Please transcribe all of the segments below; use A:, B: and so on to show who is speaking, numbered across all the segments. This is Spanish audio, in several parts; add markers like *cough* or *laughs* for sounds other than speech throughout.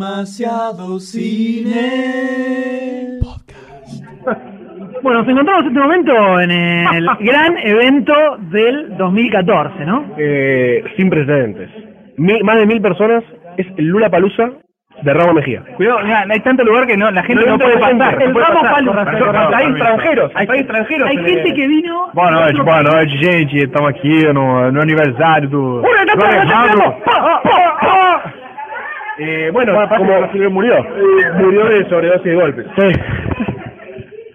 A: Demasiado cine.
B: Bueno, nos encontramos en este momento en el
C: *laughs*
B: gran evento del 2014, ¿no?
D: Eh, sin precedentes. Mil- más de mil personas es el Lula Palusa de Ramos Mejía.
C: Cuidado, mirá, hay tanto lugar que no, la gente no, puede pasar.
B: El
C: no puede
B: Ramos
C: pasar.
B: Palusa.
C: Por razón,
B: Hay
C: Hay extranjeros, hay extranjeros.
B: Hay gente que vino.
E: Boa noite, boa noite, gente. Estamos aqui no, no aniversário do.
B: ¡Una
E: do
B: etapa de
E: Alejandro.
D: Eh, bueno, como murió. murió de sobredosis de golpes.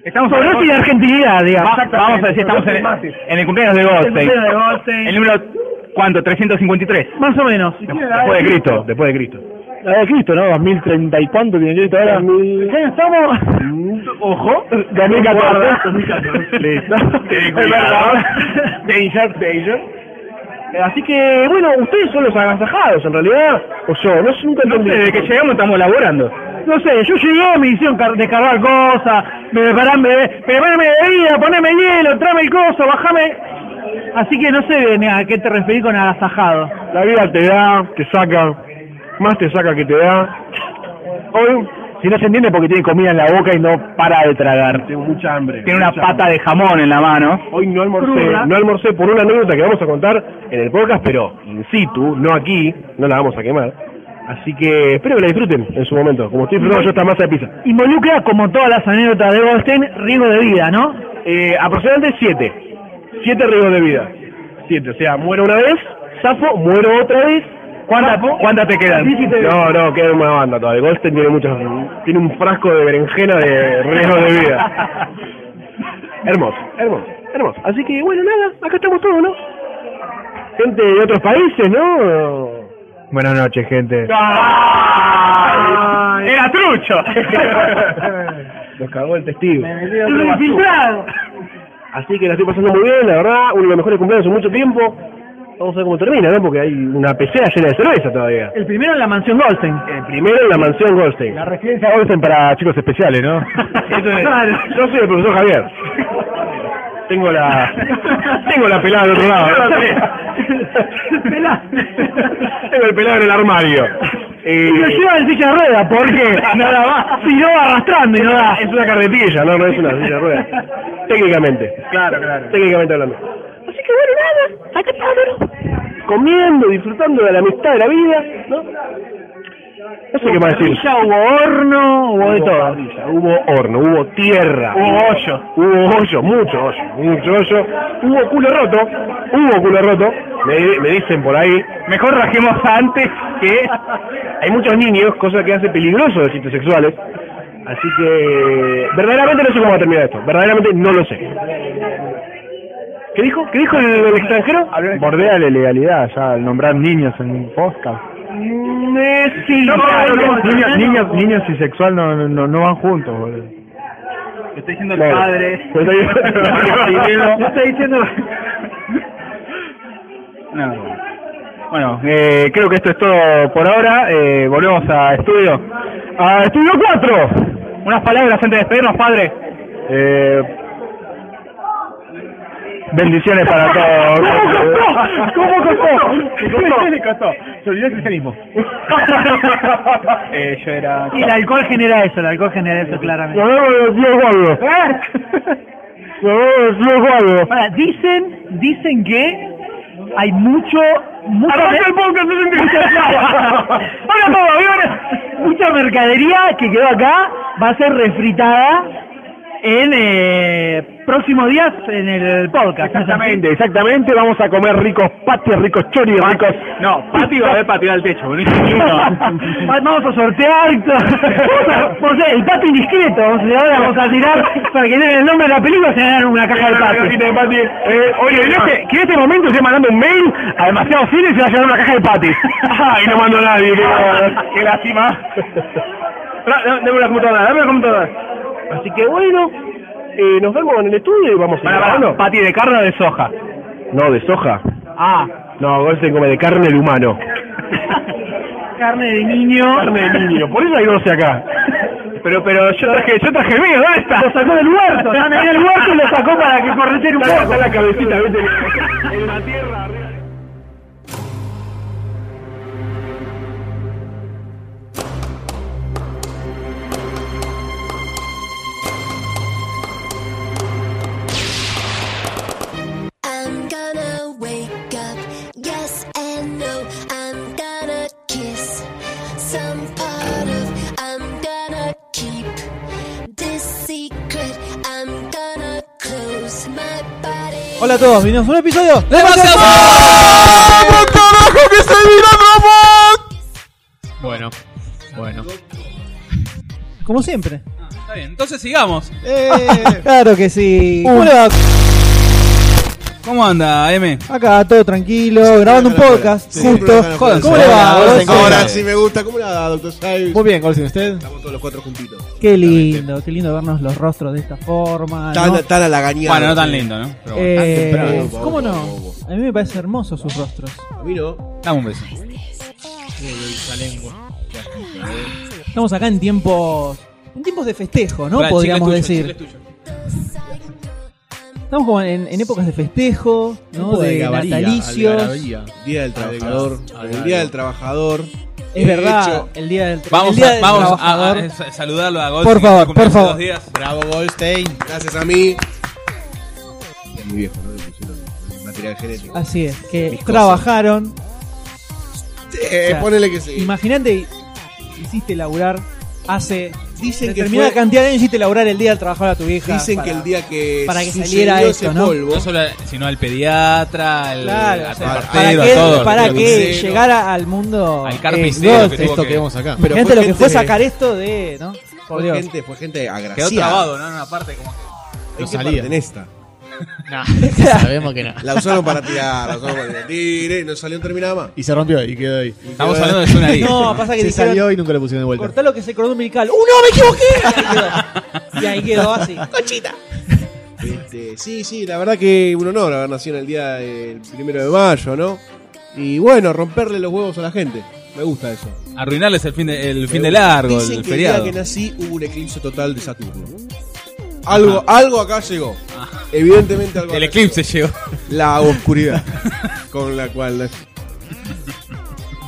C: Estamos
B: Sobre todo
C: en
B: de argentinidad, digamos.
C: Va- Vamos a decir, estamos en, el- en el cumpleaños de Goldstein.
B: cumpleaños de Goldstein.
C: El número, ¿cuánto? 353.
B: Más o menos.
E: Depois de grito.
D: Después de Cristo. La de Cristo, ¿no? 2030 y cuánto tiene Cristo ahora.
B: Estamos.
D: Ojo. *laughs* 2014. 2014. Listo. *laughs* Danger, danger. Eh, Así que, bueno, ustedes son los agasajados, en realidad. O yo, no sé, nunca entendí.
C: Desde que llegamos estamos laborando.
B: No sé, yo llegué, me hicieron car- descargar cosas, me preparan bebé, preparame bebida, poneme hielo, tráeme el coso, bajame. Así que no sé ni a qué te referís con agasajado.
D: La vida te da, te saca, más te saca que te da. Hoy, si no se entiende porque tiene comida en la boca y no para de tragar. Tengo mucha hambre.
C: Tiene una pata de jamón en la mano.
D: Hoy no almorcé,
B: Cruda.
D: no almorcé por una anécdota que vamos a contar en el podcast, pero in situ, no aquí, no la vamos a quemar. Así que espero que la disfruten en su momento, como estoy disfrutando yo esta masa de pizza.
B: Involucra, como todas las anécdotas de Goldstein, riesgo de vida, ¿no?
D: Eh, aproximadamente siete. Siete riesgos de vida. Siete, o sea, muero una vez, zafo, muero otra vez.
C: ¿Cuántas cuántas te quedan?
D: No, no, queda una banda todavía. Goldstein tiene muchos. Tiene un frasco de berenjena de riesgos de *laughs* vida. hermoso, hermoso, hermoso. Así que, bueno, nada, acá estamos todos, ¿no? Gente de otros países, ¿no?
E: Buenas noches,
D: *laughs*
E: gente.
C: ¡Ay! ¡Era trucho!
D: Nos cagó el testigo.
B: Un infiltrado.
D: Así que la estoy pasando muy bien, la verdad, uno de los mejores cumpleaños en mucho tiempo. Vamos a ver cómo termina, ¿no? Porque hay una pecera llena de cerveza todavía.
B: El primero en la mansión Goldstein.
D: El primero en la mansión Goldstein.
E: La residencia Olsen para chicos especiales,
D: *laughs*
E: ¿no?
B: Claro.
D: Yo soy el profesor Javier. Tengo la. Tengo la pelada del otro lado.
E: *laughs*
B: *laughs* Pelá.
D: Tengo el pelado en el armario. Eh,
B: Lo lleva en silla de rueda porque
D: Nada más.
B: si no va arrastrando y no da.
D: Es una carretilla, no, no es una silla de *laughs* ruedas. Técnicamente. Claro, claro. Técnicamente hablando. Así que bueno, nada, acá estamos. ¿no? Comiendo, disfrutando de la amistad de la vida, ¿no? No sé qué más decir.
B: Ya hubo horno, hubo de
D: Hubo
B: todo.
D: parrilla, Hubo horno, hubo tierra. Hubo hoyo. Hubo hoyo, mucho hoyo, mucho hoyo. Hubo culo roto, hubo culo roto. Me, me dicen por ahí.
C: Mejor rajemos antes que...
D: Hay muchos niños, cosa que hace peligroso los chistes sexuales. Así que verdaderamente no sé cómo va a terminar esto. Verdaderamente no lo sé. ¿Qué dijo? ¿Qué dijo el, el extranjero?
E: Bordea la ilegalidad ya al nombrar niños en un podcast.
D: Mm, eh, sí,
B: No, no, no, no, no.
E: Niños, niños, niños y sexual no, no- no, no van juntos, boludo.
C: Estoy diciendo el
D: Bueno,
B: *laughs*
C: padre.
D: pues ahí-
B: Yo estoy diciendo.
C: No, bueno. Bueno, eh, creo que esto es todo por ahora. Eh, volvemos a estudio.
D: A estudio 4.
C: Unas palabras antes de despedirnos, padre.
D: Eh, bendiciones para todos.
B: *laughs* ¿Cómo costó?
D: le costó? Se olvidó el
B: *laughs*
D: cristianismo.
C: Eh, yo era...
B: Y el alcohol genera eso, el alcohol genera eso claramente.
D: Nos vemos en el tío Guardo.
B: *laughs*
D: Nos vemos en el tío Guardo.
B: Ahora, dicen, dicen que hay mucho, mucho
D: Arranca
B: *laughs*
D: el podcast, es
C: ¿eh?
B: Hola,
D: increíble.
B: Pablo, bien. mucha mercadería que quedó acá va a ser refritada en eh, próximos días en el podcast. ¿no es así?
D: Exactamente, exactamente. Vamos a comer ricos patis, ricos choris, ricos.
C: No, Pati va a haber pateado al techo. No hice ni uno.
B: *laughs*
D: *laughs*
C: *laughs*
B: Vamos a sortear, no sé, el pato indiscreto, vamos a, ahora vamos a tirar para que den el nombre de la película se ganan una caja de pato.
D: de patis. Eh, oye, en este, que en este momento estoy mandando un mail a demasiado cine y se va a llevar una caja de patis. Ay, no mando a nadie. Qué, qué lástima.
C: Tra- da- Dame la computadora, dame la computadora.
D: Así que bueno, eh, nos vemos en el estudio y vamos a
C: Para, para, ¿Pati de carne o de soja?
D: No, de soja.
C: Ah,
D: No, Goldstein come de carne de humano.
B: Carne de niño.
D: Carne de niño, por eso hay 12 acá.
C: pero pero yo traje, yo traje el mío, ¿dónde está?
B: Lo sacó del huerto, ya me dio el huerto y lo sacó para que corretiera un
D: Está-
B: poco.
D: está la cabecita, vete.
A: some part of. I'm gonna keep this secret. I'm gonna close my body.
F: Hola a todos, bienvenidos a un episodio de
G: Bueno, bueno.
F: Como siempre. Ah,
G: Está bien, entonces sigamos.
H: Eh.
F: claro que sí. ¿Cómo le va?
G: ¿Cómo anda, M?
F: Acá todo tranquilo, grabando un podcast, justo.
G: Joder,
F: ¿Cómo le va?
G: ahora
F: Golsen?
G: se encuentra.
H: Ahora sí me gusta. ¿Cómo la da, doctor Saib?
F: Muy bien, Golsen, ¿usted?
H: Estamos todos los cuatro juntitos.
F: Qué lindo, qué lindo vernos los rostros de esta forma. ¿no?
H: Tan, tan a la gañada.
G: Bueno, no tan lindo, ¿no? Pero bueno.
F: Eh,
H: temprano, bobo,
F: ¿Cómo no?
H: bobo.
F: A mí me parecen hermosos sus rostros.
H: A mí no.
G: Dame un beso.
F: Estamos acá en tiempos, en tiempos de festejo, ¿no?
G: Pará, el
F: Podríamos
G: chicle es tuyo,
F: decir.
G: el chicle es tuyo.
F: Estamos como en, en épocas de festejo, ¿no?
I: Tiempo
F: De,
I: algarabía,
F: natalicios.
I: algarabía.
H: Día del trabajador. El día del trabajador.
F: Es
H: De
F: verdad,
H: hecho,
F: el día del el
G: Vamos,
F: día
G: a,
F: del
G: vamos a,
F: trabajador.
G: a- a saludarlo a Gold.
F: Por favor, por favor.
I: Bravo Goldstein.
H: Gracias a mí. Y a mi viejo, ¿no? Le pusieron material genético.
F: Así es, que
H: Mis cosas.
F: trabajaron.
H: Sí,
F: sea,
H: Eh, ponele que sí.
F: Imagínate, hiciste laburar hace
H: Dicen que
F: determinada
H: fue-
F: cantidad de años, hiciste laburar el día del trabajador a tu vieja.
H: Dicen que
F: para-
H: el día que,
F: para que
H: sucedió
F: saliera
H: ese
F: esto, ¿no?
H: polvo.
G: No solo, a- sino al pediatra, al,
F: Claro,
G: al
F: o sea,
G: partero,
F: para
G: a
F: que,
G: todos.
F: para
H: al
F: que
H: carnicero.
F: llegara al mundo.
G: Al
F: eh,
G: carnicero
F: Ghost,
G: que tuvo
I: Esto que
G: que...
I: vemos acá.
H: Pero
F: Imagínate lo que fue sacar esto de. ¿no? Por
H: Fue
F: Dios.
H: gente, fue gente agraciada.
G: Quedó
F: ah.
G: trabado, ¿no? En una parte como que...
H: ¿En
I: No
H: qué
I: salía.
H: parte? En esta.
I: Sabemos que no.
H: La usaron para tirar, la usaron para tirar. Tire, no salió, no terminaba más.
I: Y se rompió y quedó ahí.
G: Estamos hablando de Zona *laughs* 10.
F: No, pasa que
I: Se
F: dijeron,
I: salió y nunca le pusieron de vuelta.
F: cortá lo que se cordón umbilical. ¡Uh, no, me
H: *laughs*
F: equivoqué! y ahí quedó así.
H: Este, sí, sí, la verdad que un honor haber nacido en el día del primero de mayo, ¿no? Y bueno, romperle los huevos a la gente. Me gusta eso.
G: Arruinarles el fin de, el fin de largo,
H: Dicen
G: el
H: que
G: feriado.
H: el día que nací hubo un eclipse total de Saturno. Algo, algo acá llegó. Evidentemente algo
G: Ah. El
H: acá
G: eclipse llegó. *laughs*
H: llegó. La oscuridad con la cual nací.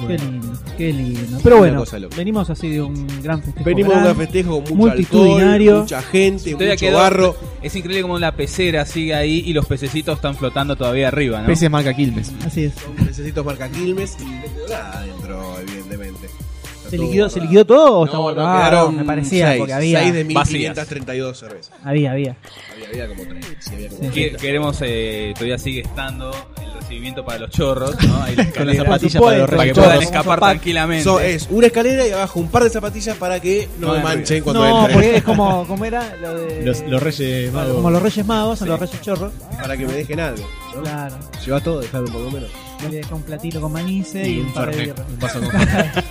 F: Qué lindo, qué lindo.
H: Una
F: Pero bueno,
H: cosa loca.
F: venimos así de un gran festejo.
H: Venimos de
F: grande.
H: un festejo con mucho
F: Multitudinario.
H: alcohol, mucha gente,
G: Todavía
H: mucho
G: quedó-
H: barro.
G: Es increíble como la pecera sigue ahí y los pececitos están flotando todavía arriba, ¿no?
I: Peces marca Quilmes.
F: Así es.
H: Necesito marca Quilmes y no quedó nada adentro, evidentemente. Está
F: ¿Se
H: todo
F: liquidó, ¿Se
H: guardado.
F: liquidó todo o está
H: No, no,
F: guardado?
H: quedaron
F: me parecía,
H: seis,
F: porque había.
H: seis de
G: Vacías.
H: 1532 cervezas.
F: Había, había.
H: Había, había como tres. sí, había como
F: Sí.
H: tres.
G: Que- queremos, eh, todavía sigue estando el recibimiento para los chorros,
F: *laughs*
G: ¿no? Ahí la
I: Con las
G: escalera,
F: zapatos.
I: zapatillas para los
G: para que
F: Chorros.
G: puedan
I: rechazos.
G: escapar
F: Zapat-
G: tranquilamente.
F: eh,
H: So, es una escalera y abajo un par de zapatillas para que no,
G: No
H: me
G: hagan
H: manchen cuando
F: No,
H: entre.
F: porque es como, como era lo de.
I: Los, los reyes
F: Bueno,
I: magos.
F: como los Reyes Magos, son los Reyes Chorros.
H: *laughs* Para que me dejen algo.
F: Claro.
H: Lleva todo, dejalo un poco menos.
F: Le deja un platito con manice y,
I: Y
F: un
I: un
F: par de
I: Fernet,
F: birras.
I: un vaso con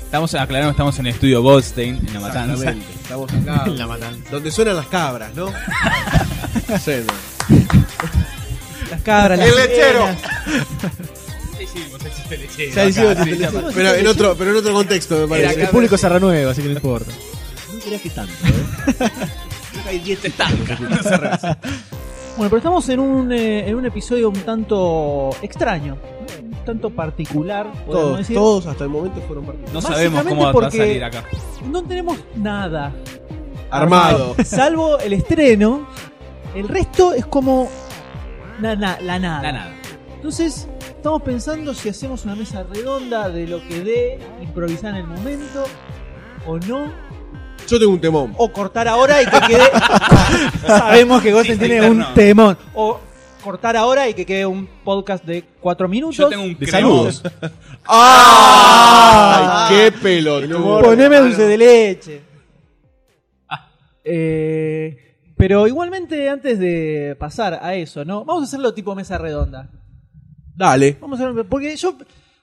G: Estamos aclarando, estamos en el estudio Goldstein, en la matanza.
H: Exactamente. Estamos
I: *laughs*
H: acá.
I: la matan.
H: Donde suenan las cabras,
I: *laughs*
H: ¿no? Cena.
F: Las cabras, las
H: ¡El lechero!
F: sirenas.
H: Ya hicimos este teléfono. pero en otro, pero en otro contexto me parece.
I: El público se renueva, así que no importa.
H: no creas que tanto, eh. Hay diez tantos.
F: Bueno, pero estamos en un, eh, en un episodio un tanto extraño, ¿no? un tanto particular, podemos
H: Todos,
F: decir.
H: todos hasta el momento fueron partidos.
G: No sabemos
F: Básicamente
G: cómo va a
F: porque-
G: salir acá.
F: No tenemos nada
H: Armado.
F: salvo el estreno. El resto es como na- na- la nada.
G: La nada.
F: Entonces, estamos pensando si hacemos una mesa redonda de lo que dé, improvisar en el momento, o no,
H: Yo tengo un temón.
F: o cortar ahora y que quede. *laughs* Sabemos que Gosen
G: Chiste
F: tiene
G: interno.
F: un temón. O cortar ahora y que quede un podcast de cuatro minutos.
G: Yo tengo un
I: De
G: cremón.
I: saludos.
F: Ah,
H: Ah, ¡Ay! ¡Qué pelotudo!
F: Poneme dulce de leche. Ah, Eh, pero igualmente, antes de pasar a eso, ¿no? Vamos a hacerlo tipo mesa redonda.
H: Dale.
F: Vamos a hacerlo- porque yo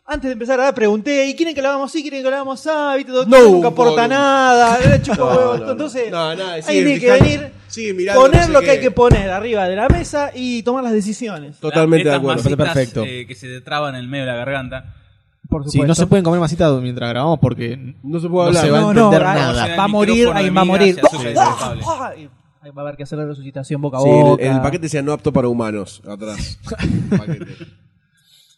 F: antes de empezar ahora pregunté, ¿y quieren que lo hagamos así? ¿Quieren que lo hagamos así? ¿Viste? Doctor
H: No,
F: nunca aporta
H: boludo. *laughs*
F: nada, le chupa
H: No,
F: huevo.
H: no, no.
F: Entonces,
H: No, nada, sigue
F: ahí tiene que
H: fijando,
F: venir,
H: sigue mirando,
F: poner
H: no sé
F: lo que
H: qué.
F: hay que poner arriba de la mesa y tomar las decisiones.
H: Totalmente de
G: Estas
H: acuerdo.
G: masitas,
I: Perfecto.
G: eh, que se te traban en el medio de la garganta.
F: Por
I: Sí, no se pueden comer masitas mientras grabamos porque
H: No se puede
I: No
H: hablar.
I: se va a
F: No, no,
I: entender
F: va-
I: nada.
F: va a morir,
G: Micrófono de
F: alguien va a
G: migas
F: morir.
G: y azúcar insoportable.
F: ¡Ah! Y ahí Va a haber que hacer la resucitación boca a
H: Sí, el-
F: boca.
H: el, paquete sea no apto para humanos. Atrás. Paquete.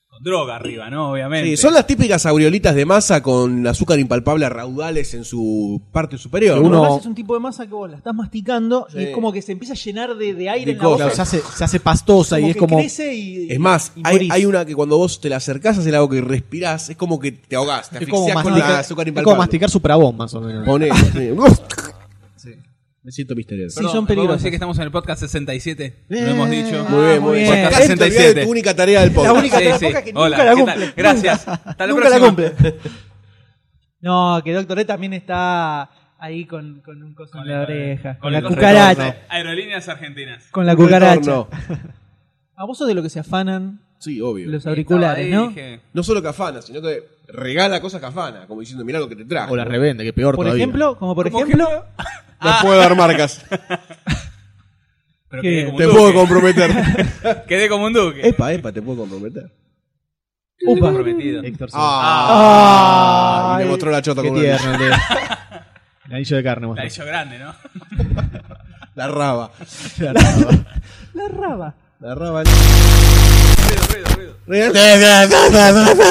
G: Con droga arriba, ¿no? Obviamente.
H: Sí, son las típicas aureolitas de masa con azúcar impalpable a raudales en su parte superior. ¿no?
I: Uno-
F: Además, es un tipo de masa que vos la estás masticando y
H: Sí.
F: es como que se empieza a llenar de, de aire
H: De
F: en la
H: cosas.
F: boca.
I: Claro, se, hace, se hace pastosa y es
F: que
I: como.
F: crece y-
H: Es más,
F: y
H: hay,
F: morís.
H: hay una que cuando vos te la acercás hacia la boca y respirás, es como que te ahogás, te
I: Es como,
H: asfixiás con el
I: masticar,
H: azúcar
I: es como
H: impalpable.
I: masticar superabón, más o menos.
H: Poné, sí. Me siento misterioso.
F: Sí, son
G: ¿podemos
F: peligrosas.
G: decir que estamos en el podcast 67. Lo hemos dicho.
F: Muy bien, muy bien.
G: Podcast
H: Acá se te olvidó de
G: 67.
H: tu única tarea del
F: La
H: podcast.
F: única
G: Sí,
F: tarea
G: sí.
F: poca que
G: Hola,
F: nunca la
G: ¿qué tal?
F: cumple.
G: Gracias.
F: Nunca.
G: Hasta la
F: Nunca
G: próxima.
F: cumple. No, que Doctor E también está ahí con, con un coso en la oreja. Con, la
G: el
F: cucaracha.
G: retorno. Aerolíneas Argentinas.
F: Con la cucaracha. *laughs* A vos sos de lo que se afanan
H: Sí, obvio.
F: los auriculares,
G: Estaba ahí,
F: ¿no?
G: dije,
H: No solo cafana, sino que regala cosas cafana, como diciendo, mirá lo que te trajo.
I: O la revende, que peor
F: Por
I: todavía.
F: ejemplo, como por ejemplo,
H: No puedo
G: *laughs*
H: dar marcas.
G: pero
F: ¿Qué?
G: quedé como un
H: te
G: duque.
H: puedo comprometer.
G: Quedé como un duque.
H: *laughs* epa, epa, te puedo comprometer.
F: upa.
G: Comprometido.
I: Héctor Sosa.
H: Ah, y
F: Ay.
H: me mostró la chota
I: Qué
H: con una-
I: tierno el de. El anillo de carne,
G: La
I: mostró.
G: hizo grande, ¿no?
H: *laughs* *laughs* La raba.
F: La raba.
H: La raba.
G: Ruido, ruido.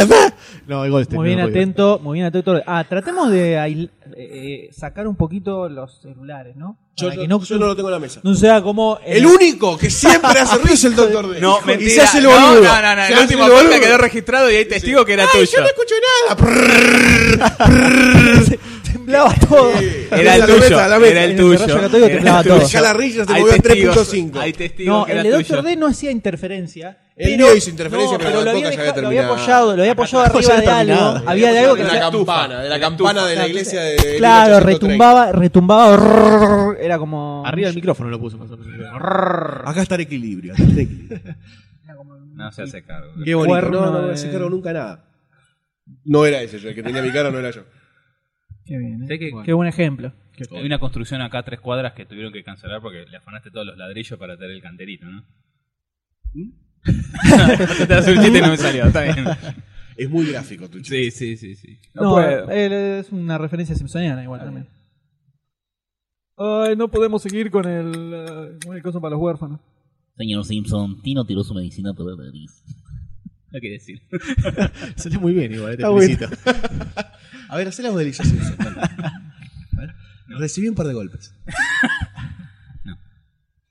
I: No, el Goldstein.
F: Muy bien
I: no lo podía.
F: atento, muy bien atento. Ah, tratemos de ail- eh, eh, sacar un poquito los celulares, ¿no?
H: Yo,
F: Para
H: yo-
F: que no,
H: yo no lo tengo en la mesa.
F: no sea como en
H: El único que siempre hace ruido es
G: *laughs*
H: el Doctor
G: *laughs*
H: D.
G: eh. No,
H: Y
G: mentira.
H: se hace el
G: no,
H: boludo.
G: no, no, no,
H: Se
G: El
H: hace
G: último
H: el boludo.
G: podcast quedó registrado y hay testigo que era
H: Ay,
G: tuyo.
H: yo no escucho
G: *laughs*
H: nada.
F: *laughs* temblaba todo.
G: Era el
H: La
G: tuyo.
H: mesa, la mesa.
G: Era el
F: En el
G: tuyo.
F: desarrollo católico
G: Era
F: temblaba
G: el tuyo.
F: todo.
H: Ya la rilla se
G: Hay
H: movió a
G: testigos,
H: 3.5.
G: Hay testigos
F: No,
G: que era
F: el de
G: tuyo.
F: Doctor D no hacía interferencia.
H: Él
F: pero-
H: no hizo interferencia,
F: no,
H: pero
F: pero
H: la
F: lo había,
H: época ya
F: dejado-
H: había
F: lo había
H: terminado.
F: apoyado, lo había apoyado
I: ya
F: arriba de
I: había
F: algo.
I: terminado.
F: Había de algo que
H: de la
F: hacía-
H: campana, de la campana de la iglesia de.
F: Claro,
H: 1830.
F: retumbaba, retumbaba. rrrr, Era como.
I: Arriba del micrófono lo puso más o menos.
H: Acá está el equilibrio. acá está
F: *laughs*
H: el equilibrio.
G: No se hace cargo.
H: Qué bonito.
F: Cuerno
H: No, no,
F: de-
H: no se cargo nunca nada. No era ese yo, el que tenía mi cara no era yo.
F: Qué bien, ¿eh?
G: Sé que-
F: Qué buen ejemplo.
G: Hay una construcción acá a tres cuadras que tuvieron que cancelar porque le afanaste todos los ladrillos para tener el canterito, ¿no?
F: ¿Mm?
G: Te hace un chiste y *laughs* no me salió, está bien.
F: *laughs*
H: Es muy gráfico tu chiste.
G: Sí, sí, sí, sí.
F: No, él es una referencia simpsoniana igual también. Ay, no podemos seguir con el, eh, con el coso para los huérfanos.
J: Señor Simpson, Tino tiró su medicina por la nariz.
G: No quiere decir.
I: Salió muy bien igual, eh, te
F: Está bueno.
I: felicito.
H: *laughs* A ver, hacé la voz de Lisa Simpson, dale. Vale. Recibí un par de golpes.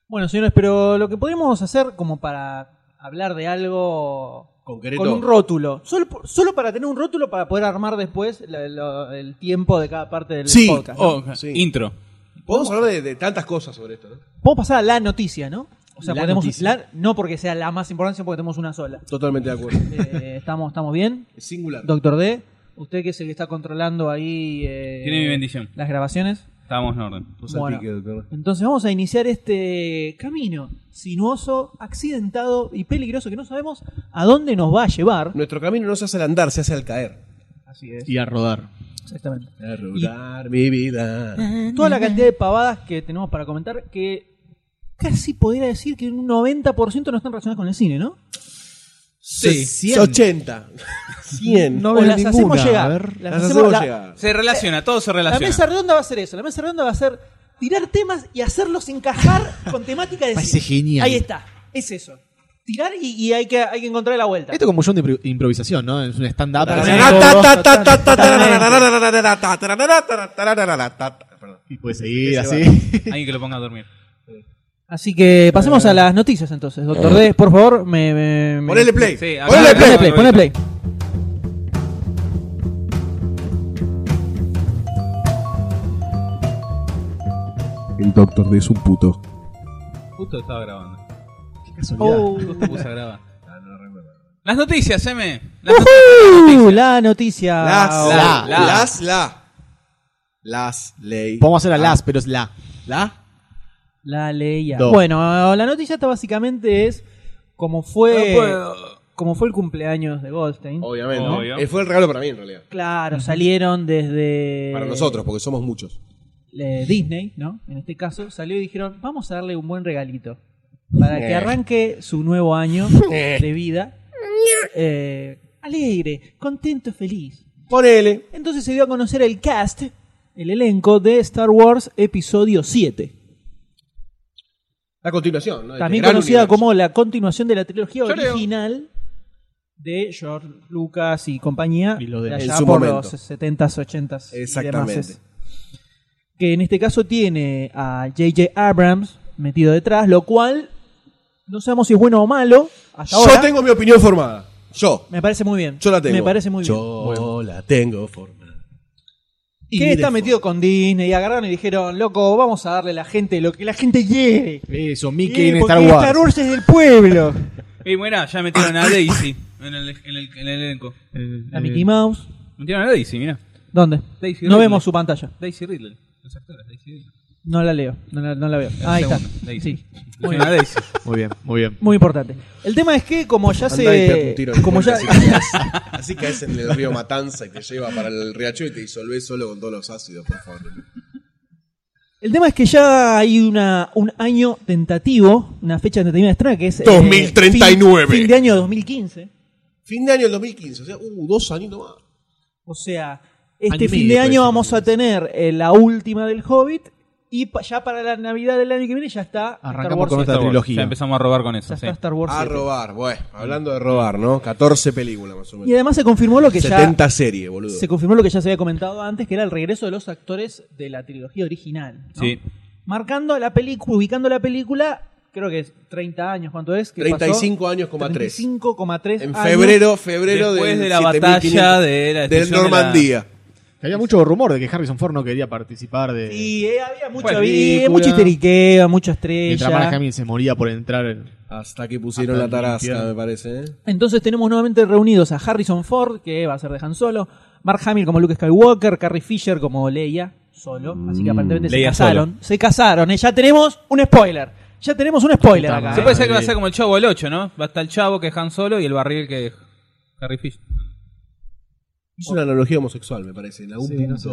F: Bueno, señores, pero lo que podemos hacer como para hablar de algo
H: Concreto.
F: con un rótulo, solo, por- solo para tener un rótulo para poder armar después la- lo- el tiempo de cada parte del
H: Sí.
F: podcast.
G: Oh,
H: Sí.
G: intro.
H: Podemos hablar de, de tantas cosas sobre esto, ¿no?
F: Podemos pasar a la noticia, ¿no? O sea,
I: La
F: podemos
I: noticia.
F: la- no porque sea la más importante, sino porque tenemos una sola.
H: Totalmente de acuerdo.
F: Eh, estamos, estamos bien.
H: Es singular.
F: Doctor D, usted que es el que está controlando ahí eh,
G: Tiene mi bendición.
F: las grabaciones.
G: Estábamos en orden.
H: Vos
F: Bueno.
H: salpique, doctor.
F: Entonces vamos a iniciar este camino sinuoso, accidentado y peligroso que no sabemos a dónde nos va a llevar.
H: Nuestro camino no se hace al andar, se hace al caer.
F: Así es,
I: Y a rodar.
F: exactamente.
H: A rodar mi vida.
F: Toda la cantidad de pavadas que tenemos para comentar que casi podría decir que un 90% no están relacionadas con el cine, ¿no?
G: Sí.
H: 80. 100.
F: O las hacemos llegar.
I: a ver.
F: las
H: Las
F: hacemos-
H: hacemos
F: la-
H: llegar.
G: Se relaciona, todo se
F: La
G: relaciona.
F: mesa redonda va a ser eso. La mesa redonda va a ser tirar temas y hacerlos encajar
I: *laughs*
F: con temática de
I: Parece
F: cine.
I: genial.
F: Ahí está. Es eso. Tirar y, y hay, que, hay que encontrar la vuelta.
I: Esto es como un show de impro- improvisación, ¿no? Es un stand-up. Y puede seguir así. *laughs*
G: Alguien que lo ponga a dormir.
F: Así que pasemos a las noticias entonces. Doctor
I: Eh.
F: D, por favor, me... me- me-
H: Ponele play.
G: Sí, acá-
H: Ponele play.
F: Ponele play, ponele play.
H: El doctor D es un puto.
G: Justo estaba grabando.
F: Oh.
G: Justo puse a
I: *laughs*
G: grabar.
I: Ah,
G: Las noticias, M. Las
F: Uh, la noticia. Oh,
H: Las, la,
I: La,
G: la.
H: las, la. Las, ley.
I: Podemos hacer a las, pero es la.
H: La.
F: La leía.
I: Do.
F: Bueno, la noticia esta básicamente es como
G: No
F: fue,
G: puedo.
F: como fue el cumpleaños de Goldstein.
H: Obviamente.
G: Obvio.
H: Eh, Fue el regalo para mí, en realidad.
F: Claro, salieron desde...
H: Para nosotros, porque somos muchos.
F: eh, Disney, ¿no? En este caso, salió y dijeron, vamos a darle un buen regalito. Para que arranque su nuevo año de vida. eh, alegre, contento, feliz.
H: Ponele.
F: Entonces se dio a conocer el cast, el elenco de Star Wars Episodio 7.
H: La continuación. ¿no? De este
F: También
H: gran
F: conocida
H: universo.
F: como la continuación de la trilogía
G: Yo leo.
F: original de George Lucas y compañía
I: Y lo de-
F: de
I: en
F: allá
I: su
F: por
I: momento.
F: los 70s, 80s y
I: Exactamente.
F: demases. Que en este caso tiene a J.J. Abrams metido detrás, lo cual no sabemos si es bueno o malo. Hasta
H: Yo
F: ahora.
H: tengo mi opinión formada. Yo.
F: Me parece muy bien.
H: Yo la tengo.
F: Me parece muy
H: Yo
F: bien.
H: la tengo formada. Y
F: Que está
H: de-
F: metido con Disney y agarraron y dijeron, loco, vamos a darle a la gente lo que la gente quiere.
I: Eso,
F: Sí,
I: Mickey en
F: porque
I: Star Wars.
F: Star Wars es del
I: *laughs*
F: pueblo.
G: Y mira, ya
F: *coughs*
G: metieron a Daisy en el, en el, en el elenco.
F: A Mickey Mouse.
G: Metieron a Daisy, mira.
F: ¿Dónde?
G: Daisy
F: no
G: Ridley.
F: vemos su pantalla.
G: Daisy Ridley. Los actores, Daisy Ridley.
F: No la leo. No la, no la veo.
G: El
F: Ahí
G: segundo,
F: está.
G: Daisy.
F: Sí.
G: Metieron
F: Muy
G: a
F: bien.
G: Daisy.
I: Muy bien, muy bien.
F: Muy importante. El tema es que como ya
H: Andá y pega
F: se
H: un tiro en el
F: como
H: puente,
F: ya
H: así,
F: *laughs*
H: caes, así caes en el río Matanza y te lleva para el riachuelo y te disolvés solo con todos los ácidos, por favor.
F: el tema es que ya hay una un año tentativo, una fecha tentativa de estreno que es eh,
H: 2039.
F: fin, fin de año 2015.
H: Fin de año del 2015, o sea, uh, dos añitos más.
F: O sea,
I: Año
F: este
I: y
F: fin
I: medio
F: de
I: puede
F: año
I: ser,
F: vamos a tener eh, la última del Hobbit y pa- ya para la Navidad del año que viene ya está Star
I: Arrancamos
F: Wars
I: con
F: siete.
I: esta
G: Star Wars.
I: trilogía.
G: Ya empezamos a robar con eso.
F: Ya
G: sí.
F: está Star Wars
H: A
F: 7.
H: robar, bueno, hablando de robar, ¿no? 14 películas más o
F: Y
H: menos.
F: además se confirmó lo que ya
H: 70 series, boludo.
F: Se confirmó lo que ya se había comentado antes, que era el regreso de los actores de la trilogía original. ¿no?
G: Sí.
F: Marcando la película, ubicando la película, creo que es 30 años, ¿cuánto es? que pasó?
H: 35 años, coma tres.
F: 35,3
H: En
F: años.
H: febrero, febrero
G: Después
H: del
G: de la
H: 7500
G: batalla de la
H: del
G: destrucción de la-
H: Normandía.
I: Que había mucho rumor de que Harrison Ford no quería participar de.
F: Y eh, había mucha
I: Bueno,
F: vida,
I: película.
F: mucho histeriqueo, mucha
I: Mientras Mark
F: estrella.
I: Hamill se moría por entrar en.
H: Hasta que pusieron
I: Hasta
H: la tarasca,
I: limpiar.
H: me parece. ¿eh?
F: Entonces tenemos nuevamente reunidos a Harrison Ford, que va a ser de Han Solo, Mark Hamill como Luke Skywalker, Carrie Fisher como Leia, solo. Así
I: Mm,
F: que aparentemente
G: Leia
F: se casaron. Se casaron, eh, ya tenemos un spoiler. Ya tenemos un spoiler
I: Puta
F: acá.
I: madre.
G: Se
F: eh.
G: puede ser que va a ser como el Chavo el 8, ¿no? Va a estar el Chavo que es Han Solo y el barril que es Harry Fish.
H: Es una analogía homosexual, me parece. En algún
I: Sí,
H: punto.
I: no sé.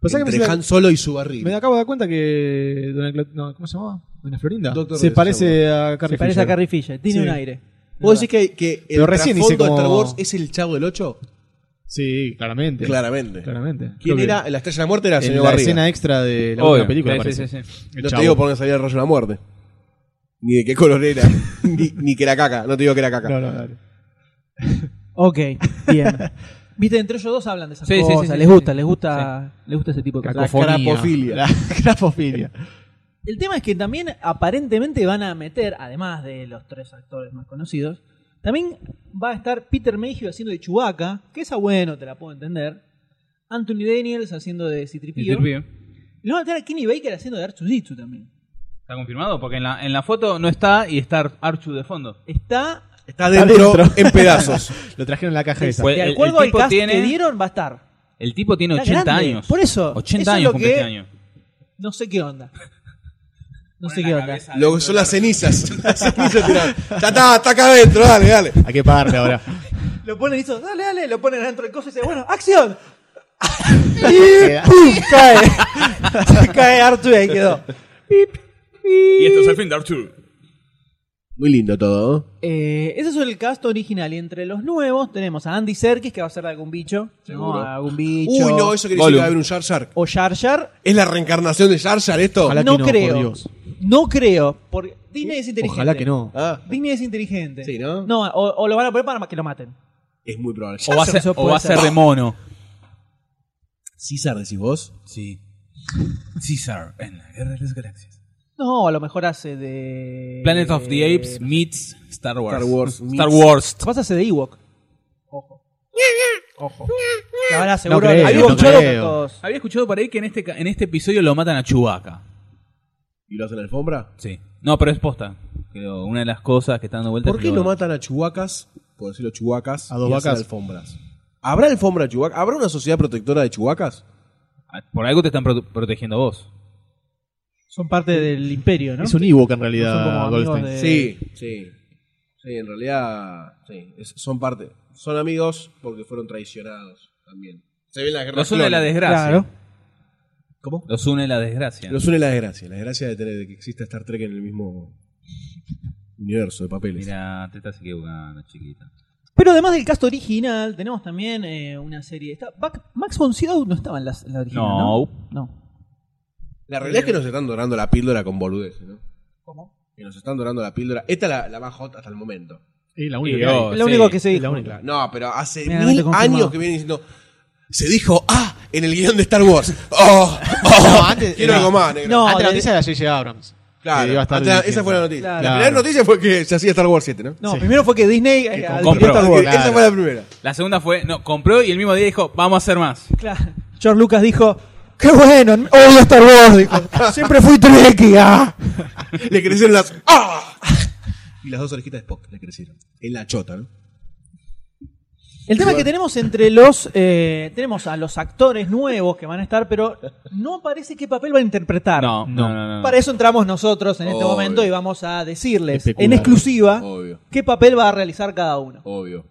I: Pues, ¿sabes qué
H: entre
I: me-
H: Han Solo y su barril.
I: Me acabo de dar cuenta que. Dona Cla- no, ¿Cómo se llamaba? Dona Florinda.
H: Doctor
I: se
H: Red,
I: parece a Carrie
F: Se parece a
I: Fisher.
F: Carrie Fisher, tiene
I: Sí.
F: un aire.
H: ¿Vos decís que, que el
I: Pero recién hice
H: trasfondo de Star
I: como-
H: Wars es el Chavo del 8?
I: Sí, claramente.
H: Claramente.
I: Claramente.
H: ¿Quién
I: Creo que
H: era? La estrella de la muerte era el
I: En
H: señor
I: la
H: Barriga.
I: escena extra de la
G: Obvio.
I: última película.
G: Sí,
I: parece.
G: sí, sí, sí.
I: El
H: No te
I: chavo.
H: digo por dónde salía el rayo de la muerte. Ni de qué color
I: *laughs*
H: era. ni, ni que era caca. No te digo que era caca.
I: No, no, dale.
F: Ok, bien. *laughs* Viste, entre ellos dos hablan de esas
G: Sí, sí, sí,
F: cosas,
G: sí,
F: les
G: sí,
F: gusta,
G: sí.
F: les gusta, les gusta ese tipo de cosas.
I: Cacofonía.
H: crapofilia.
I: La *laughs* crapofilia.
F: El tema es que también aparentemente van a meter, además de los tres actores más conocidos, también va a estar Peter Mayhew haciendo de Chewbacca, que esa bueno, te la puedo entender. Anthony Daniels haciendo de Citripio.
G: ¿Está
F: Y lo van a tener a Kenny Baker haciendo de Archuditsu también.
G: confirmado? Porque en la, en la foto no está y está Archu de fondo.
F: Está,
H: Está dentro, en
I: *laughs*
H: pedazos.
I: Lo trajeron en la caja esa.
G: Pues,
F: de
G: el- el
F: acuerdo al
G: tipo
F: cast
G: tiene-
F: que dieron, va a estar.
G: El tipo tiene
F: Está
G: 80
F: grande.
G: años.
F: Por eso, eso
G: 80
F: es
G: años
F: lo
G: cumple
F: que-
G: este año.
F: No sé qué onda.
G: *laughs*
F: No sé qué onda.
H: Lo que son las cenizas. *laughs* Las cenizas tiradas. Ya está, está acá adentro. Dale, dale.
I: Hay que pagarle ahora.
F: Lo ponen y hizo, dale, dale, lo ponen adentro del coso y dice, bueno,
I: *laughs*
F: acción.
I: Queda-
F: Cae. Cae Arthur y ahí quedó.
G: Y esto es el fin de Archu.
H: Muy lindo todo. ¿eh?
F: Eh, ese es el cast original. Y entre los nuevos tenemos a Andy Serkis, que va a ser de algún bicho. ¿no? A algún bicho.
H: Uy, no, eso quería decir que va a haber un Jar Jar.
F: O Jar Jar.
H: ¿Es la reencarnación de Jar Jar esto?
I: Ojalá que
F: no,
I: no, por
F: creo.
I: Dios.
F: No creo. Porque Disney es inteligente.
I: Ojalá que no.
H: Ah,
F: Disney es inteligente.
H: Sí, ¿no?
F: No, o, o lo van a poner para que lo maten.
H: es muy probable.
G: O va a
F: se
G: ser,
F: empezó,
G: o
F: puede
G: va a
F: ser.
G: ser de mono.
H: César, decís vos.
G: Sí. Caesar en la Guerra de las Galaxias.
F: No, a lo mejor hace de.
G: Eh, Planet of the Apes meets Star Wars.
H: Star Wars
G: Star Wars.
F: Capaz hace de Ewok. Ojo. Ojo. Que ahora seguro.
I: No creo,
F: Había
I: no
F: escuchado
I: creo.
F: tantos-
G: Había escuchado por ahí que en este, ca- en este episodio lo matan a Chewbacca.
H: ¿Y lo hacen en la alfombra?
G: Sí. No, pero es posta. Creo, una de las cosas que están dando vueltas.
H: ¿Por qué no matan a chuhuacas, por decirlo chuhuacas,
I: A dos
H: y hacen
I: vacas.
H: alfombras? ¿Habrá alfombra de chuhuacas? ¿Habrá una sociedad protectora de chuhuacas?
G: Por algo te están prote- protegiendo a vos.
F: Son parte del imperio, ¿no?
I: Es un Ewok en
F: Son como
I: realidad,
F: amigos
I: Goldstein.
F: de-
H: Sí, sí. Sí, en realidad sí, es- son parte. Son amigos porque fueron traicionados también. Se ven las guerras.
G: Los une la
H: clones.
G: desgracia.
F: Claro.
H: ¿Cómo?
G: Los une la desgracia.
H: Los une la desgracia. La desgracia de, tener, de que exista Star Trek en el mismo universo de papeles.
G: Mira, te estás equivocando, chiquita.
F: Pero además del cast original, tenemos también eh, una serie. Está, Bac- Max von Sydow no estaba en la, en la original. No.
G: No.
F: No.
H: La realidad es que nos están dorando la píldora con boludeces, ¿no?
F: ¿Cómo?
H: Que nos están dorando la píldora. Esta es la, la más hot hasta el momento.
I: Y la
G: única Y, que hay. oh,
F: Lo único
G: sí,
F: que se
I: es
F: dijo.
I: la única.
H: No, pero hace
F: Mira, no te
H: mil
F: confirmaba.
H: años que vienen diciendo. Se dijo ah en el guión de Star Wars. Oh, oh,
K: No, antes-
H: quiero
K: no.
H: algo más, negro.
I: ah,
F: No,
K: Antes la
F: de-
K: noticia era J.J. Abrams.
H: Claro,
K: que iba a estar
H: antes la- esa
K: dirigiendo.
H: fue la noticia. La
F: Claro.
H: primera noticia fue que se hacía Star Wars 7, ¿no?
F: No,
K: Sí.
F: primero fue que Disney. eh,
G: con-
F: al-
G: compró.
F: Star
H: Ok,
F: Wars.
K: Claro.
H: Esa fue la primera.
G: La segunda fue, no, compró y el mismo día dijo, vamos a hacer más.
F: Claro. George Lucas dijo: ¡Qué bueno! Odio Star Wars.
I: *laughs*
F: Dijo: Siempre fui Trekkie. ah".
H: Le crecieron las. ¡Ah! Y las dos orejitas de Spock le crecieron. En la chota, ¿no?
F: El tema es que tenemos entre los. eh, tenemos a los actores nuevos que van a estar, pero no parece qué papel van a interpretar.
G: No, no, no. no, no.
F: Para eso entramos nosotros en este
H: Obvio.
F: momento y vamos a decirles
K: Especular.
F: en exclusiva
H: Obvio.
F: qué papel va a realizar cada uno.
H: Obvio.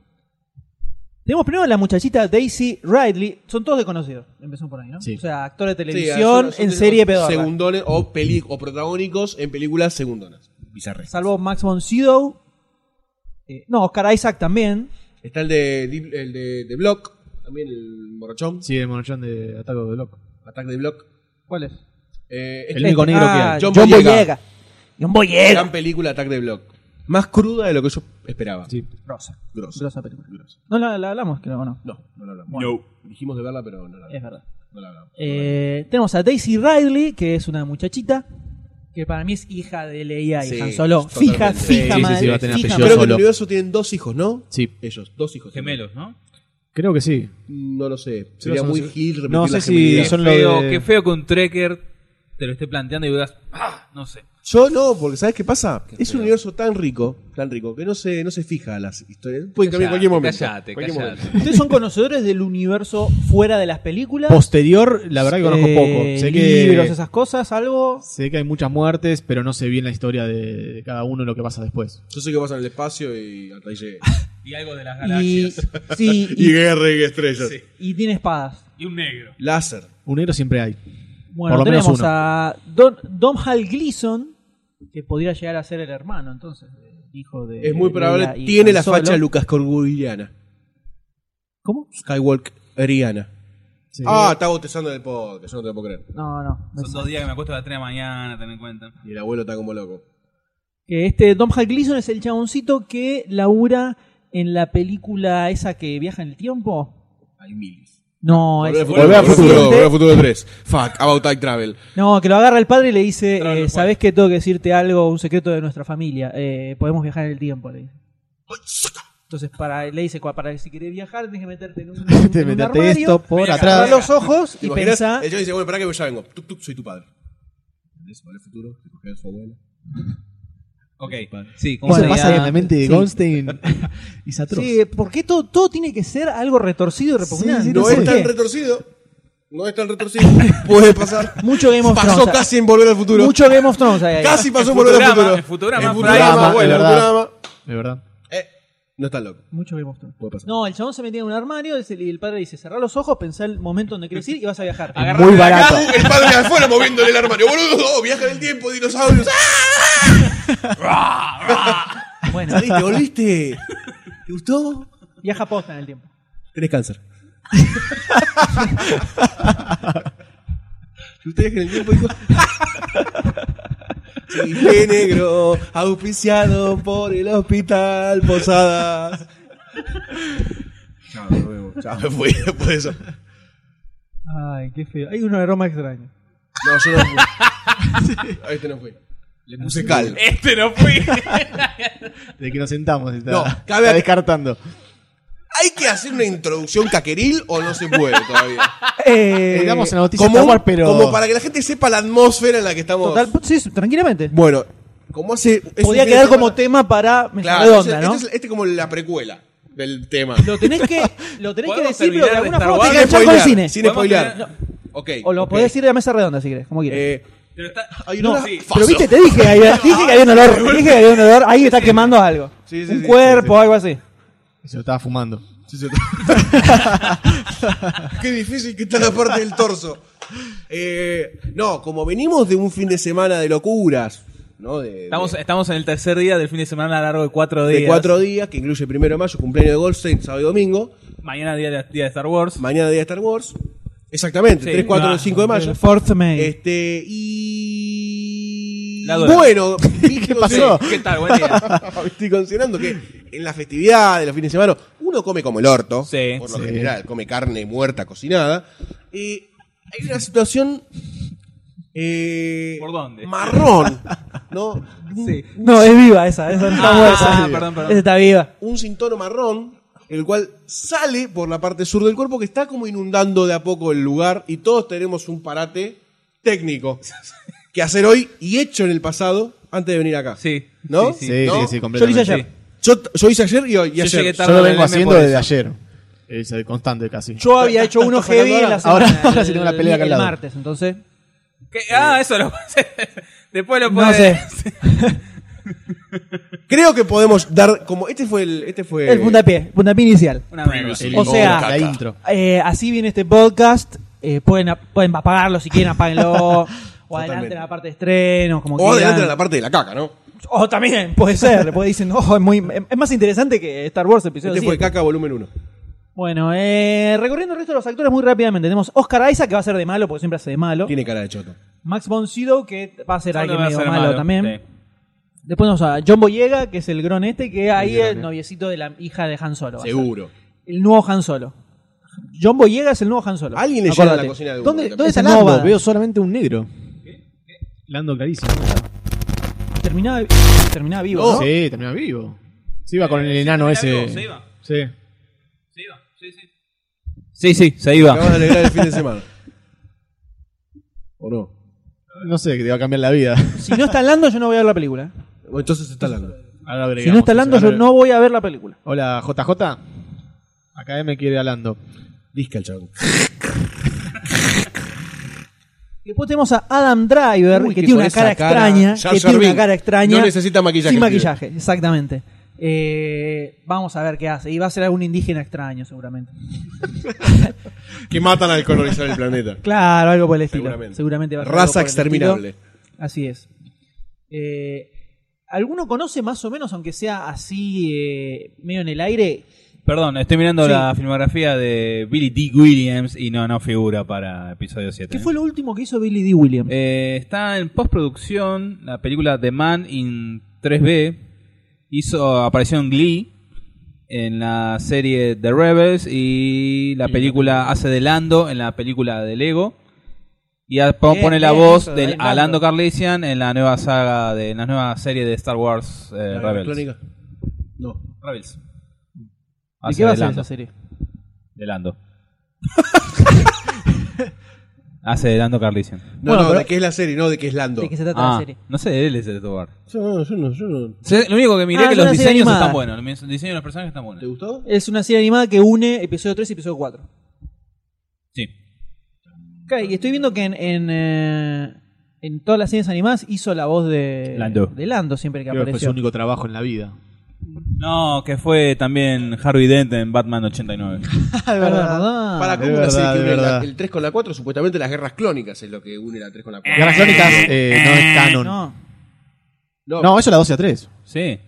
F: Tenemos primero a la muchachita Daisy Ridley. Son todos desconocidos. Empezó por ahí, ¿no?
K: Sí.
F: O sea, actor de televisión en serie pedorra.
H: Segundones o, peli- o protagónicos en películas segundonas. Bizarre.
F: Salvo Max von Sydow. Eh, no, Oscar Isaac también.
H: Está el de, Deep- el de, de Block. También el borrachón.
I: Sí, el monochón de Ataco de Loco.
H: Ataque de Block.
F: ¿Cuál es? Este. Ah,
H: Eh,
I: El único negro que hay.
H: John
F: John
H: Boyega.
F: Boyega. John
H: es
F: Boyega.
H: gran película Attack de Block. Más cruda de lo que yo esperaba.
I: Sí.
F: Grosa.
H: Grosso.
F: Grosa película.
H: Grosso.
F: No la, la hablamos, creo, ¿o no.
H: No, no la hablamos.
F: Bueno.
H: Dijimos de verla, pero no la
F: Es
H: hablamos.
F: verdad.
H: No la hablamos.
F: Eh, tenemos a Daisy Ridley, que es una muchachita. Que para mí es hija de Leia y
H: Sí,
F: Han Solo. Fija,
H: totalmente.
F: fija,
I: Sí, sí,
F: madre.
I: sí, va a tener
F: fija
H: Creo
I: apellido
H: que en el
I: solo.
H: universo tienen dos hijos, ¿no?
I: Sí,
H: Ellos, dos hijos.
G: Gemelos, ¿no?
I: creo que sí.
H: No lo sé. Sería
I: son-
H: muy gil repetir
I: No sé
H: la
I: si
H: gemelidad.
I: son- lo
G: Feo,
I: de-
G: Qué feo que un tracker te lo esté planteando y digas, ah, no sé.
H: Yo no, porque ¿sabes qué pasa? es un universo tan rico, tan rico, que no se, no se fija a las historias. Pueden cambiar en cualquier momento.
G: Callate,
H: Cualquier momento.
G: callate.
F: Ustedes son conocedores del universo fuera de las películas.
I: Posterior, la verdad que conozco
F: Eh,
I: poco. Sé
F: libros,
I: que,
F: esas cosas, algo.
I: sé que hay muchas muertes, pero no sé bien la historia de, de cada uno lo que pasa después.
H: Yo sé que pasa en el espacio y hasta ahí llegué.
G: Y algo de las
F: Y,
G: galaxias.
I: *laughs*
F: sí, y-
H: *laughs* y guerra y estrellas.
G: Sí.
F: y tiene espadas.
G: Y un negro.
H: Láser.
I: Un negro siempre hay.
F: Bueno,
I: Por lo menos
F: tenemos
I: uno.
F: a Don, Don Hal Gleason, que podría llegar a ser el hermano, entonces, el hijo de.
H: Es muy
F: de
H: probable.
F: Leia Eh, y
H: Tiene
F: Han
H: la
F: Solo.
H: facha Lucas Corguriana.
F: ¿Cómo?
H: Skywalkeriana.
I: Sí.
H: Ah, está botezando en el podcast, yo no te lo puedo creer.
F: No, no. no
G: Son
F: es-
G: dos días que me acuesto a las 3 de la mañana, ten en cuenta.
H: Y el abuelo está como loco.
F: Que este Don Hal Gleason es el chaboncito que labura en la película esa que viaja en el tiempo.
H: Hay miles.
F: No,
H: Volver
F: ese.
E: Volver al
H: al futuro, Volver al futuro,
F: Siguiente.
H: Volver al futuro 3. Fuck, about time travel.
F: No, que lo agarra el padre y le dice,
G: Claro,
F: eh,
G: no,
F: sabes que tengo que decirte algo, un secreto de nuestra familia, eh, podemos viajar en el tiempo, le dice. Entonces para, le dice, "Cua- para si querés viajar tenés que meterte en
I: *laughs*
F: un, en
I: Te
F: un
I: metete
F: armario,
I: esto por
G: Mira,
F: cerrá
I: atrás.
F: los ojos
H: ¿Te
F: y
H: imaginas?
F: pensá,
H: El chabón dice, bueno, pará que yo ya vengo. Tuk, tuk, soy tu padre. ¿Entendés? Volver al futuro, te coges a su abuelo.
G: Ok, sí, como
I: ¿Cómo se
F: Bueno,
I: pasa
F: ya-
I: en la mente de
F: sí.
I: Goldstein y Satros?
F: sí, porque todo, todo tiene que ser algo retorcido y repugnante.
I: Sí, sí,
H: No
I: sé
H: es tan
F: qué.
H: retorcido. No es tan retorcido. *laughs* Puede pasar.
F: Mucho Game of
H: Pasó
F: Thrones. ah,
H: casi en Volver al futuro.
F: Mucho Game of Thrones hay ahí. *laughs*
H: Casi pasó en
G: En
H: Volver al
G: Futurama,
H: futuro.
G: en Futurama,
H: En
I: Futurama,
H: bueno,
I: es
H: en
I: verdad.
H: Futurama.
I: De verdad.
H: Eh, no está loco.
F: Mucho Game of Thrones.
H: Puede pasar.
F: No, el chabón se metía en un armario y el- y el padre le dice, cerrá los ojos, pensá el momento donde querés ir y vas a *laughs* viajar.
I: Muy barato.
H: Uh, el padre de afuera moviéndole el armario. Boludo, oh, viaja en el tiempo, dinosaurios.
F: *laughs* Bueno,
H: ¿Te volviste? ¿Te gustó?
F: viaja posta en el tiempo.
H: Tenés *laughs* cáncer. Si ustedes en el tiempo
F: *laughs*
H: dijo. Chiste negro, *laughs* auspiciado por el hospital Posadas. Chao, nos vemos. Chao, me fui *laughs* después de eso.
F: Ay, qué feo. Hay un aroma extraño.
H: No, yo no fui. A este no fui. Le puse cal.
G: Este no fui.
I: *laughs* De que nos sentamos. Está,
H: No,
I: está
H: cabe-
I: descartando.
H: ¿Hay que hacer una introducción caqueril o no se puede
I: *laughs*
H: todavía?
F: Eh,
I: Le damos a la noticia
H: Como,
I: Star
H: un-
I: Wars, pero.
H: como para que la gente sepa la atmósfera en la que estamos.
F: Total, pues, sí, sí, tranquilamente.
H: Bueno, como hace. es
F: Podía
H: un fin de
F: quedar como
H: semana-
F: tema para Mesa
H: Claro,
F: Redonda,
H: este,
F: ¿no?
H: este es, este es como la precuela del tema.
F: Lo tenés
H: *laughs*
F: que, lo tenés que
G: ¿Podemos
F: decir, pero de
G: terminar
F: alguna
G: de Star
F: forma
G: Wars?
F: te
H: Sin
F: enganchás con el cine.
H: spoilear. Sin spoilear.
G: Podemos
H: Ok.
F: O lo
H: ok.
F: podés decir de la Mesa Redonda, si querés, como quieras.
H: Eh,
G: Pero está...
H: hay
F: No,
H: una-
F: sí.
H: Faso.
F: pero viste, te dije que
H: *laughs*
F: había, dije que había un olor, dije que había un olor, ahí está quemando algo.
H: Sí, sí,
F: un
H: sí,
F: cuerpo, algo así.
I: Se lo estaba fumando.
H: Sí, sí. *laughs* Qué difícil que está la parte del torso. Eh, no, como venimos de un fin de semana de locuras, ¿no? De- de-
G: Estamos, estamos en el tercer día del fin de semana largo de cuatro días.
H: de cuatro días, que incluye primero de mayo, cumpleaños de Goldstein, sábado y domingo,
G: Mañana día de, día de Star Wars.
H: mañana día de Star Wars. Exactamente,
G: Sí,
H: 3, 4,
G: va.
H: 5 de mayo.
F: El Eh, Fourth May.
H: Este, y.
G: La dura.
H: bueno, ¿qué
I: pasó?
G: ¿Qué tal? Buen día.
H: *laughs* Estoy considerando que en las festividades, los fines de semana, uno come como el orto, por lo
G: sí.
H: general, come carne muerta cocinada. Y hay una situación eh,
G: ¿Por dónde? *laughs*
H: marrón, ¿no?
F: Sí. No, es viva esa, esa no está
H: Ah,
F: muerta.
H: perdón, perdón.
F: Esa está viva.
H: Un sintono marrón, el cual sale por la parte sur del cuerpo que está como inundando de a poco el lugar y todos tenemos un parate técnico que hacer hoy y hecho en el pasado antes de venir acá.
G: Sí.
H: ¿No?
I: Sí, sí,
H: ¿No?
I: sí, sí, completamente.
H: Yo lo hice ayer. Yo, yo hice ayer y hoy. y
G: Yo
H: ayer.
G: llegué tarde.
I: Yo
G: Tardo
I: lo
G: en
I: vengo
G: el M
I: haciendo
G: por
I: desde
G: eso.
I: ayer. Es eh, constante casi.
F: Yo había hecho uno
H: ¿Estás sacando
F: heavy en la
I: ahora?
F: semana.
I: Ahora- ahora sí
F: el-
I: tengo la pelea acá al
F: el
I: lado.
F: martes, entonces.
G: ¿Qué? Ah, eso lo *laughs* Después lo
F: No
G: podés.
H: Creo que podemos dar como. Este fue el. Este fue.
F: El puntapié, puntapié inicial.
G: Una mierda.
I: El-
F: O sea-
I: la intro.
F: Eh, así viene este podcast. eh, pueden, ap- pueden apagarlo si quieren,
H: *laughs*
F: apáguenlo. o adelante
H: Totalmente.
F: en la parte de estreno, como
H: O
F: quieran.
H: adelante en la parte de la caca, ¿no?
F: O también, puede ser. Después dicen, oh, es, muy, es más interesante que Star Wars episodio
H: Este fue
F: 7".
H: caca volumen 1.
F: Bueno, eh, recorriendo el resto de los actores muy rápidamente. Tenemos Oscar Isaac, que va a ser de malo, porque siempre hace de malo.
H: Tiene cara de choto.
F: Max von Sydow, que va a ser
G: Solo
F: alguien
G: va a
F: medio
G: ser
F: malo,
G: malo,
F: también.
G: sí.
F: Después vamos a John Boyega, que es el gron este, que ahí es el noviecito de la hija de Han Solo. va a ser.
H: Seguro.
F: El nuevo Han Solo. John Boyega es el nuevo Han Solo.
H: Alguien le llena
F: Acordate.
H: la cocina de Hugo
F: ¿Dónde,
H: también.
F: ¿dónde
I: Es
F: está
I: Lando,
F: Nova?
I: veo solamente un negro. Lando clarísimo.
F: Terminaba, terminaba vivo, ¿no?
I: Sí, termina vivo. Se iba
G: Eh,
I: con el enano ese.
G: se iba.
I: Sí.
G: Se iba, sí, sí. Sí, sí, se iba.
I: Ah.
H: Acabas de alegrar el fin de semana. ¿O no?
I: No sé, que te va a cambiar la *laughs* vida.
F: Si no está Lando, yo no voy a ver la película.
H: O Entonces está hablando.
I: Ahora
F: Si no
I: agregamos
F: está
I: eso.
F: Lando, yo
I: Ahora-
F: no voy a ver la película.
I: Hola, JJ. Acá me quiere a Lando.
H: Disca el chabón.
F: Después tenemos a Adam Driver,
H: Uy,
F: que
H: que
F: tiene
H: con
F: una
H: esa
F: cara,
H: cara-
F: extraña.
H: Jar
F: que
H: Jar
F: tiene una
H: Binks.
F: cara extraña.
H: No necesita maquillaje,
F: Sin
H: el pibe.
F: maquillaje, exactamente. Eh, vamos a ver qué hace. Y va a ser algún indígena extraño, seguramente.
H: Que matan al colonizar el planeta.
F: Claro, algo por el estilo. Seguramente,
H: Seguramente.
F: va a ser
H: Raza
F: algo por el
H: exterminable.
F: estilo. Así es. Eh, ¿Alguno conoce más o menos, aunque sea así, eh, medio en el aire?
G: Perdón, estoy mirando
F: Sí.
G: la filmografía de Billy D. Williams y no, no figura para episodio ¿eh? 7.
F: ¿Qué fue lo último que hizo Billy D. Williams?
G: Eh, está en postproducción la película The Man in 3B. Hizo aparición en Glee en la serie The Rebels y la película hace de Lando en la película de Lego. Y a- po-
F: Bien,
G: pone la
F: bien,
G: voz
F: eso,
G: de
F: ahí Lando.
G: Alando Carlisian en la nueva saga de en la nueva serie de Star Wars eh, Rebels.
H: Crónica. No.
G: Rebels.
F: ¿De
G: Hace
F: qué va a
G: de
F: ser
G: Lando.
F: esa serie?
G: De Lando. *laughs* hace de Lando Carlisian.
H: No,
F: Bueno,
H: no,
F: pero-
H: de qué es la serie, no de qué es Lando.
F: ¿De qué se trata la
G: Ah,
F: serie?
G: no sé, él es el Tobar.
H: Yo no, yo no, yo no.
G: Se- Lo único que miré
F: Ah,
G: es que
F: es
G: los
F: una serie
G: diseños
F: animada.
G: están buenos. Los diseños de los personajes están
H: ¿Te
G: buenos.
H: gustó?
F: Es una serie animada que une episodio 3 y episodio 4.
G: Sí.
F: Ok, y estoy viendo que en, en, eh, en todas las series animadas hizo la voz de
G: Lando.
F: de Lando siempre que
I: Creo que fue su
F: apareció.
I: único trabajo en la vida.
G: No, que fue también Harvey Dent en Batman
H: *laughs*
G: 89.
F: Ah, de verdad.
H: Para
I: de
H: cómo una serie
I: verdad,
H: que
I: de
H: une la-
I: verdad.
H: el 3 con la 4, supuestamente las guerras clónicas es lo que une la 3 con la 4.
I: Guerras Clónicas eh, no es canon. No,
F: No,
H: No,
I: eso es la 12 a 3.
G: Sí.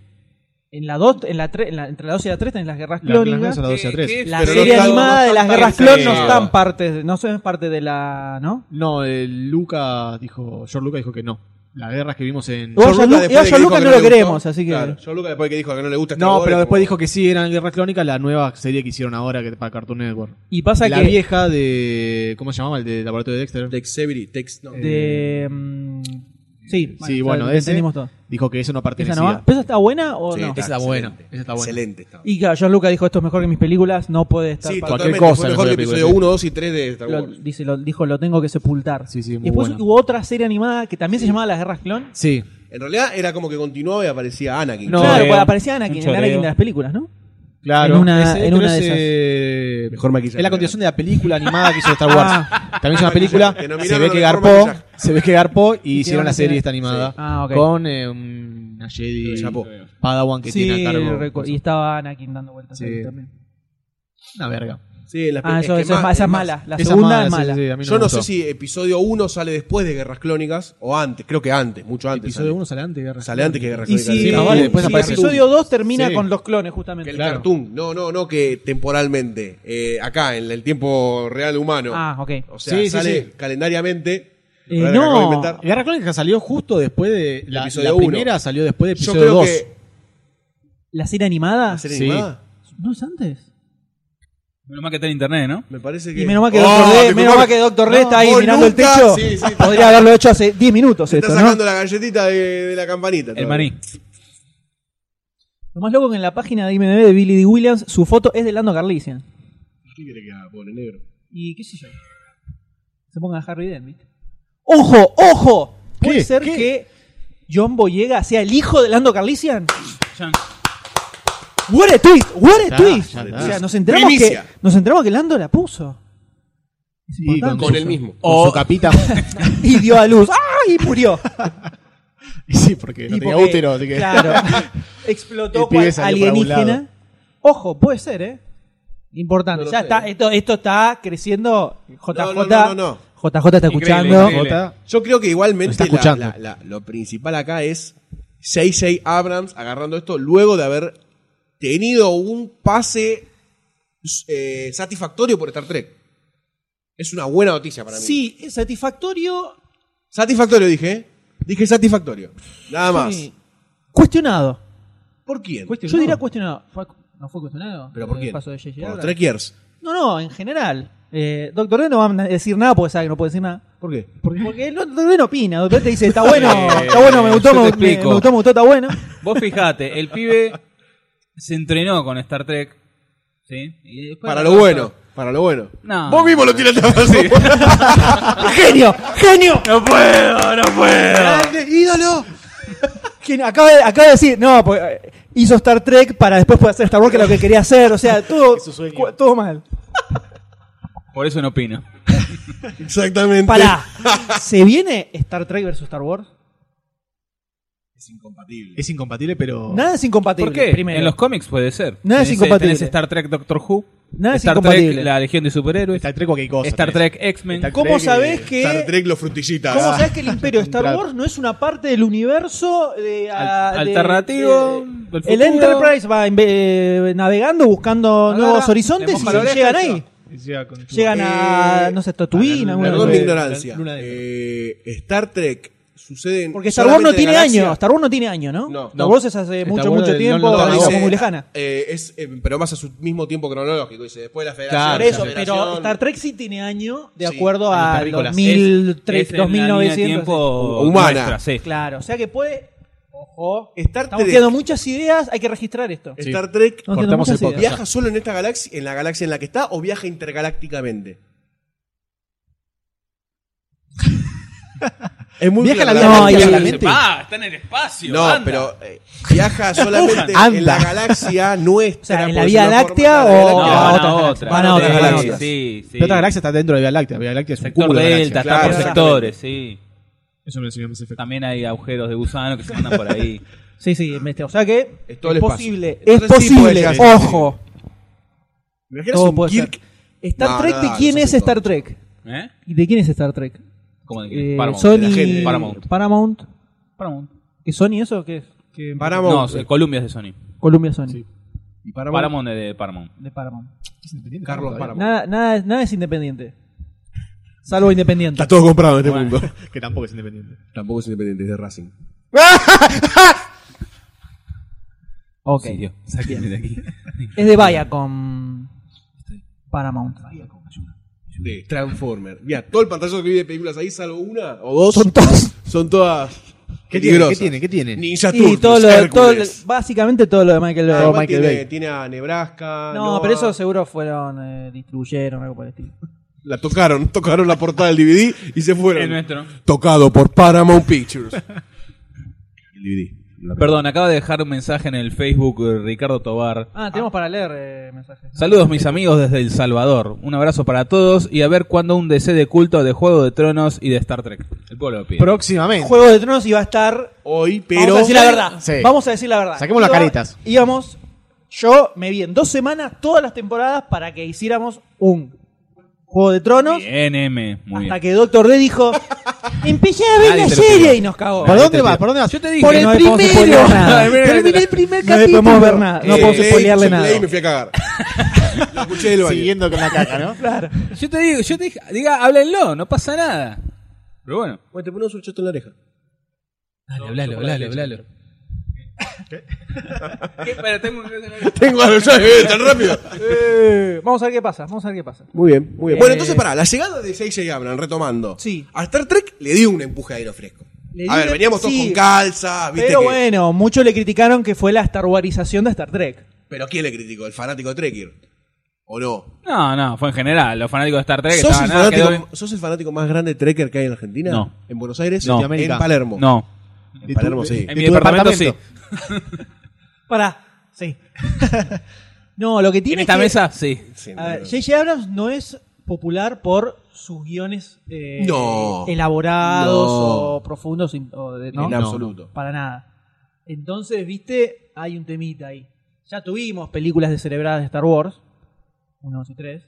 F: en la 2, en la tre- en la- entre la 2 y la 3 tenés las guerras
I: La, la,
F: clónicas.
I: la 12 a 3.
F: La
H: Pero no
F: serie
H: están-
F: animada
H: no
F: de
H: están
F: las guerras
H: parecidas.
F: clon no están parte, no son parte de la, ¿no?
I: No, eh, Luca dijo, George Lucas dijo que no. Las guerras que vimos en...
F: Igual
H: George
F: ya Lu- igual
H: después
F: ya
H: de que dijo
F: Lucas
H: que
F: no
H: le
F: lo
H: gustó-
F: queremos, así que-
H: Claro, yo Lucas después de que dijo que no le gusta Star
I: No,
H: Wars,
I: pero
H: como-
I: después dijo que sí eran guerras clónicas la nueva serie que hicieron ahora que, para Cartoon Network.
F: Y pasa
I: la
F: que
I: vieja de... ¿Cómo se llamaba? El de Laboratorio de Dexter.
H: Dexterity, Dex- no.
F: de mm, sí,
I: sí,
F: ya
I: bueno,
F: lo
I: ese
F: entendimos todo.
I: dijo que eso no
F: Esa
I: pertenecía.
F: no va. ¿Pero esa está buena o
H: Sí,
F: no?
H: está
I: Esa está buena,
H: excelente.
I: esa está buena.
H: Excelente estaba.
F: Y claro, George Lucas dijo esto es mejor que mis películas, no puede estar
H: Sí,
F: parte-
H: totalmente.
I: cualquier cosa
H: fue
I: en
H: mejor que
I: esa
H: el
I: película,
H: episodio
I: sí.
H: 1, 2 y 3 de Star
F: lo-
H: Wars.
F: dice, lo, dijo, lo tengo que sepultar.
I: Sí, sí, muy
F: Después
I: buena.
F: hubo otra serie animada que también se llamaba Las Guerras Clon.
I: Sí.
H: En realidad era como que continuaba y aparecía Anakin.
I: No,
F: claro,
I: eh,
F: pues aparecía Anakin,
G: un
F: el
G: choreo.
F: Anakin de las películas, ¿no?
I: Claro,
F: En una- en
I: pero
F: una de Ah.
I: ese-
H: Mejor maquillaje.
I: eh, Es la continuación de la película animada que hizo Star Wars. También es una película.
H: Que nominaron
I: Se ve que
H: mejor
I: garpó.
H: maquillaje.
I: Se ve que garpó y hicieron
F: una
I: la
F: serie-
I: serie esta animada.
F: Sí. Ah, ok.
I: Con eh, una Jedi
H: Chapó.
I: Padawan que
F: sí,
I: tiene a cargo.
F: recu- y estaba Anakin dando vueltas
I: Sí.
F: ahí también.
I: Una verga.
H: Sí, en las
F: Ah,
H: pe-
F: eso,
H: que
F: eso es
H: más-
F: ma- esa es
H: más.
F: mala. La
I: Esa
F: segunda es mala.
I: sí, sí, a mí
H: Yo no
I: me
H: sé
I: gustó.
H: si episodio 1 sale después de Guerras Clónicas o antes, creo que antes, mucho antes.
I: Episodio
H: sale.
I: 1 sale antes de Guerra
H: Sale antes que Guerras
F: Y
H: Clónicas.
F: si,
I: Sí,
H: del
I: no,
H: Imperio.
I: después
F: si
I: aparece
F: episodio 2 termina
I: Sí.
F: con los clones,
H: Que
F: justamente.
H: el
I: Claro.
H: cartoon, no, no, no que temporalmente, eh, acá en el tiempo real humano.
F: Ah, ok.
H: O sea,
I: Sí, sí,
H: sale
I: sí.
H: calendariamente.
F: Eh,
H: Ahora que
F: no.
H: acabo de inventar.
I: Guerra Clónica salió justo después de. La,
H: Episodio
I: la
H: uno.
I: primera salió después de
H: Yo
I: episodio
H: creo
I: 2.
H: que
F: ¿La serie animada?
H: ¿La serie Sí. animada?
F: ¿No es antes?
G: Menos mal que está en internet, ¿no?
H: Me parece Oh,
F: Y menos mal que Doctor D, menos mal que Doctor D está ahí mirando el techo. *laughs* Podría haberlo hecho hace 10 minutos
H: Te está
F: esto, ¿no?
H: sacando la galletita de, de la campanita. todavía.
F: Lo más loco que en la página de IMDb de Billy D. Williams, su foto es de Lando Carlisian.
H: ¿Qué quiere que haga, pobre negro?
F: Y qué sé yo. Se ponga Harry Dent, ¿viste? ¡Ojo! ¡Ojo! ¿Puede ser que John Boyega sea el hijo de Lando Carlisian? ¡What a twist! ¡What a
I: Ya,
F: twist!
I: ya
F: O
I: está.
F: sea, nos enteramos, que,
I: Primicia.
F: nos enteramos que Lando la puso. Es importante.
I: su- Con su capita.
F: *laughs*
I: *laughs*
F: y dio a luz. ¡Ah! Y murió.
I: Y sí, porque no
F: Y
I: tenía
F: porque-
I: útero, así que.
F: Claro.
I: *laughs* El
F: Explotó
I: pibe
F: cual
I: salió por algún lado.
F: alienígena. Ojo, puede ser, ¿eh? Importante.
H: No lo
F: ya
H: sé,
F: está, esto, esto está creciendo. JJ.
H: No, no, no, no, no.
F: JJ está escuchando.
H: Yo creo que igualmente
I: Está
H: la-
I: escuchando.
H: la- la- lo principal acá es J.J. Abrams agarrando esto luego de haber tenido un pase eh, satisfactorio por Star Trek. Es una buena noticia para mí.
F: Sí, es satisfactorio.
H: Satisfactorio dije. ¿eh? Dije satisfactorio. Nada más.
F: sí. Cuestionado.
H: ¿Por quién?
F: Yo diría cuestionado. Fue- ¿No fue cuestionado?
H: ¿Pero por
F: El
H: quién?
F: paso de J.J.
H: Por los
F: Abrams.
H: Trekkiers.
F: No, no, en general. Eh, Doctor D no va a decir nada porque sabe que no puede decir nada.
H: ¿Por qué?
F: Porque el Doctor D no opina. Doctor D te
H: *laughs*
F: dice, está bueno, está bueno, me gustó,
G: Yo te
F: me, me-
G: explico.
F: me gustó, me gustó, está bueno.
G: Vos fijate, el pibe se entrenó con Star Trek. ¿Sí? Y después
H: Para
G: la
H: lo
G: cosa-
H: bueno. Para lo bueno.
G: No.
H: Vos mismo lo tiraste abajo así.
F: ¡Genio! ¡Genio!
G: No puedo, no puedo.
H: ¡Grande! ¡Ídolo!
F: Quien acaba, de, acaba de decir, no, pues, eh, hizo Star Trek para después poder hacer Star Wars, que es lo que quería hacer, o sea,
G: *laughs*
F: todo, cu- todo mal.
G: Por eso no opino.
H: Exactamente.
F: Pará, ¿se viene Star Trek versus Star Wars?
H: Es incompatible.
I: Es incompatible, pero.
F: Nada es incompatible,
G: ¿Por qué?
F: primero.
G: En los cómics puede ser.
F: Nada es
G: Tenés- eh,
F: incompatible.
G: tenés Star Trek Doctor Who.
F: Nada es
G: Star
F: incompatible.
G: Trek, la Legión de Superhéroes.
I: Star Trek, cualquier cosa.
G: Star
I: tenés.
G: Trek X-Men.
I: Star
F: ¿Cómo
I: Trek,
F: sabés
I: eh,
H: Star
F: que,
H: Trek los frutillitas.
F: ¿cómo sabés que
G: *laughs*
F: el imperio de Star
I: Entrada.
F: Wars no es una parte del universo de, a-
G: Al-
F: de-
G: alternativo,
F: de-
G: del
F: el
G: futuro?
F: Enterprise va en- eh, navegando, buscando
G: Agarra,
F: nuevos
G: le
F: horizontes y
G: moja la oreja
F: llegan
G: y
F: ahí.
I: decía con su-
F: Llegan a,
H: Eh,
F: no sé, Tatooine, alguna
H: Perdón mi
F: cosa.
H: ignorancia.
I: luna
H: Eh, Star Trek sucede en.
F: Porque Star Wars no
H: solamente en
F: tiene
H: galaxia.
F: años. Star Wars no tiene años, ¿no?
H: No.
F: Star Wars es hace
I: Star
F: mucho,
I: Wars
F: mucho
I: del
F: tiempo,
I: no, no,
F: una
I: no,
F: cosa
H: dice,
F: muy lejana.
H: eh, es, eh, pero más a su mismo tiempo cronológico. Dice, después de Ah, la Federación.
I: Claro,
F: Por
I: la
F: eso, pero
H: Federación-
F: Star Trek sí tiene año de
H: Sí,
F: acuerdo
I: años
F: a
I: terrícolas.
F: los 1003,
G: Es en la línea de
F: 2900.
G: tiempo
H: Humana.
G: nuestra, sí.
F: Claro, o sea que puede. Ojo.
H: Star
F: Estamos
H: Trek-
F: tirando muchas ideas, hay que registrar esto.
H: Star Trek
F: Estamos tirando
I: cortamos el
F: muchas
I: podcast.
F: ideas.
H: viaja solo en esta galaxia, en la galaxia en la que está, o viaja intergalácticamente. es muy
I: Viaja
H: clara
I: la
H: la
I: Vía
F: No,
I: Láctea
F: y-
I: a la
F: y-
I: mente.
G: Ah, está en el espacio.
H: No,
G: anda.
H: pero eh, viaja solamente
F: *laughs*
I: Anda.
H: en la galaxia
F: O
H: nuestra.
F: sea, en
H: por
F: la
H: decirlo
F: Vía
H: de alguna
F: Láctea
H: forma,
F: o
G: No,
F: a
H: la Vía
G: van
H: Láctea.
G: a
F: otras galaxias.
G: otra.
F: Van a otras
G: Sí,
F: galaxias.
G: Sí, sí.
I: La otra galaxia está dentro de Vía Láctea. Vía Láctea es un
G: Sector
I: cúmulo de
G: Delta, está
I: galaxias.
H: Claro,
G: por
H: exactamente.
G: sectores, sí.
I: Eso me lo enseñó Mass Effect.
G: También hay agujeros de gusano que se mandan por
I: *laughs*
G: ahí.
F: Sí, sí, me- o sea que
H: Es
F: es,
H: todo el espacio.
F: posible, es
H: Entonces sí puede
F: posible,
H: llegar a ser
F: ojo.
H: ¿Me imaginas
F: Todo
H: un
F: puede ser.
H: Kirk?
F: Star
H: No,
F: Trek,
H: no,
F: ¿de
H: no,
F: quién
H: no
F: es
H: sé
F: Star
H: todo.
F: Trek?
G: ¿Eh?
F: ¿Y de quién es Star Trek?
G: ¿Cómo de qué?
F: Eh,
G: Paramount.
F: Sony,
H: la gente.
G: Paramount.
F: Paramount.
G: Paramount.
F: ¿Qué Sony eso? ¿Qué es? ¿Qué
H: Paramount.
G: No, sí, Columbia es de Sony.
F: Columbia Sony.
H: Y Paramount.
G: Paramount es de Paramount.
F: De Paramount.
H: Carlos Paramount.
F: Nada, nada, nada es independiente. Salvo independiente.
H: Está todo comprado en este mundo. *laughs*
I: Que tampoco es independiente.
H: Tampoco es independiente, es de Racing.
F: Ok.
G: Sí, tío. Sáquenme de aquí.
F: es de Viacom. Paramount.
H: De Transformer. Mira, todo el pantallazo que vi de películas ahí, salvo una o dos. Son,
F: todos.
H: todas.
I: ¿Qué tiene? ¿Qué
H: peligrosas.
I: tiene? ¿Qué tiene?
H: Ninja
F: Y
H: Turtles,
F: todo lo, todo lo-
H: Hércules.
F: básicamente todo lo de Michael
H: Ah,
F: Bay.
H: igual
I: Michael
H: tiene,
I: Bay.
H: tiene a Nebraska.
F: No,
H: Noah.
F: pero eso seguro fueron, eh, distribuyeron algo por el estilo.
H: La tocaron, *laughs* tocaron la portada del DVD y
G: *laughs*
H: se
G: Es
H: fueron.
G: nuestro.
H: Tocado por Paramount Pictures. el DVD.
G: Perdón, acaba de dejar un mensaje en el Facebook eh, Ricardo Tobar.
F: Ah, tenemos para leer eh, mensajes.
G: Saludos mis amigos desde El Salvador. Un abrazo para todos y a ver cuándo un DC de culto de Juego de Tronos y de Star Trek. El pueblo lo pide.
I: Próximamente.
F: Juego de Tronos iba a estar.
H: Hoy,
F: Vamos
H: pero.
F: a decir la verdad.
I: Sí.
F: Vamos a decir la verdad.
I: Saquemos las caretas.
F: Íbamos. Yo me vi en dos semanas todas las temporadas para que hiciéramos un Juego de Tronos.
G: Bien, M. Muy
F: Hasta
G: bien.
F: que Doctor D
I: *laughs*
F: dijo: Empecé a ver
G: Nadie
F: la
G: te lo pidió.
F: serie y nos cagó.
I: ¿Por
G: Ahí
I: dónde
G: te
I: vas?
G: pido.
I: ¿Por dónde vas?
G: Yo te dije.
F: Por
G: no
F: el
G: hay pausa,
F: primero.
G: *laughs* spoiler.
F: Nada,
I: Terminé el primer
F: No le
I: capítulo.
F: podemos ver nada. Ah, No
G: Eh,
F: podemos
H: Leí-
F: spoilearle nada.
H: Leí y me fui
F: *laughs*
H: a cagar. Lo escuché del baño. *laughs*
I: Siguiendo con la caca, ¿no?
G: Yo te digo, yo te dije, diga, háblenlo, no pasa nada. Pero bueno.
H: Bueno, te ponemos un chato en la oreja.
G: Dale, hablalo, hablalo, hablalo.
F: *laughs*
G: ¿Qué? Pero tengo
H: Tengo algo ya, eh, tan rápido.
F: Eh, vamos a ver qué pasa, vamos a ver qué pasa.
D: Muy bien, muy bien.
H: Bueno, entonces pará, la llegada de J.J. Abrams, retomando.
F: Eh. Sí.
H: A Star Trek le dio un empuje de aire fresco.
F: Le
H: A
F: di-
H: ver, veníamos todos
F: sí,
H: con
G: Ah,
H: calza, ¿viste?
F: Pero
H: que-
F: bueno, muchos le criticaron que fue la Star Warización de Star Trek.
H: Pero ¿quién le criticó? ¿El fanático Trekker? ¿O no?
G: No, no, fue en general. Los fanáticos de Star Trek
H: ¿Sos
G: estaban
H: el,
G: nada, quedó
H: fanático, sos el fanático más grande Trekker que hay en Argentina?
G: No.
H: ¿En Buenos Aires?
G: No.
H: ¿En Palermo?
G: bien. No.
H: En Palermo sí.
G: En mi departamento, sí.
F: Pará, sí. *laughs* no, lo que tiene
G: En esta
F: es que-
G: mesa sí.
H: Sí,
F: A ver,
H: no.
F: J.J. Ah, Abrams no es popular por sus guiones eh,
H: No.
F: elaborados
H: No.
F: o profundos. o de- ¿no?
H: En
F: No,
H: absoluto.
F: Para nada. Entonces, viste, hay un temita ahí. Ya tuvimos películas descerebradas de Star Wars, 1, 2 y 3,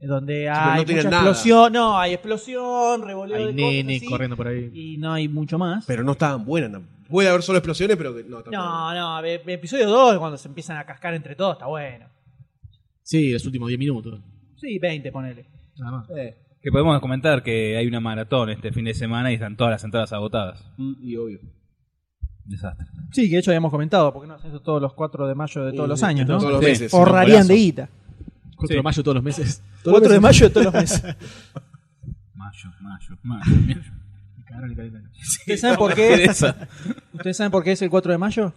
F: donde
H: pero
F: hay
H: no tienen
F: mucha
H: nada.
F: explosión, no, hay explosión, revoleo
I: Hay
F: de
I: nene
F: cosas, así,
I: corriendo por ahí.
F: y no hay mucho más.
H: Pero no estaban buenas. no. Puede haber solo explosiones, pero que- no. tampoco.
F: no, no, e- episodio 2, cuando se empiezan a cascar entre todos, está bueno.
I: Sí, los últimos 10 minutos.
F: Sí, 20, ponele.
I: Nada más.
G: Que podemos comentar que hay una maratón este fin de semana y están todas las entradas agotadas.
H: Mm, Y obvio.
G: Desastre.
F: Sí, que de hecho habíamos comentado, porque no haces eso todos los 4 de mayo de todos los años, ¿no?
H: Mm. Todos los
G: Sí.
H: meses.
F: Ahorrarían de guita.
I: 4 de mayo todos los meses.
F: 4 de mayo de todos los
G: *laughs*
F: meses.
G: Mayo, mayo, mayo.
F: ¿Ustedes saben por qué?
G: Esa.
F: ¿Ustedes saben por qué es el 4 de mayo?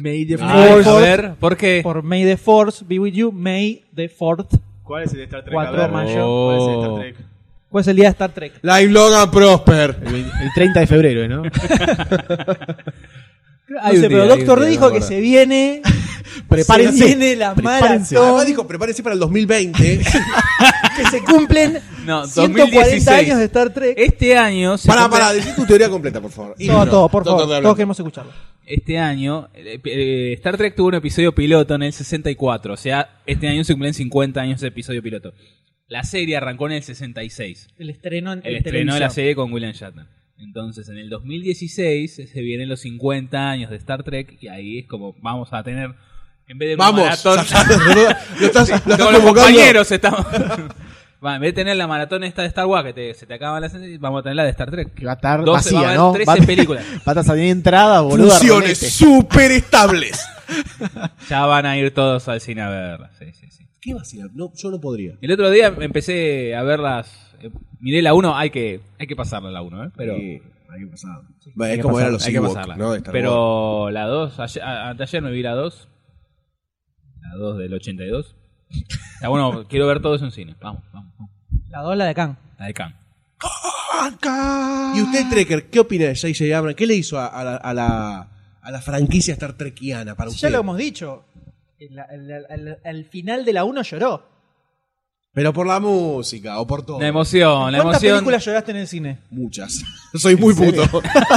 I: May the
G: Ay,
F: Force.
G: a ver, ¿por qué?
F: Por May the Force be with you, May the Fourth.
E: ¿Cuál es el de Star Trek?
F: 4
E: A
F: de
E: ver,
G: Oh.
F: mayo.
E: ¿Cuál es el de Star Trek?
F: ¿Cuál es el día de Star Trek?
H: Live Logan Prosper.
I: El, 20 el 30 de febrero, ¿no?
F: No sé, pero Doctor D dijo que se
G: *laughs*
F: viene.
I: Prepárense.
F: Se viene la
I: Prepárense.
G: Ah,
H: Además
F: maratón.
H: dijo, prepárense para el 2020.
F: Que se cumplen
G: *laughs* No,
F: 140
G: 2016.
F: años de Star Trek.
G: Este año, se
H: Pará,
G: cumple-
H: pará, decí tu teoría completa, por favor. Y
F: Todo,
H: no,
F: todo, por favor.
H: de
F: Todos
H: hablar.
F: queremos escucharlo.
G: este año, eh, eh, Star Trek tuvo un episodio piloto en el 64, o sea, este año se cumplen 50 años de episodio piloto. La serie arrancó en el 66,
F: El estreno en
G: el
F: en
G: estreno de la
F: televisión.
G: serie con William Shatner. Entonces, en el 2016 se vienen los 50 años de Star Trek y ahí es como vamos a tener, en vez de una *laughs*
H: Vamos.
G: maratón,
H: Lo estás, *laughs* lo estás
G: Como los
H: convocando.
G: compañeros estamos... *laughs* Va, en vez de tener la maratón esta de Star Wars que te- se te acaban las vamos a tener la de Star Trek.
I: Que va a estar
G: 12, va
I: vacía,
G: a haber
I: ¿no?
G: 13
I: Va a-
G: películas. *laughs*
I: Patas a tener entrada, boludo.
H: Funciones súper estables.
G: Ya van a ir todos al cine a verla. Sí, sí, sí.
H: ¿Qué va a ser? No, yo no podría.
G: El otro día empecé a verlas. eh, miré la 1, hay que, hay que pasarla la 1, ¿eh? Pero,
H: Sí, hay que pasar. Bueno,
G: hay
H: es
G: que
H: como
G: pasarla,
H: eran los
G: hay que
H: Ewoks,
G: pasarla.
H: ¿no? De Star Wars.
G: Pero la 2, ayer, a- anteayer me vi la 2. La 2 del 82. Está Ah, bueno, *laughs* quiero ver todo eso en cine. Vamos, vamos, vamos.
F: La dola de Khan.
G: La de Khan.
H: ¿Y usted, Trekker, qué opina de J.J. Abrams? ¿Qué le hizo a, a la, a, la, a la franquicia Star Trekiana para
F: Si
H: usted?
F: ya lo hemos dicho. el- el- el- el- Al final de la 1 lloró.
H: Pero por la música o por todo.
G: La emoción, la
F: ¿Cuántas
G: emoción.
F: películas lloraste en el cine?
H: Muchas. *laughs* Soy muy puto.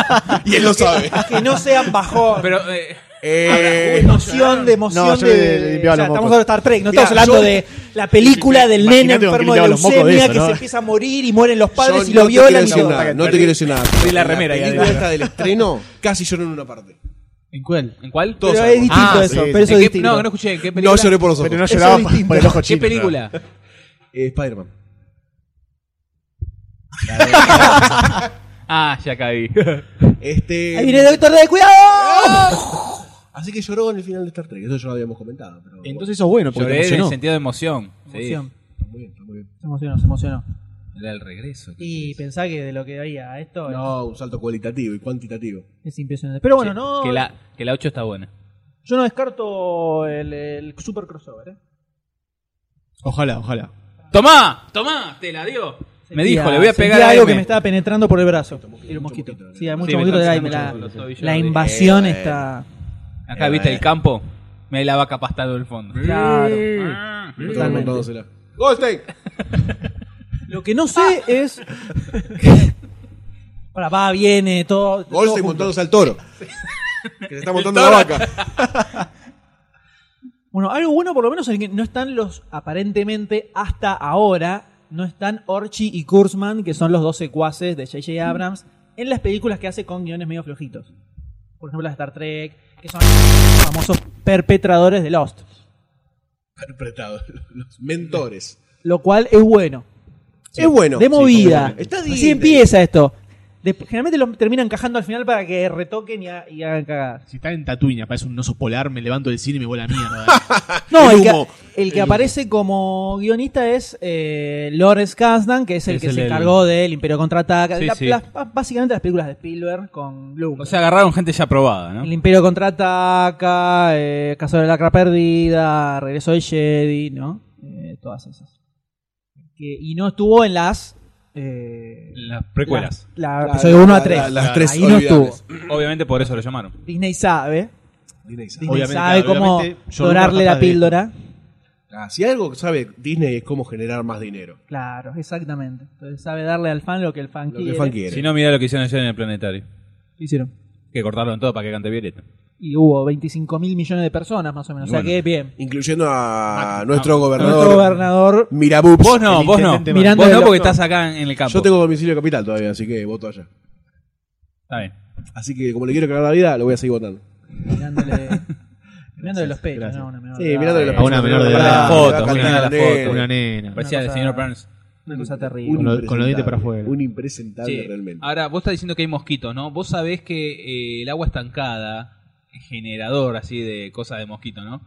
H: *laughs* y él
F: *laughs*
H: lo sabe.
F: Que no sean bajón.
G: Pero, eh,
H: Eh,
F: emoción de emoción
I: No, yo
F: de,
I: le- le limpiaba
F: o sea,
I: los mocos.
F: estamos hablando de Star Trek no
H: Mirá,
F: estamos hablando
H: yo-
F: de la película del
I: Imaginate
F: nene
I: con que
F: enfermo de
I: limpiaba los mocos de
F: leucemia
I: eso,
F: que
I: ¿no?
F: se empieza a morir y mueren los
H: Yo
F: padres y
H: no
F: lo
H: te quiero
F: violan y
H: decir
F: todo.
H: nada, No te quiero decir nada.
G: Sí, la remera, ya
H: La película
G: digo.
H: esta del estreno, casi lloró en una parte.
I: ¿En cuál?
G: ¿En cuál?
H: Todos
F: pero
H: sabemos.
F: es distinto
G: Ah,
F: eso
I: sí,
F: pero
G: ¿En
F: eso es
G: qué-
F: distinto
G: no, no escuché. ¿en ¿Qué película?
H: No lloré por los ojos.
I: Pero no
F: Eso
I: lloraba
F: es
I: por,
F: distinto.
I: por el ojo
G: ¿Qué
I: chino.
G: película?
H: Eh, Spider-Man.
G: Ah, ya caí.
H: Este,
F: ahí viene el doctor de cuidado
H: Así que lloró en el final de Star Trek. Eso ya lo habíamos comentado. Pero
I: Entonces eso es bueno, porque te
G: Lloré en el
I: emocionó.
G: sentido de emoción. Sí.
F: Emoción.
H: Está muy bien, está muy bien.
F: se emocionó se emocionó
G: Era el regreso.
F: y pensá que de lo que había a esto
H: No, un salto cualitativo y cuantitativo.
F: es impresionante pero bueno no
G: Que la, que la 8 está buena.
F: yo no descarto el, el super crossover ¿eh?
I: Ojalá, ojalá.
G: Tomá, tomá, te la dio. Me
F: Sentía-
G: dijo, le voy a
F: sentía
G: pegar a
F: algo
G: M.
F: que me estaba penetrando por el brazo y los mosquitos sí hay mucho mosquito de la,
G: Sí, me
F: la-
G: estaba haciendo mucho-
F: la invasión está
G: Acá viste el campo. Me hay la vaca pastando en el fondo.
F: claro
H: Todo contándosela. ¡Goldstein!
F: Lo que no sé es. *laughs* Para, va, viene, todo. todo
H: Goldstein
F: junto.
H: montándose
F: *laughs*
H: al toro. Que se está montando la
G: toro.
H: vaca.
F: Bueno, algo bueno por lo menos es que no están los. Aparentemente, hasta ahora, no están Orchi y Kurzman, que son los dos secuaces de J.J. Abrams, en las películas que hace con guiones medio flojitos. Por ejemplo, las de Star Trek, que son los famosos perpetradores de Lost.
H: Interpretado.
F: *laughs*
H: Los mentores.
F: Lo cual es bueno.
H: es bueno.
F: de movida.
H: Está
F: Así
H: Disney.
F: empieza esto. de- generalmente lo terminan cajando al final para que retoquen y, ha- y hagan cagadas.
I: Si está en Tatooine, aparece un oso polar, me levanto del cine y me voy a la mierda. eh.
F: No, el,
I: humo.
F: que, el que
I: El humo.
F: aparece como guionista es eh, Lawrence Kasdan, que es el
G: Es
F: que
G: el
F: se
G: del-
F: encargó del Imperio Contraataca,
G: Sí,
F: la-
G: sí.
F: las- ba- básicamente las películas de Spielberg con Bloom.
G: *laughs* O sea, agarraron gente ya probada, ¿no?
F: El Imperio Contraataca, eh, Caso de la Lacra Perdida, Regreso de Jedi, ¿no? Eh, todas esas. Que- y no estuvo en las... eh,
G: Las precuelas.
F: La, la-
H: La-
F: episodio
H: la-
F: 1 a
H: la-
F: 3.
H: las tres
F: Ahí no
H: olvidables.
F: estuvo.
G: Obviamente por eso lo llamaron.
F: Disney sabe. ¿eh?
H: Disney sabe.
F: Disney
I: Obviamente,
F: sabe cómo
I: obviamente, yo nunca
F: dorarle
I: capaz
F: la
I: de
F: píldora.
H: Ah, si algo sabe Disney es cómo generar más dinero.
F: Claro, exactamente. Entonces sabe darle al fan lo que el fan
H: Lo que
F: quiere.
H: el fan quiere.
G: Si no, mira lo que hicieron ayer en el planetario.
F: ¿Qué hicieron?
G: Que cortaron todo para que cante Violeta.
F: Y hubo 25 mil millones de personas más o menos.
G: Y
F: o sea
G: bueno.
F: que bien.
H: Incluyendo a nuestro gobernador.
F: Nuestro gobernador
H: Mirabups.
G: Vos no,
I: El
G: vos no.
I: intendente
F: Mirando
G: vos
F: de
G: no
F: lo-
G: porque estás acá en el campo.
H: Yo tengo domicilio capital todavía, así que voto allá.
G: Está bien.
H: Así que como le quiero cagar la vida, lo voy a seguir votando.
F: mirándole, mirándole los pechos. ¿no? Una menor
H: Sí,
F: de edad,
H: mirándole los
I: a una menor de
H: Pará, me
I: edad.
H: va a
G: Foto,
H: calmar
G: mirá
H: la
G: la
H: nena.
I: Una nena.
G: Parecía
F: cosa-
G: el señor Burns.
F: Una cosa
H: Un
F: terrible.
I: Con lo- con los
H: impresentable,
I: dientes para afuera.
H: Un impresentable realmente.
G: Ahora, vos estás diciendo que hay mosquitos, ¿no? Vos sabés que eh, el agua estancada es generador así de cosas de mosquito, ¿no?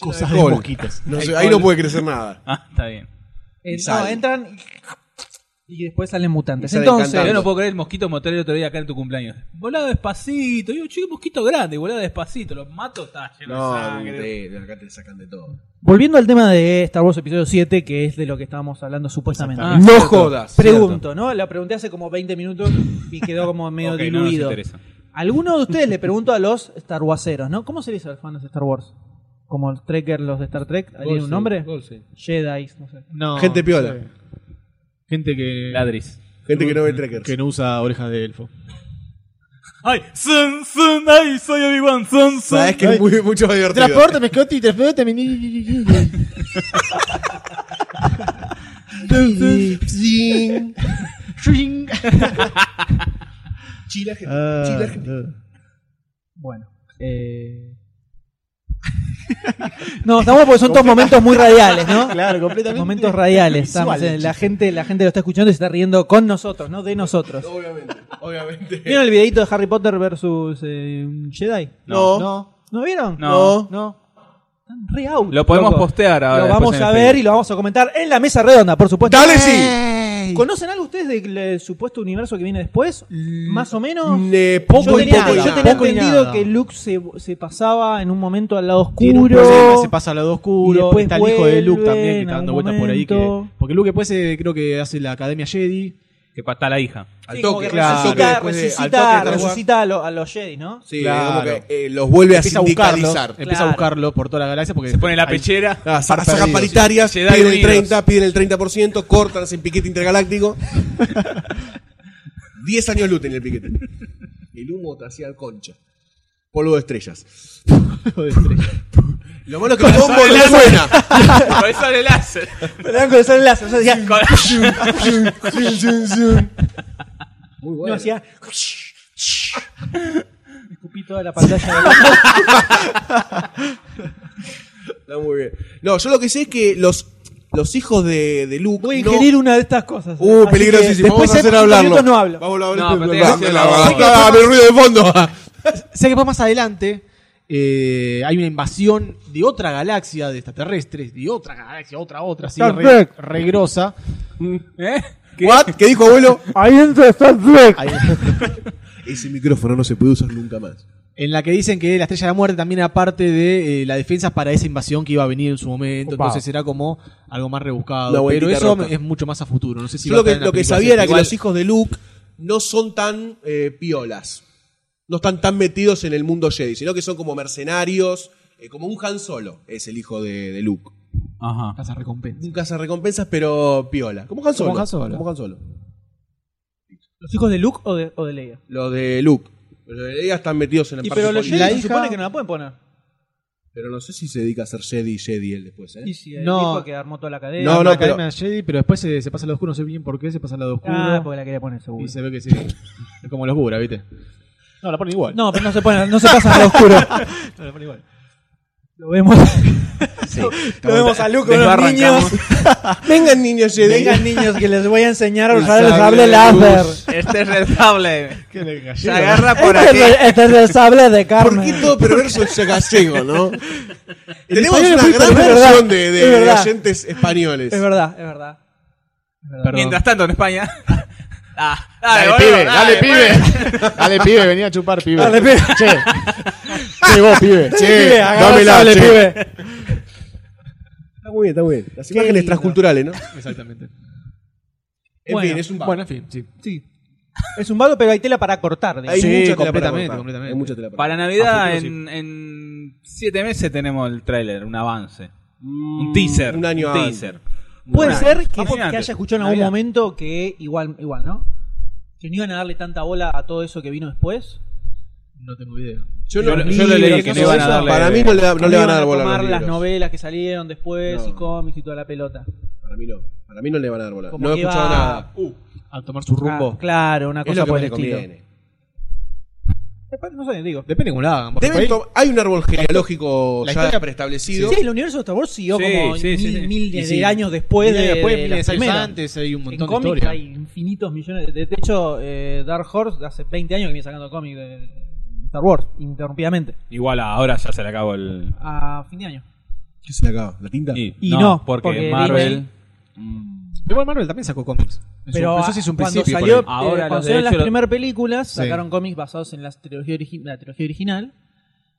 I: Cosas de
H: Alcohol.
I: mosquitos.
H: No sé, ahí no puede crecer nada.
G: *laughs* Ah, está bien.
F: Eh, no,
H: sale.
F: entran y después salen mutantes.
H: Y sale
F: Entonces,
G: Yo no
H: cantando.
G: puedo creer el mosquito motel el otro día acá en tu cumpleaños. Volado despacito. Digo, chico, mosquito grande, volado despacito. Los mato, está lleno
H: No,
G: de sangre.
H: te- acá te sacan de todo.
F: volviendo al tema de Star Wars Episodio 7, que es de lo que estábamos hablando supuestamente.
G: Ah,
H: No
G: cierto.
H: jodas.
F: Pregunto, ¿no? La pregunté hace como 20 minutos y quedó como medio
G: Ok, no nos
F: diluido.
G: interesa.
F: Alguno de ustedes le pregunto a los Star Warseros, ¿no? ¿Cómo se dice a los fans de Star Wars? Como el Trekker, los de Star Trek, ¿tiene un nombre? Jedi, no sé.
I: No,
H: Gente piola.
I: no sé. Gente que.
G: Ladris.
H: Gente que no ve
I: Que
H: trackers.
I: no usa orejas de elfo.
G: ¡Ay! ¡Sun, sun! ¡Ay, soy Obi-Wan! ¡Sun, sun!
H: Sabes que es muy, mucho más divertido.
I: pescote y transporte, mi.
H: Zing. Chila, gente.
F: Ah,
H: Chila, gente.
F: Bueno. eh. no, estamos porque son todos momentos muy radiales, ¿no?
I: *laughs* Claro, completamente.
F: Momentos radiales. estamos
I: Visuales,
F: en- la, gente, la gente lo está escuchando y se está riendo con nosotros, no de nosotros.
H: Obviamente, obviamente.
F: ¿Vieron el videito de Harry Potter versus eh, un Jedi?
G: No.
I: No,
F: ¿No vieron?
G: No.
I: no.
F: Están re out,
G: Lo podemos
F: loco.
G: postear ahora.
F: Lo
G: después
F: vamos
G: en el
F: a ver
G: Facebook.
F: y lo vamos a comentar en la mesa redonda, por supuesto.
H: ¡Dale sí!
F: ¿Conocen algo ustedes del eh, supuesto universo que viene después? Más o menos.
H: Ne-
F: yo
H: poco y
F: tenía,
H: poco. y
F: yo
H: nada.
F: tenía
I: Poco y
F: entendido
I: nada.
F: que Luke se, se pasaba en un momento al lado
I: Tiene un
F: oscuro.
I: problema, se pasa al lado
F: Y
I: oscuro.
F: después
I: Está el hijo de Luke
F: vuelve
I: también que
F: en
I: está dando
F: algún
I: vueltas por ahí. Que,
F: momento.
I: porque Luke después eh, creo que hace la Academia Jedi.
G: Que pa- está la hija.
H: Al
F: Sí, como
H: toque,
F: que
I: claro.
H: al toque,
F: resucita,
H: después de- al
F: resucita,
H: toque,
F: resucita a, lo- a los Jedi, ¿no?
H: Sí,
I: Claro.
H: como que eh, los vuelve a
I: Empieza a buscarlos.
H: sindicalizar.
I: Empieza a
F: Claro.
I: buscarlos por toda la galaxia. Porque
G: Se pone la
I: hay-
G: pechera.
H: Ah,
I: Par
H: sa- sacan
I: perdidos.
H: paritarias,
G: Jedi
H: piden el
G: Unidos.
H: 30, piden el 30%, cortan ese piquete *laughs* intergaláctico. 10 años luz tenía el piquete. El humo te hacía concha. Polvo de estrellas.
I: de estrella.
H: *laughs* Lo malo es que el bombo no suena.
G: Profesor de láser.
F: Perdón, con el láser. Yo decía,
H: Muy
F: no,
H: bueno.
F: hacía- Escupí toda la pantalla. de Luke.
H: Está muy bien. No, yo lo que sé es que los, los hijos de, de Luke.
F: Voy a
H: no-
F: ingerir una de estas cosas. ¿eh?
H: Uh,
F: Así que
H: peligrosísimo. Vamos
F: Después
H: a hacer
F: de
H: hablarlo.
F: minutos no hablo.
H: Vamos a hablar.
G: No, pero te voy a
H: Ah,
G: decir-
H: ah, el ruido de fondo.
F: *laughs*
I: Sé que después más adelante eh, hay una invasión de otra galaxia de extraterrestres, de otra galaxia, otra, otra, así
F: Star
I: re,
F: Trek.
I: re grosa.
G: ¿Eh?
H: What? ¿Qué dijo abuelo?
F: Ahí entra Star Trek. *laughs*
I: Ahí-
H: Ese micrófono no se puede usar nunca más.
I: en la que dicen que la Estrella de la Muerte también era parte de eh, la defensa para esa invasión que iba a venir en su momento.
F: Opa.
I: Entonces era como algo más
H: Una
I: rebuscado.
H: vueltita
I: Pero eso
H: roca.
I: es mucho más a futuro. No sé si
H: Yo
I: va a
H: lo que,
I: estar en la
H: lo que
I: película
H: sabía era que
I: igual-
H: los hijos de Luke no son tan eh, piolas. No están tan metidos en el mundo Jedi, sino que son como mercenarios. eh, como un Han Solo es el hijo de, de Luke.
G: Ajá.
I: Casa recompensa.
H: Un recompensas, pero piola. Como Han Solo.
I: Han Solo.
H: Como Han Solo.
F: ¿Los hijos de Luke o de, o de Leia?
H: Los de Luke. Los de Leia están metidos en la
F: Y
H: parte
F: pero los
H: política.
F: Jedi
I: la
F: se
I: hija-
F: supone que no la pueden poner.
H: Pero no sé si se dedica a ser Jedi Jedi él después, ¿eh?
F: Y si el
I: No.
F: tipo que armó toda la cadena.
H: No,
I: No,
H: no,
I: la Academia Jedi, pero después se, se pasa al lado oscuro. No sé bien por qué se pasa al lado oscuro.
F: Ah, porque la quería poner seguro.
I: y se ve que sí. Es como los
F: *laughs*
I: Bura, ¿viste? No, la ponen igual.
F: No, pero no se pone, no se pasa al oscuro.
I: No, la ponen igual.
F: Lo vemos.
I: Lo vemos a Luke con
H: Después
I: los niños.
H: arrancamos. Vengan niños, Jedi.
F: *laughs* Vengan niños que les voy a enseñar a
H: El
F: usar el
H: sable
F: sable
H: de
F: láser.
H: luz.
I: *laughs*
K: Este es el
F: *laughs*
K: sable.
I: Que le cayó.
K: Se agarra por
F: Este
K: aquí.
F: es el- Este es el sable de
H: ¿Por qué
F: Carmen.
H: todo perverso es
F: *laughs*
H: gallego, no?
F: español es
H: Tenemos una
F: muy
H: gran
F: perverso,
H: versión
F: ¿verdad?
H: de,
F: Es
H: de,
F: verdad.
H: oyentes españoles.
F: Es verdad, es verdad.
K: Mientras tanto, en España. Ah,
L: Dale,
K: boludo,
L: pibe, dale,
K: bueno.
H: *laughs*
L: pibe. Dale, pibe, vení a chupar, pibe.
K: Dale, pibe.
L: Che. Che, vos, pibe. Che,
H: Pibe, agarra
L: dámela,
H: el sable,
L: che.
H: pibe. Está muy bien, está muy bien. Las imágenes
I: lindo.
H: transculturales, ¿no?
I: Exactamente.
H: En
F: Bueno,
H: fin, es un
I: Bueno, en fin, sí.
F: Es un balo, pero hay tela para cortar. digamos.
H: Hay
I: Sí,
H: mucha tela para
I: completamente,
H: cortar, Ah,
I: completamente.
H: Hay mucha tela para
K: Para Navidad,
H: A
K: en, en siete meses tenemos el tráiler, un avance. Un teaser.
H: un año antes.
K: teaser.
F: Puede
K: Un
F: ser
K: año.
F: que,
K: Vamos,
F: que
K: antes.
F: haya escuchado en algún
K: Navidad.
F: momento que igual, igual, ¿no? Que no iban a darle tanta bola a todo eso que vino después.
I: No tengo idea.
H: Yo
K: Yo
H: no-
K: lo- yo lo leí que no iban a darle.
H: Para mí no le, da- no
F: Que
H: le van a dar
F: iban
H: bola a
F: tomar
H: los
F: las
H: libros.
F: novelas que salieron después y
H: No.
F: cómics y toda la pelota.
H: Para mí no. Para mí no le van a dar bola.
F: Como
H: No he
F: que
H: escuchado
F: va-
H: nada. Uh,
I: A tomar su rumbo.
F: Ah, claro, una
H: es lo
F: cosa
H: que
F: por
H: más
F: el
H: le
F: estilo.
H: conviene.
F: Después, No sé, digo.
I: Depende cómo la hagan. porque
H: Deben
I: por ahí-
H: to- hay un árbol genealógico
I: la
H: ya
I: historia-
H: preestablecido.
F: Sí, el universo de Star Wars siguió
K: Sí,
F: como
K: sí,
F: mil,
K: sí, sí.
F: mil de,
I: Y sí.
F: de años después
I: Miles
F: de,
I: después,
F: de
I: miles
F: las
I: de años
F: primeras.
I: antes, hay un montón
F: en
I: de
F: cómics
I: historia.
F: hay infinitos millones. De, de hecho, eh, Dark Horse hace 20 años que viene sacando cómics de Star Wars, interrumpidamente.
K: Igual ahora ya se le acabó el.
F: A fin de año.
H: ¿Qué se le acaba? ¿La tinta?
F: Y no,
K: porque,
F: porque
K: Marvel.
F: Disney-
I: Igual Marvel también sacó cómics. En su-
F: Pero
I: no sé si es un
F: cuando
I: principio.
F: salió,
I: por ahí.
K: ahí. Ahora
F: eh,
K: los
F: cuando salieron las
K: derechos-
F: primeras películas,
I: Sí.
F: sacaron cómics basados en las trilogía origi- la trilogía original.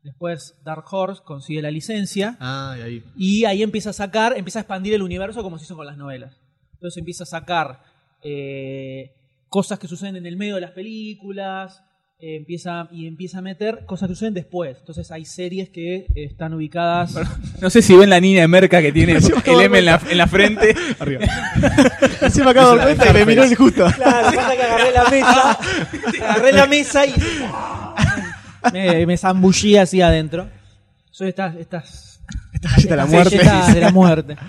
F: Después Dark Horse consigue la licencia.
I: Ah, y *laughs* ahí.
F: Y ahí empieza a sacar, empieza a expandir el universo como se hizo con las novelas. Entonces empieza a sacar eh, cosas que suceden en el medio de las películas, eh, empieza y empieza a meter cosas que suceden después. Entonces hay series que eh, están ubicadas.
K: No sé si ven la niña de merca que
F: *laughs*
K: tiene el M en la, en la frente.
I: Arriba. Se me *laughs* acabo de dar cuenta que me miró el *laughs* justo.
F: Claro, pasa que agarré la mesa, agarré la mesa y me, me zambullí así adentro. Soy estas estas
I: Galleta de la
F: estas
I: muerte.
F: galletas *laughs* de la muerte.
I: *laughs*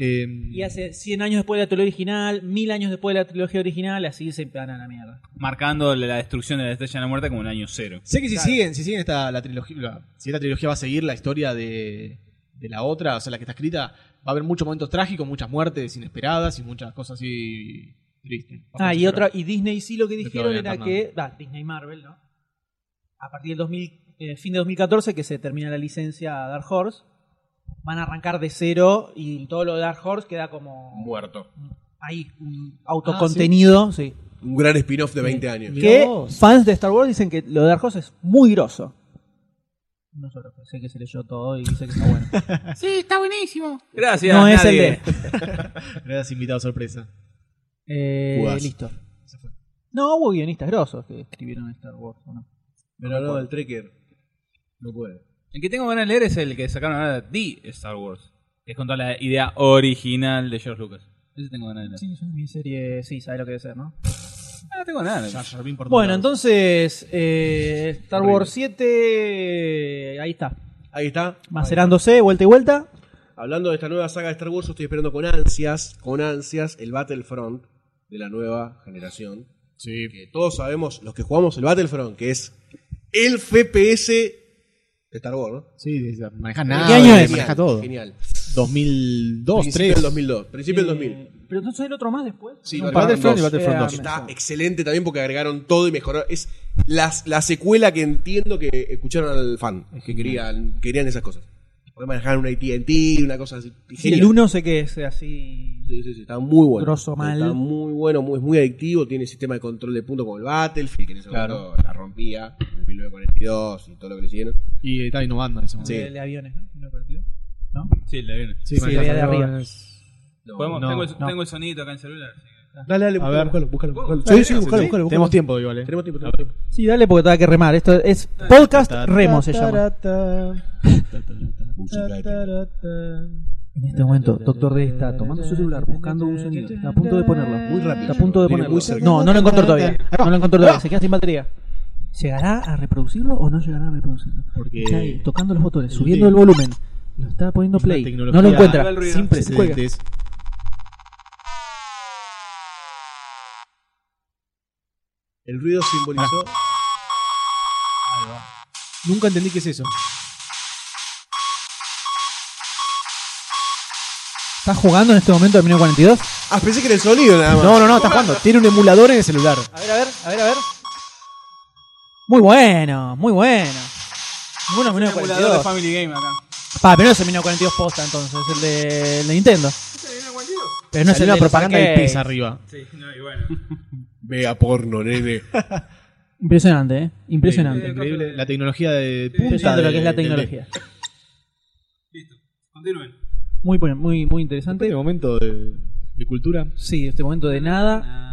I: Eh,
F: Y hace 100 años después de la trilogía original, 1000 años después de la trilogía original, así se empean a la mierda.
K: Marcando la destrucción de la estrella de la muerte como un año cero.
I: Sé que si siguen, si siguen esta la trilogía, la- si esta trilogía va a seguir la historia de, de la otra, o sea, la que está escrita, va a haber muchos momentos trágicos, muchas muertes inesperadas y muchas cosas así tristes.
F: Ah, y otra, y Disney sí lo que
I: No te voy a
F: dijeron era
I: adelantar
F: que, va, Disney Marvel, ¿no? A partir del 2000, eh, fin de 2014 que se termina la licencia a Dark Horse, van a arrancar de cero y todo lo de Dark Horse queda como
K: Muerto.
F: ahí un autocontenido, sí.
H: Un gran spin-off de 20 años.
I: Mirá
F: Que
I: vos.
F: fans de Star Wars dicen que lo de Dark Horse es muy grosso. No solo sé que se leyó todo y dice que está bueno. *laughs*
J: Sí, está buenísimo.
K: Gracias.
F: No es el
K: nadie.
F: de
I: Gracias, invitado sorpresa.
F: Eh,
H: Fugaz.
F: listo. No, hubo guionistas grosos que escribieron Star Wars. ¿o no?
H: Pero no, el Trekker no puede.
K: El que tengo ganas de leer es el que sacaron ahora de Star Wars. Que es con toda la idea original de George Lucas. Ese tengo ganas de leer.
F: Sí, es mi serie, sí, sabe lo que debe ser, ¿no?
K: Ah, tengo ganas. de leer.
F: Bueno, entonces, eh, Star Wars 7, ahí está.
H: Ahí está.
F: Macerándose, vuelta y vuelta.
H: Hablando de esta nueva saga de Star Wars, yo estoy esperando con ansias, con ansias, el Battlefront de la nueva generación. Sí. Que todos sabemos, los que jugamos el Battlefront, que es el FPS de Star Wars, ¿no?
I: Sí, de- maneja
F: ¿Qué
I: nada.
F: año es?
I: Maneja todo.
H: Genial.
I: 2002,
H: Principio
I: 3.
H: del 2002, principio del
F: Eh,
H: 2000.
F: Pero entonces el otro más después.
H: Sí,
F: No,
I: Battlefront y
H: dos.
I: Battlefront
F: Eh,
I: 2.
H: Está excelente también porque agregaron todo y mejoraron. Es la, la secuela que entiendo que escucharon al fan, que querían, querían esas cosas. Poder manejar una ATT, una cosa así.
F: Sí, el 1 sé que es así.
H: Sí, sí, sí, está muy bueno.
F: Grosso mal.
H: Está muy bueno, muy, es muy adictivo. Tiene sistema de control de puntos como el Battlefield, que en ese
I: Claro.
H: momento la rompía. El 1942 y todo lo que le hicieron.
I: Y está innovando en ese momento.
H: Sí.
F: De, de aviones, ¿no? ¿No partido? ¿No?
K: Sí, le viene.
I: Sí,
F: maneja de arriba.
K: ¿Podemos?
I: no,
K: tengo, el,
F: no.
K: tengo el sonidito acá en el celular. así que-
H: Dale, dale,
I: A ver,
H: búscalo,
I: búscalo,
H: búscalo.
I: búscalo.
H: Sí, sí, búscalo, búscalo. búscalo.
I: Tenemos tiempo igual, eh.
H: Tenemos tiempo, tenemos tiempo.
F: Sí, dale porque te va que remar. Esto es Podcast Remo, se llama.
H: Música de tiempo.
F: En este momento, Doctor D está tomando su celular, buscando un sonido. Está a punto de ponerlo.
H: Muy rápido.
F: Está a punto de
H: Viene
F: ponerlo.
H: muy cerca.
F: No, no lo encontró todavía. No lo encontró todavía. Se queda sin batería. ¿Llegará a reproducirlo o no llegará a reproducirlo?
I: Porque-
F: Está ahí, tocando los botones, subiendo el volumen. Lo está poniendo
I: Una
F: play.
I: tecnología
F: No lo encuentra.
I: Sin
F: Se cuelga.
I: precedentes.
H: El ruido simbolizó.
I: Nunca entendí qué es eso.
F: ¿Estás jugando en este momento de 1942?
H: Ah, pensé que era el sonido nada más.
I: No, no, no, está jugando. Tiene un emulador en el celular.
F: A ver, a ver, a ver, a ver. Muy bueno, muy bueno. Ninguno
I: Este
F: menos
K: Un emulador de
F: 42.
K: Family Game acá.
F: Pa, pero no es el 1942 posta entonces, el de, el de Nintendo. Pero no es
I: Salió
F: el
I: una
F: de los
I: propaganda del
F: arcades.
I: PES arriba.
K: Sí, *laughs* no, y bueno.
H: Vea porno, nene.
F: Impresionante, eh. Impresionante.
I: Increíble la tecnología de punta
F: Impresionante lo
I: de-
F: que es la
I: del-
F: tecnología.
K: Continúen.
F: Muy, buen- muy, muy interesante.
I: Este momento de, de cultura.
F: Sí, este momento de nada.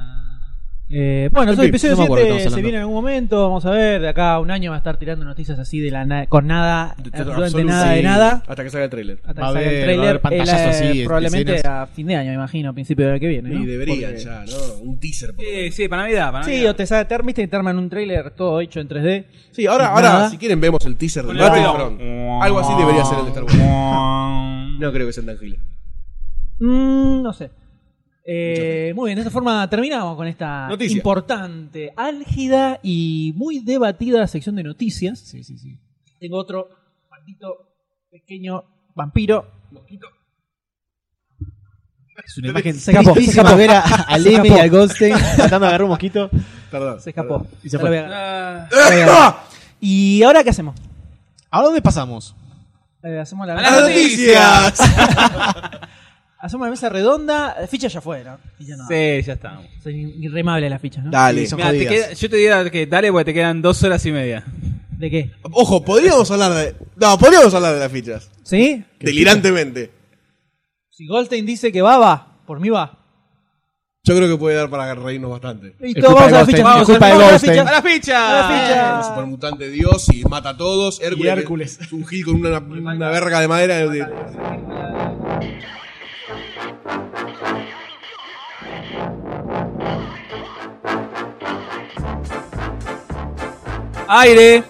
F: Eh, bueno,
I: En
F: el
I: fin,
F: episodio
I: no me acuerdo de
F: 7
I: qué estamos
F: se viene en algún momento. Vamos a ver, de acá a un año va a estar tirando noticias así de la na- con nada, absolutamente
H: Absolute,
F: nada de
H: sí.
F: nada. Ah,
H: Hasta que salga el trailer.
F: Hasta que
I: Va a
F: salga el
I: haber-
F: trailer,
I: va a haber pantallazos
F: el, eh,
I: así, es-
F: probablemente
I: escenas.
F: a fin de año, me imagino, a principio del año que viene. ¿no?
H: Y deberían
F: Porque-
H: ya, ¿no? Un teaser. por lo menos.
K: Sí, sí, para Navidad, para
F: Sí,
K: Navidad.
F: o te, sa- te armiste y te arman un trailer todo hecho en 3D.
H: Sí, ahora,
F: Nada.
H: ahora si quieren, vemos el teaser del
K: Ponle
H: Battle
K: ruido.
H: Algo así debería ser el de Star Wars. no creo que sean tan giles.
F: Mm, no sé. Eh, muy bien, de esta forma terminamos con esta
H: Noticia.
F: importante, álgida y muy debatida sección de noticias.
I: Sí, sí, sí.
F: Tengo otro maldito pequeño vampiro.
I: Es una imagen
F: Se escapó, se
I: tristísima
F: escapó.
I: ver
F: *laughs*
I: a, a
F: Se
I: Lemmy y
F: escapó.
I: a *laughs* Goldstein tratando de agarrar un mosquito.
H: Perdón. ¡Ah!
F: Se escapó.
I: Y se
F: Ya lo
I: fue.
F: voy a-
K: Ah.
H: *laughs*
F: ya lo voy a agarrar. ¿Y ahora qué hacemos?
I: ¿Ahora dónde pasamos?
F: Eh, hacemos la,
K: ¡A las noticias!
F: hacemos la mesa redonda. Eh, Ficha ya fue, ¿no? Ficha no.
K: Sí, ya estamos.
F: Son irremables las fichas, ¿no?
H: Dale.
I: Son
K: Mirá, te
I: jodidas.
K: queda- yo te diría que dale porque te quedan dos horas y media.
F: ¿De qué?
H: Ojo, podríamos hablar de. No, podríamos hablar de las fichas.
F: ¿Sí?
H: Delirantemente.
F: Si Goldstein dice que va, va. Por mí va.
H: Yo creo que puede dar para reírnos bastante.
F: Listo,
I: Es culpa
F: vamos
I: de
F: a la ficha.
I: Goldstein, es
F: Vamos a la
I: culpa de
F: ficha, vamos
I: Goldstein.
F: a la
K: ¡A *laughs* la ficha!
F: ficha.
H: El supermutante Dios y mata a todos. Hércules. que
I: Hércules.
H: Es un gil con una, una verga de madera. de-
K: Aire.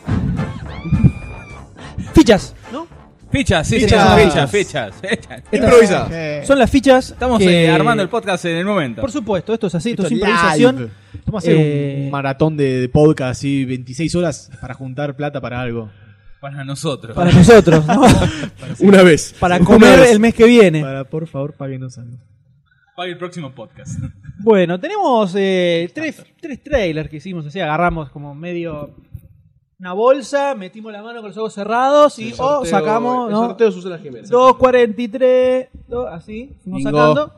F: ficha. Fichas. ¿no?
K: Fichas, sí,
I: Fichas.
K: fichas, fichas, fichas.
H: Improvisa.
F: Son las fichas.
K: Estamos
F: que-
K: eh, armando el podcast en el momento.
F: Por supuesto, esto es así, esto, es
I: Live.
F: improvisación.
I: Vamos a hacer
F: Eh,
I: un maratón de, de podcast así, 26 horas para juntar plata para algo.
K: Para nosotros.
F: Para nosotros, ¿no?
H: Una vez.
F: Para comer
I: vez.
F: el mes que viene.
I: Para, por favor, páguenos algo.
K: Para el próximo
H: *laughs*
K: podcast.
F: Bueno, tenemos eh, tres, tres trailers que hicimos así, agarramos como medio una bolsa, metimos la mano con los ojos cerrados y oh,
H: Sorteo-
F: sacamos
H: el
F: ¿no?
H: sorteo Susana Jiménez.
F: 2.43, dos, así, fuimos
I: Bingo.
F: sacando.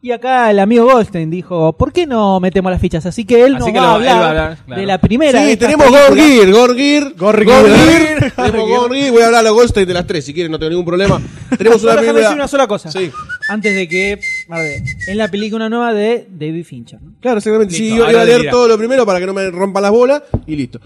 F: Y acá el amigo Goldstein dijo, ¿por qué no metemos las fichas? Así que él
K: Así
F: nos
K: que
F: va,
K: lo-
F: a
K: él va a
F: hablar
K: hablar, claro.
F: de la primera. de
H: Sí,
F: estas
H: tenemos
F: películas.
H: Gorgir, Gorgir,
F: *laughs*
I: Gorgir.
H: Gorgir. Tenemos Gorgir. Voy a hablar a los Goldstein de las tres, si quieren, no tengo ningún problema. Tenemos una
F: Solo déjame
H: película.
F: decir una sola cosa.
H: Sí.
F: Antes de que. Marde, es la película nueva de David Fincher. ¿no?
H: Claro, exactamente.
K: Listo,
H: sí, yo iba
K: ahora
H: a leer
K: dirá.
H: todo lo primero para que no me rompan las bolas y listo.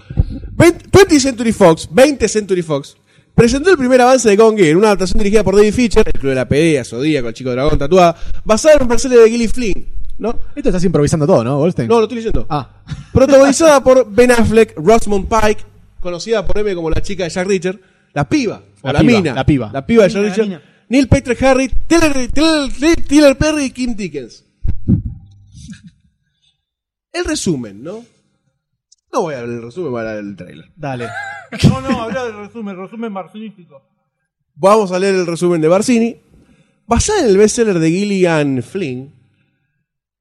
H: 20, 20 Century Fox, 20 Century Fox, presentó el primer avance de Gone Gear, una adaptación dirigida por David Fincher, el club de la pelea, Zodíaco, el chico dragón tatuada, basada en un personaje de Gilly Flynn, ¿no?
I: Esto estás improvisando todo, ¿no, Goldstein?
H: No, lo estoy leyendo.
I: Ah.
H: Protagonizada por Ben Affleck, Rosamund Pike, conocida por M como la chica de Jack Richard, la piba, o
I: La
H: la,
I: piba,
H: mina,
I: la piba.
H: la piba de Jack
F: Mina, la
H: Richard,
F: mina.
H: Neil Patrick Harris, Taylor, Taylor- Taylor Perry y Kim Dickens. El resumen, ¿no? No voy a hablar del resumen, voy a hablar del trailer.
I: Dale.
F: No, no, habla del resumen, resumen marcinístico.
H: Vamos a leer el resumen de Barcini. Basada en el bestseller de Gillian Flynn,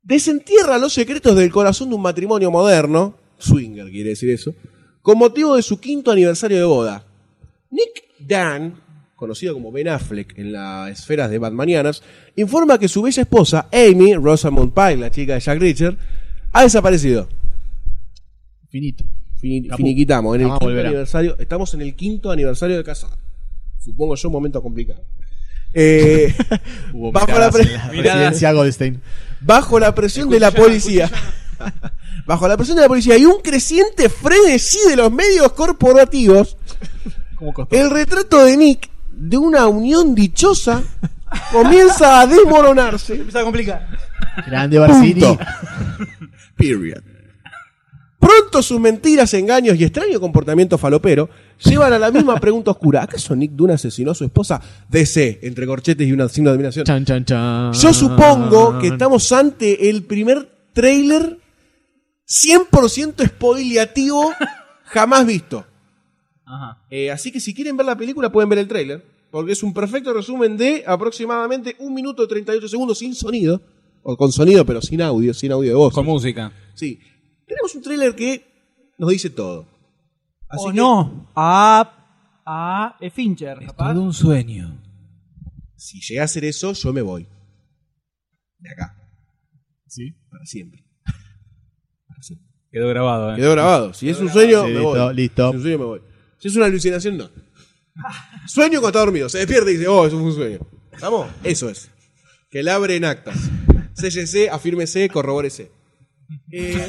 H: desentierra los secretos del corazón de un matrimonio moderno, swinger quiere decir eso, con motivo de su quinto aniversario de boda. Nick Dan, conocido como Ben Affleck en las esferas de Batmanianas, informa que su bella esposa, Amy Rosamund Pike, la chica de Jack Richard, ha desaparecido.
I: Finito.
H: Fini-
I: Caput.
H: finiquitamos. En el
I: Jamás
H: quinto
I: volverá.
H: aniversario, estamos en el quinto aniversario de casado. Supongo yo un momento complicado.
I: *laughs*
H: Eh,
I: Hubo
H: Bajo
I: miradas
H: la pre-
I: en
K: Miradas.
I: residencia Goldstein.
H: bajo la presión de la policía. Bajo la presión de la policía y un creciente frenesí de los medios corporativos,
I: ¿Cómo costó?
H: el retrato de Nick de una unión dichosa comienza a
I: *laughs*
H: desmoronarse.
F: Empieza a complicar.
I: Grande Barcini.
H: Punto. Period. Pronto sus mentiras, engaños y extraño comportamiento falopero llevan a la misma pregunta oscura. ¿Acaso Nick Dunn asesinó a su esposa? DC, entre corchetes y un signo de admiración.
I: Chan, chan, chan.
H: Yo supongo que estamos ante el primer trailer 100% spoileativo jamás visto.
K: Ajá.
H: Eh, así que si quieren ver la película pueden ver el trailer. porque es un perfecto resumen de aproximadamente 1 minuto 38 segundos sin sonido, o con sonido pero sin audio, sin audio de voz.
K: Con música.
H: Sí. Tenemos un tráiler que nos dice todo.
F: o no, a, a E Fincher. capaz.
H: un sueño. Si llega a hacer eso, yo me voy. De acá. ¿Sí? Para siempre. Para siempre.
K: Quedó grabado, ¿eh?
H: Quedó grabado. Si es un sueño, me voy. Si es un sueño, me voy. Si es una alucinación, *laughs* no. Sueño cuando está dormido. Se despierta y dice, oh, eso fue un sueño. ¿Vamos? Eso es. Que labre en actas. Séllese, afírmese, corrobórese.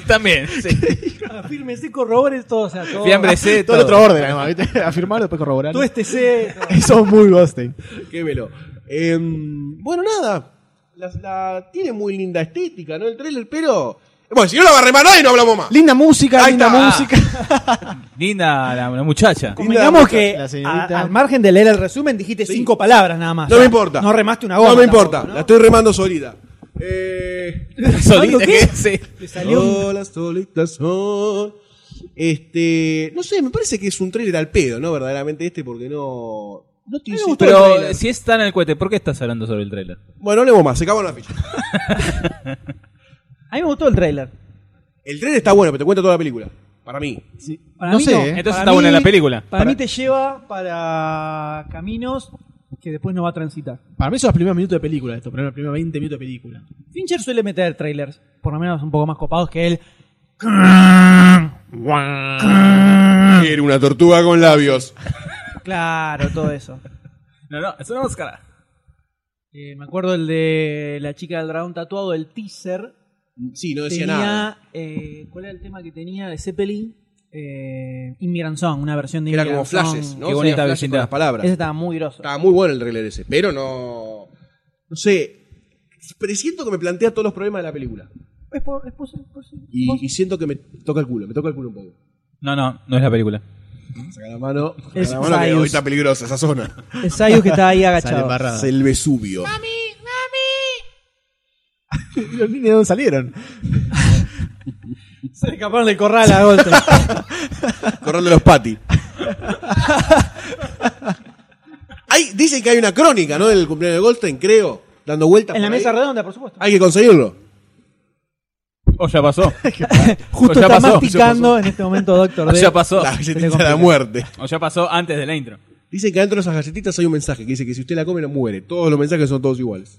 K: También.
F: Afírmese, corrobores todo, o sea, todo.
L: Todo, el otro orden, además,
I: *laughs*
L: ¿viste? Afirmar, después corroborar.
F: Tú este C.
L: Eso es muy Goldstein.
H: Quémelo. Em, bueno, nada. La, la- tiene muy linda estética, ¿no? El trailer, pero. Bueno, si no la va a remar nadie, no hablamos más.
L: Linda música,
H: Ahí
L: linda
H: está.
L: música.
K: Linda la, la muchacha.
F: Digamos que a-
L: señorita.
F: al margen de leer el resumen dijiste cinco palabras nada más.
H: No
F: O sea,
H: me importa.
F: No remaste una goma.
H: No me
F: tampoco,
H: importa. La estoy remando solita. Eh...
K: Solita,
F: ¿qué?
K: Sí.
F: Te salió un-
H: Sola, solita, sol. Este. No sé, me parece que es un trailer al pedo, ¿no? Verdaderamente este, porque no. No te insisto-
K: Pero si está en el cohete, ¿por qué estás hablando sobre el trailer?
H: Bueno, hablemos más, se acabó la ficha.
F: A mí me gustó el tráiler.
H: El trailer está bueno, pero te cuenta toda la película. Para mí.
F: Para
L: No
F: mí
L: sé,
F: no.
L: ¿eh?
K: Entonces
F: Para
K: está
F: mí-
K: buena la película.
F: Para, mí te lleva para caminos que después no va a transitar.
I: Para mí son los primeros minutos de película, esto, primeros, primeros 20 minutos de película.
F: Fincher suele meter trailers, por lo menos un poco más copados que él.
H: Era una tortuga con labios.
F: Claro, todo eso.
K: No, no, es una máscara.
F: Eh, me acuerdo el de la chica del dragón tatuado, el teaser.
H: Sí, no decía
F: Tenía,
H: nada.
F: eh, ¿Cuál era el tema que tenía de Zeppelin? Eh, Immigrant Song, una versión de
H: Era como
F: Immigrant
H: flashes,
F: Song.
K: Qué
H: ¿no? Ah. Hacía
K: bonita
H: flashes
K: vecindad.
H: con las palabras.
F: Ese estaba muy groso.
H: Estaba muy bueno el trailer ese, pero no. No sé. Presiento que me plantea todos los problemas de la película.
F: Es por- es por- por-
H: Y, y siento que me toca el culo, me toca el culo un poco.
K: No, no, no es la película.
H: Saca la mano. saca
F: Es
H: la mano que
F: Zaius.
H: hoy está peligrosa esa zona.
F: Es Sayus que está ahí agachado.
H: Es el Vesubio.
L: Los niños de dónde
H: *laughs*
L: salieron.
F: Se le escaparon del corral a Goldstein.
H: Corral de los Pati. Hay, dicen que hay una crónica, ¿no? Del cumpleaños de Goldstein, creo. Dando vueltas.
F: en la
H: por ahí.
F: mesa redonda, por supuesto.
H: Hay que conseguirlo.
K: O Oh, ya pasó.
F: Justo
K: ya
F: está
K: pasó, ya
F: masticando en este momento Doctor
K: O *laughs*
F: D.
K: ya pasó.
H: La galletita de
F: complica.
H: la muerte.
K: O ya pasó antes de la intro.
H: Dicen que adentro de esas galletitas hay un mensaje que dice que si usted la come no muere. Todos los mensajes son todos iguales.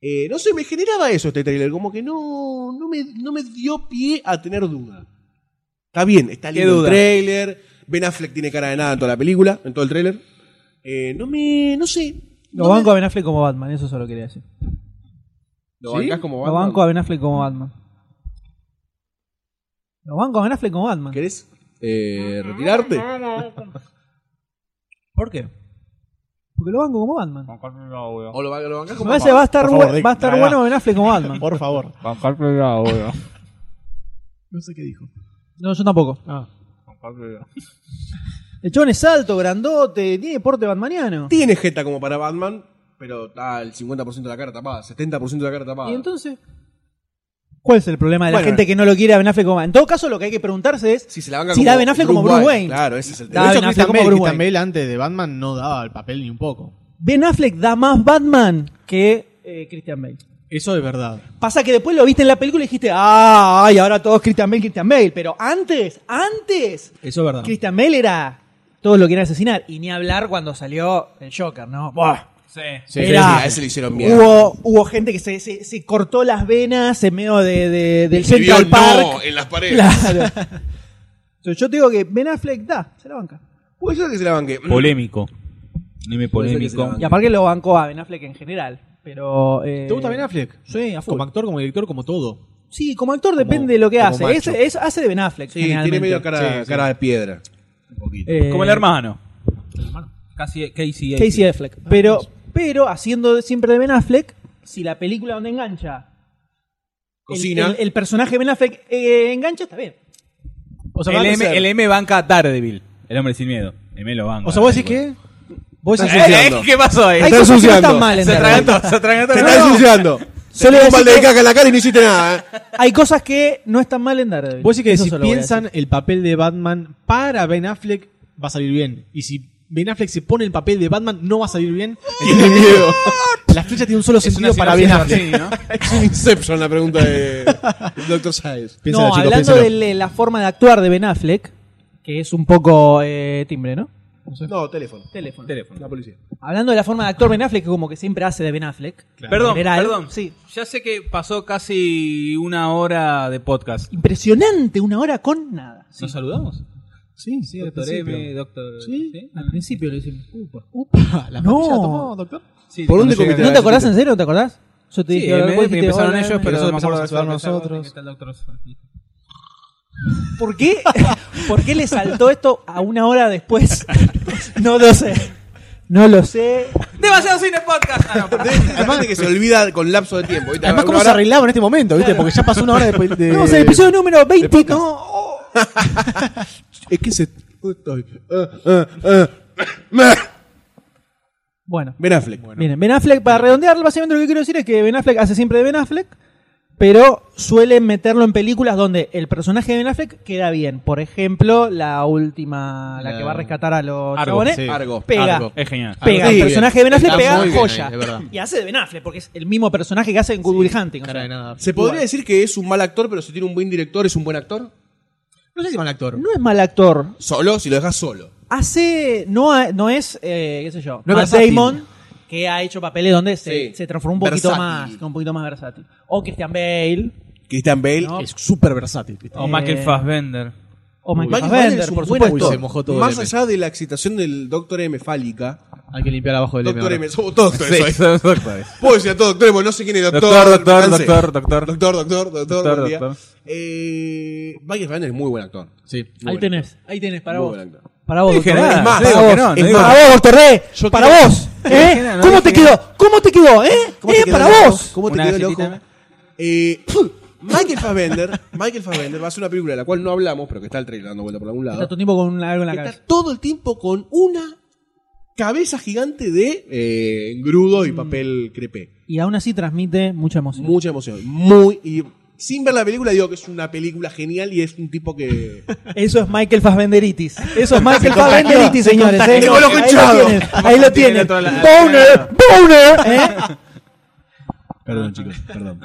H: Eh, no sé, me generaba eso este trailer. Como que no, no, me, no me dio pie a tener duda. Está bien, está
K: ¿Qué
H: lindo
K: duda?
H: el trailer. Ben Affleck tiene cara de nada en toda la película, en todo el trailer. Eh, no me. No sé.
F: Lo
H: No me-
F: banco a Ben Affleck como Batman, eso solo quería decir.
H: ¿Lo bancás como
F: Lo
H: Batman?
F: banco a Ben Affleck como Batman. Lo banco a Ben Affleck como Batman.
H: ¿Querés eh, retirarte?
F: ¿Por qué? Porque lo banco como Batman.
H: ¿O lo, ba- lo bancás
F: Me
H: como
F: parece que va a estar,
L: Por favor,
F: bu-
L: Rick,
F: va a estar
L: traga.
F: bueno Ben Affleck como Batman.
L: Por favor.
I: No sé qué dijo.
F: No, yo tampoco.
I: Ah.
F: El chabón es alto, grandote, tiene porte batmaniano.
H: Tiene jeta como para Batman, pero está el 50% de la cara tapada, 70% de la cara tapada.
F: ¿Y entonces? ¿Cuál es el problema de la
H: Bueno,
F: gente que no lo quiere a Ben Affleck como Batman? En todo caso, lo que hay que preguntarse es
H: Si se la banca
F: Si
H: como
F: da Ben Affleck como Bruce Wayne.
H: Claro, ese es el
F: Da
H: tema.
L: De hecho,
F: Ben Affleck
L: Christian
F: como
L: Bale,
F: Bruce
L: Christian
F: Wayne.
L: Bale antes de Batman no daba el papel ni un poco.
F: Ben Affleck da más Batman que eh, Christian Bale.
I: Eso es verdad.
F: Pasa que después lo viste en la película y dijiste, ah, ay, ahora todos Christian Bale, Christian Bale. Pero antes, antes,
I: Eso es verdad.
F: Christian Bale era todo lo que era asesinar. Y ni hablar cuando salió el Joker, ¿no? Buah.
H: Sí,
F: Era-
H: sí, a ese le hicieron mierda.
F: Hubo, hubo gente que se, se- se cortó las venas en medio de, de- del
H: Escribió
F: Central Park.
H: no en las paredes.
F: Claro. Entonces yo te digo que Ben Affleck da, se la banca.
H: Puede ser que se la banque. Mm.
K: Polémico. Dime
H: Puede ser que se la
K: polémico.
H: banque.
F: Y aparte lo bancó a Ben Affleck en general. Pero, eh,
I: ¿Te gusta Ben Affleck?
F: Sí, a full.
I: Como actor, como director, como todo.
F: Sí, como actor depende de lo que
I: como
F: hace.
I: macho.
F: Es, es- hace de Ben Affleck.
H: Sí, tiene
F: generalmente.
H: medio cara,
I: Sí, sí.
H: cara de piedra. Un poquito.
F: Eh,
K: Como el hermano. Casi Casey.
F: Casey Affleck.
I: Ah,
F: Pero, pero haciendo de- siempre de Ben Affleck, si la película donde engancha. el-
H: Cocina.
F: El, el personaje de Ben Affleck eh, engancha, está bien.
I: O sea,
K: El
I: van a
K: M,
I: ser-
K: el M banca a Daredevil. El hombre sin miedo. El M lo banca.
I: O sea, vos decís que.
F: Vos
K: Eh,
F: decís-
K: eh, ¿Qué pasó ahí?
F: Hay
H: Está
F: cosas que no
H: ensuciando.
F: están mal
K: *laughs*
F: en
K: Se
F: Daredevil.
K: atragantó, se atragantó.
H: Te
K: No,
H: estás
K: no.
H: ensuciendo. Te
F: Solo
H: tiró un
F: decir
H: balde de
F: que-
H: caca en la cara y no hiciste nada, ¿eh?
F: Hay cosas que no están mal en Daredevil.
I: Vos decís que
F: Eso
I: si
F: solo voy a
I: piensan
F: decir.
I: el papel de Batman para Ben Affleck va a salir bien. Y si Ben Affleck se pone el papel de Batman, no va a
L: *laughs*
I: salir bien. Tiene miedo. La flecha tiene un solo
H: Es
I: sentido
H: una
I: para Ben Affleck.
H: sinopsis, *laughs* Es un Inception la
F: *laughs*
H: pregunta de Dr. Science.
F: no, hablando de la- la forma de actuar de Ben Affleck, que es un poco eh, timbre, ¿no?
H: No, teléfono.
F: Teléfono.
H: La policía.
F: Hablando de la forma de actuar Ben Affleck, que como que siempre hace de Ben Affleck.
G: Perdón,
F: En general.
G: perdón. Ya sé que pasó casi una hora de podcast.
F: Impresionante, una hora con nada.
G: ¿Nos saludamos?
I: Sí,
G: sí, doctor
F: al
G: M,
F: principio.
G: doctor. Ah,
F: Sí, al principio le decimos, upa,
I: upa, la
F: no.
I: pastilla tomó, doctor.
G: Sí,
F: ¿Por dónde
G: cuando llegan
F: ¿No te
G: las
F: acordás en
G: visitas.
F: serio? ¿Te acordás? Yo te
G: Sí,
F: dije,
G: me-
F: vos
G: me
F: dijiste,
G: empezaron
F: hola,
G: ellos,
F: M.
G: pero
I: Nosotros
G: me acuerdo
I: empezamos a
G: que
I: saludar
G: fue el doctor,
I: nosotros.
G: que está el doctor.
F: ¿Por qué? ¿Por qué le saltó esto a una hora después? *laughs* No lo sé. No lo sé.
G: Demasiado cine podcast. Ah, no, perdón.
H: Además de que se olvida con lapso de tiempo. ¿viste?
L: Además,
H: Una
L: cómo se
H: hora-
L: arreglaba en este momento, ¿viste? Porque ya pasó una hora después
I: *laughs*
L: de.
F: Vamos al episodio número 20. No,
H: Es que se. Estoy- ah, ah, ah. Ah.
F: Bueno.
H: Ben Affleck.
F: Miren, Ben Affleck, para redondear, básicamente lo que quiero decir es que Ben Affleck hace siempre de Ben Affleck, pero suele meterlo en películas donde el personaje de Ben Affleck queda bien. Por ejemplo, la última, la que va a rescatar a los
G: Eh, Argo,
F: chabones,
G: sí. Argo,
F: pega.
G: Argo. Es genial.
F: Pega,
G: Argo. Sí,
F: el
G: bien.
F: personaje de Ben Affleck
G: Está muy
F: pega
G: bien
F: joya.
G: ahí, es verdad.
F: y hace de Ben Affleck, porque es el mismo personaje que hace en Good Will Hunting. o sea.
H: ¿Se podría decir que es un mal actor, pero si tiene un buen director, es un buen actor?
I: No sé si mal actor.
F: No es mal actor.
H: Solo, si lo dejas solo.
F: Hace. No, ha- no es, eh, qué sé yo,
H: No
F: Matt
H: es versátil.
F: Damon, que ha hecho papeles donde se,
H: Sí.
F: se transformó un poquito
H: Versátil.
F: más, un poquito más versátil. O Christian Bale.
H: Christian Bale es súper versátil.
G: O Michael Fassbender.
F: O Michael Fassbender,
H: Michael Fassbender,
F: por
H: por
F: supuesto.
H: supuesto.
F: Uy, se mojó todo
H: Más
F: el M.
H: allá de la excitación del Doctor M fálica.
I: Hay que limpiar abajo del M
H: Doctor
I: ahora.
H: M, somos todos doctores.
I: Sí,
H: hoy.
I: somos doctores.
H: Puedo decir a todos doctor M, no sé quién es doctor.
I: Doctor, doctor,
H: cansé.
I: doctor,
G: doctor.
H: Doctor, doctor, doctor,
G: Doctor,
H: buen día.
G: doctor.
H: Eh, Michael Fassbender es muy buen actor.
I: Sí.
F: Ahí tenés, ahí tenés, para
H: Muy
F: vos.
H: buen actor.
F: Para vos,
H: No dije
F: Oh, doctor
H: nada,
F: D.
H: Es más,
F: para
H: no digo
F: vos,
H: que no, no
F: es
H: digo
F: para
H: que
F: vos,
H: no.
F: doctor D.
H: Yo
F: para
H: quiero-
F: vos. ¿Eh?
H: yo dije nada, no
F: ¿Cómo
H: dije
F: te quedó? ¿Cómo te quedó? ¿Eh?
H: ¿Cómo
F: ¿Eh?
H: te quedó
F: Para
H: el ojo?
F: vos.
H: ¿Cómo te
G: Una
H: quedó el
G: galletita.
H: ojo? Eh, *coughs* Michael Fassbender, Michael Fassbender va a hacer una película de la cual no hablamos, pero que está el trailer dando vuelta por algún lado.
F: Está todo el tiempo con algo en la
H: Está
F: cabeza.
H: todo el tiempo con una cabeza gigante de eh, grudo y papel crepé.
F: Y aún así transmite mucha emoción.
H: Mucha emoción. Muy. Y sin ver la película, digo que es una película genial y es un tipo que.
F: Eso es Michael Fassbenderitis.
H: *laughs*
F: Eso es Michael
H: Se contagió,
F: Fassbenderitis,
H: se
F: señores.
H: contagió.
F: ¿eh?
H: Tengo el ojo
F: Ahí
H: hinchado.
F: lo tienen. Ahí lo tienen.
H: Toda la-
F: Boner, boner. ¿eh?
H: Perdón, chicos, perdón.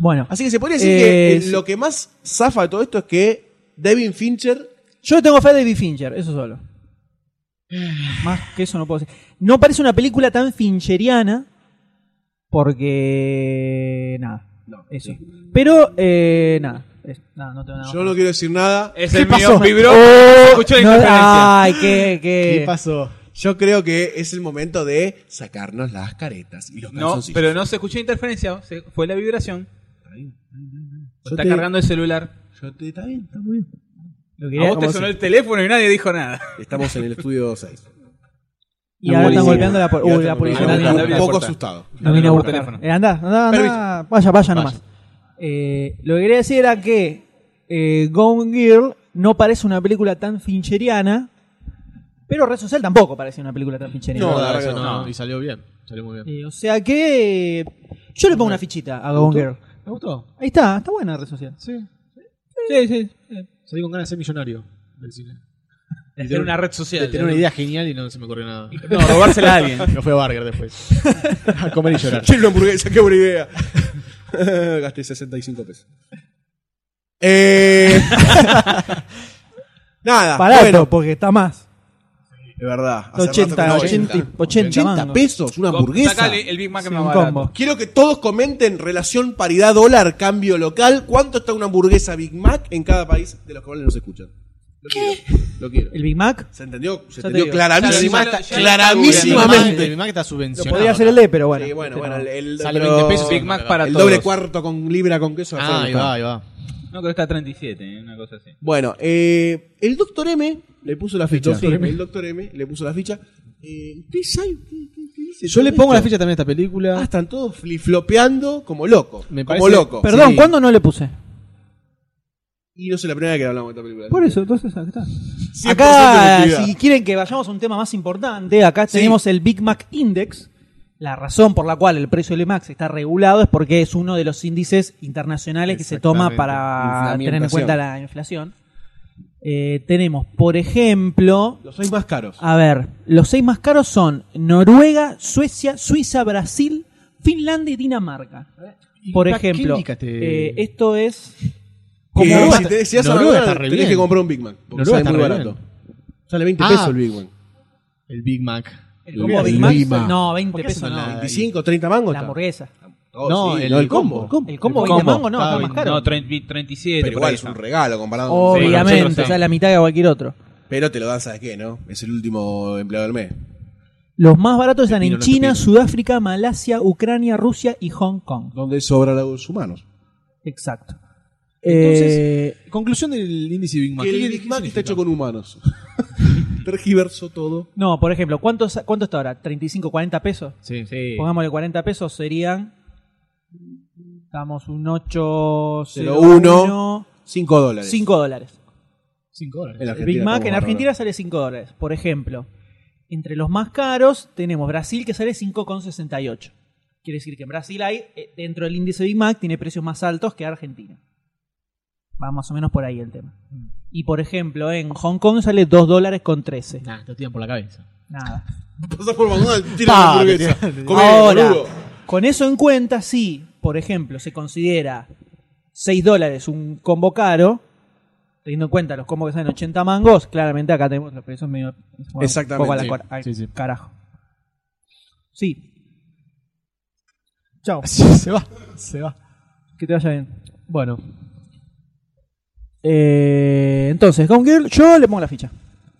F: Bueno.
H: Así que se podría decir
F: Eh,
H: que eh,
F: sí.
H: lo que más zafa de todo esto es que Devin Fincher.
F: Yo le tengo fe a David Fincher, eso solo. Más que eso no puedo decir. No parece una película tan fincheriana porque nada, eso. Pero eh, nada, es- nada, no tengo nada.
H: Yo no quiero decir nada.
G: Es
H: ¿Qué
G: el mío
H: pasó?
G: vibró.
F: Oh,
G: Escuchó la
F: no, ah.
G: interferencia.
F: ay, qué, qué.
H: pasó? Yo creo que es el momento de sacarnos las caretas y los
G: No,
H: calzoncillos.
G: pero no se escuchó interferencia. se- fue la vibración.
H: Yo
G: Está
H: te-
G: cargando el celular.
H: yo te- está bien, está muy bien.
F: Lo
G: A
F: quería-
G: vos te
H: ¿Cómo
G: sonó
H: se-
G: el teléfono y nadie dijo nada.
H: Estamos en el estudio 6.
F: y ahora están
H: Buenísimo.
F: golpeando la puerta.
H: Y ahora
F: Uy, la
H: están
F: policía.
H: golpeando
F: la
H: la
F: vino a
H: puerta. Un poco
F: buscar.
H: asustado.
F: La vino a
G: Por
F: buscar.
G: teléfono.
F: Eh, andá, andá, andá. Vaya, vaya nomás. Eh, lo que quería decir era que eh, Gone Girl no parece una película tan fincheriana, pero Red Social tampoco parece una película tan fincheriana.
I: No, la
H: verdad
I: verdad
H: que
I: no,
H: no.
I: Y salió bien. Salió muy bien.
F: Eh, o sea que eh, yo le pongo una fichita a Gone Girl.
I: ¿Me gustó?
F: Ahí está, está buena Red Social.
I: Sí.
F: Sí, sí.
I: Salí con ganas de ser millonario del cine.
G: De
I: Y
G: hacer
I: tener-
G: una red social.
I: de tener una
G: ¿no?
I: idea genial *laughs* y no se me ocurrió nada.
G: No, robársela a alguien.
I: No fue a Barger después. *laughs* A comer y
H: *laughs*
I: llorar.
H: Quiero una hamburguesa, qué buena idea. *laughs* Gasté 65 pesos. Eh... *laughs* Nada,
F: Barato,
H: bueno,
F: porque está más.
H: de verdad. hace
F: 80,
H: rato que no
F: 80, 80, 80,
H: 80
F: mangos.
H: pesos, una hamburguesa.
G: Sacale el Big Mac
F: Sí,
G: más
F: un
G: barato.
F: combo.
H: Quiero que todos comenten relación paridad dólar, cambio local. ¿Cuánto está una hamburguesa Big Mac en cada país de los cuales nos escuchan? Lo quiero. Lo quiero.
F: El Big Mac
H: ¿Se entendió?
F: Ya
H: Se
F: te
H: entendió
F: digo.
H: claravísima,
G: Ya lo- ya lo- ya lo-
H: claravísimamente.
I: Mi Mac está
F: lo
I: subvencionado.
F: podría hacer el D, pero bueno.
H: Sí,
I: este
H: bueno,
F: Pero-
H: bueno, el, el-
I: Sale
H: pero
I: 20 pesos.
G: Big Mac para
H: el
G: todos.
H: doble cuarto con libra con queso.
I: Ah, ahí
H: está.
I: va, ahí va.
G: No, creo que está a 37, ¿eh? una cosa así.
H: Bueno, eh, el doctor M le puso la ficha.
I: Doctor
H: Sí,
I: M.
H: El doctor M le puso la ficha. Eh, ¿Qué sabe? ¿Qué- qué- qué dice
I: Yo
H: todo
I: le pongo
H: esto?
I: la ficha también a esta película.
H: Ah, están todos fliflopeando como locos.
I: Me
H: como
I: parece-
H: locos.
F: Perdón,
I: Sí.
F: ¿cuándo no le puse?
H: Y no es la primera vez que hablamos de esta película.
F: Por eso, entonces acá está.
H: 100%
F: Acá,
H: efectividad.
F: si quieren que vayamos a un tema más importante, acá
H: Sí.
F: tenemos el Big Mac Index. La razón por la cual el precio del Big Mac está regulado es porque es uno de los índices internacionales que se toma
L: Exactamente.
F: para tener en
H: Inflamentación.
F: cuenta la inflación. Eh, tenemos, por ejemplo,
H: Los seis más caros.
I: Ah,
F: a ver, los seis más caros son Noruega, Suecia, Suiza, Brasil, Finlandia y Dinamarca. Por
I: ¿Y para qué
F: ejemplo,
I: indica este-
F: eh, esto es
H: Como
F: como
H: si te decías a
I: Noruega
H: Noruega,
I: está re
H: tenés
I: bien.
H: que comprar un Big Mac. Porque
I: Noruega
H: sale muy
I: está re
H: barato. Sale 20
I: Ah.
H: pesos el Big Mac.
I: El Big Mac.
H: El combo Big Mac.
F: No, 20
I: ¿Por qué
F: pesos
I: son
F: no.
I: nada?
H: 25, 30 mangos.
F: La
H: está.
F: hamburguesa.
H: Oh,
I: No,
H: sí,
I: el-
H: no,
I: el combo.
F: El combo
G: El
F: 20
G: combo.
F: mango no, está más caro.
G: No, 30 37.
H: Pero
G: por
H: igual
G: ahí
H: es un
G: está.
H: regalo comparado.
F: Obviamente, o sea, la mitad que cualquier otro.
H: Pero te lo dan, ¿sabes qué, no? Es el último empleado del mes.
F: Los más baratos están
H: Pepino,
F: en
H: no
F: China,
H: pepino.
F: Sudáfrica, Malasia, Ucrania, Rusia y Hong Kong.
H: Donde sobran los humanos.
F: Exacto.
I: Entonces,
F: Eh,
I: conclusión del índice Big Mac.
H: Que
I: ¿Qué-
H: el
I: qué
H: Big Mac
I: significa?
H: está hecho con humanos. *laughs* Tergiversó todo.
F: no, por ejemplo, ¿cuánto, sa- cuánto está ahora? ¿35, 40 pesos?
I: Sí,
F: Pongámosle 40 pesos, serían. Estamos un 8,
H: 0,
F: 1,
H: 5 dólares.
F: 5 dólares.
I: Cinco dólares.
F: El Big Mac en Argentina sale 5 dólares. Por ejemplo, entre los más caros tenemos Brasil que sale 5,68. Quiere decir que en Brasil hay, eh, dentro del índice Big Mac, tiene precios más altos que Argentina. Va más o menos por ahí el tema.
I: Mm.
F: Y por ejemplo, en Hong Kong sale 2 dólares con 13.
I: Nah, te tiran por la cabeza.
F: Nada.
H: Pasás por McDonald's, tiras
I: Pa,
H: la hamburguesa.
I: te tiran-
H: Comé,
F: Ahora,
H: boludo.
F: con eso en cuenta, si, por ejemplo, se considera 6 dólares un combo caro, teniendo en cuenta los combos que salen 80 mangos, claramente acá tenemos los precios medio. bueno,
H: Exactamente,
F: un poco a la
H: sí.
F: cor- al Carajo. Sí. Chao.
I: se va, se va.
F: Que te vaya bien.
I: Bueno,
F: Eh, entonces, Gone Girl, yo le pongo la ficha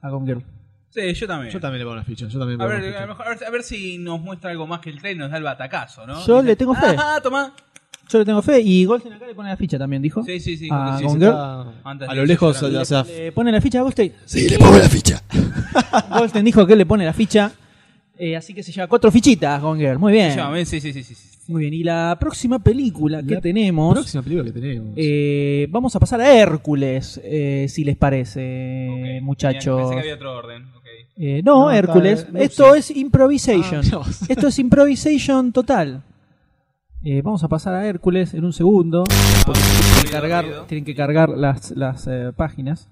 F: a Gone Girl.
G: Sí, yo también.
I: yo también le pongo la ficha. Yo también le
G: A
I: pongo la
G: ver, a,
I: ficha.
G: lo mejor- a ver- a ver si nos muestra algo más que el tren, nos da el batacazo, ¿no?
F: Yo
G: Dice,
F: le tengo fe.
G: Ah, tomá.
F: Yo le tengo fe y Goldstein acá le pone la ficha también, dijo.
G: Sí, sí, sí.
F: A
G: creo que sí,
F: Gone
G: se
F: Girl.
G: está- antes
I: A
G: de
I: lo
G: que
I: lejos,
G: se-
I: o sea,
F: ¿Le pone la ficha a Goldstein?
L: Sí, le pongo la ficha.
F: Goldstein dijo que le pone la ficha. eh, así que se lleva cuatro fichitas, Gone Girl. Muy bien.
G: Ya, ven, Sí, sí, sí, sí. sí.
F: Muy bien. Y la próxima película que
I: La
F: tenemos.
I: próxima película que tenemos.
F: eh, vamos a pasar a Hércules, eh, si les parece,
G: Ok.
F: muchachos.
G: Pensé que había otro orden. ok.
F: Eh, no,
I: No,
F: Hércules.
I: está- no,
F: Esto
I: sí.
F: es improvisation.
I: Ah, Dios.
F: Esto es improvisation total. Eh, vamos a pasar a Hércules en un segundo. porque tienen, que cargar, tienen que cargar las, las, eh, páginas.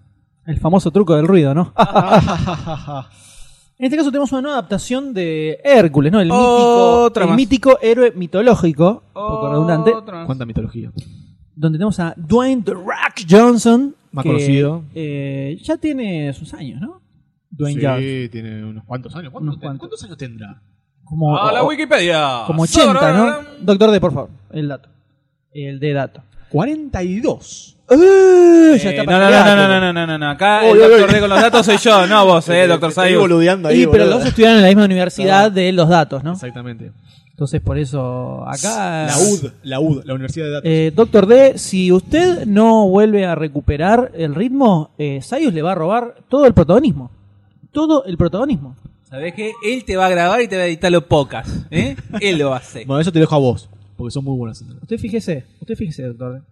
F: El famoso truco del ruido,
G: *laughs*
F: ¿no? En este caso tenemos una nueva adaptación de Hércules, ¿no? El, mítico,
G: Otra
F: el
G: más.
F: mítico héroe mitológico, un poco redundante,
G: Otro más.
I: Cuánta mitología.
F: donde tenemos a Dwayne The Rock Johnson.
I: Más
F: que,
I: conocido.
F: eh, ya tiene sus años, ¿no? Dwayne
I: sí,
F: Johnson.
I: tiene unos cuantos años. ¿Cuántos,
F: Unos
I: ten-
F: cuantos.
I: cuántos años tendrá?
F: Como,
G: A Ah, la
F: o-
G: Wikipedia.
F: como 80, ¿no? Doctor D, por favor, el dato. El de dato.
I: 42.
F: ¡Eh! Ya
G: Eh,
F: está
G: no,
F: para
G: no, no,
F: crear,
G: no,
F: pero-
G: no, no, no, no, no. Acá
L: Uy,
G: el
L: uy,
G: doctor
L: uy.
G: D con los datos soy yo, no vos, eh, doctor
L: Estoy
G: Sayus.
L: boludeando ahí.
F: Y, pero
L: boludo.
F: los dos estudiaron en la misma universidad de los datos, ¿no?
I: Exactamente.
F: Entonces, por eso, acá...
I: La UD, la UD, la Universidad de Datos.
F: Eh, Doctor D, si usted no vuelve a recuperar el ritmo, eh, Sayus le va a robar todo el protagonismo. Todo el protagonismo.
G: ¿Sabés qué? Él te va a grabar y te va a editar los pocas, ¿eh? Él lo hace.
I: Bueno, eso te dejo a vos, porque son muy buenas.
F: Usted fíjese, usted fíjese, doctor D.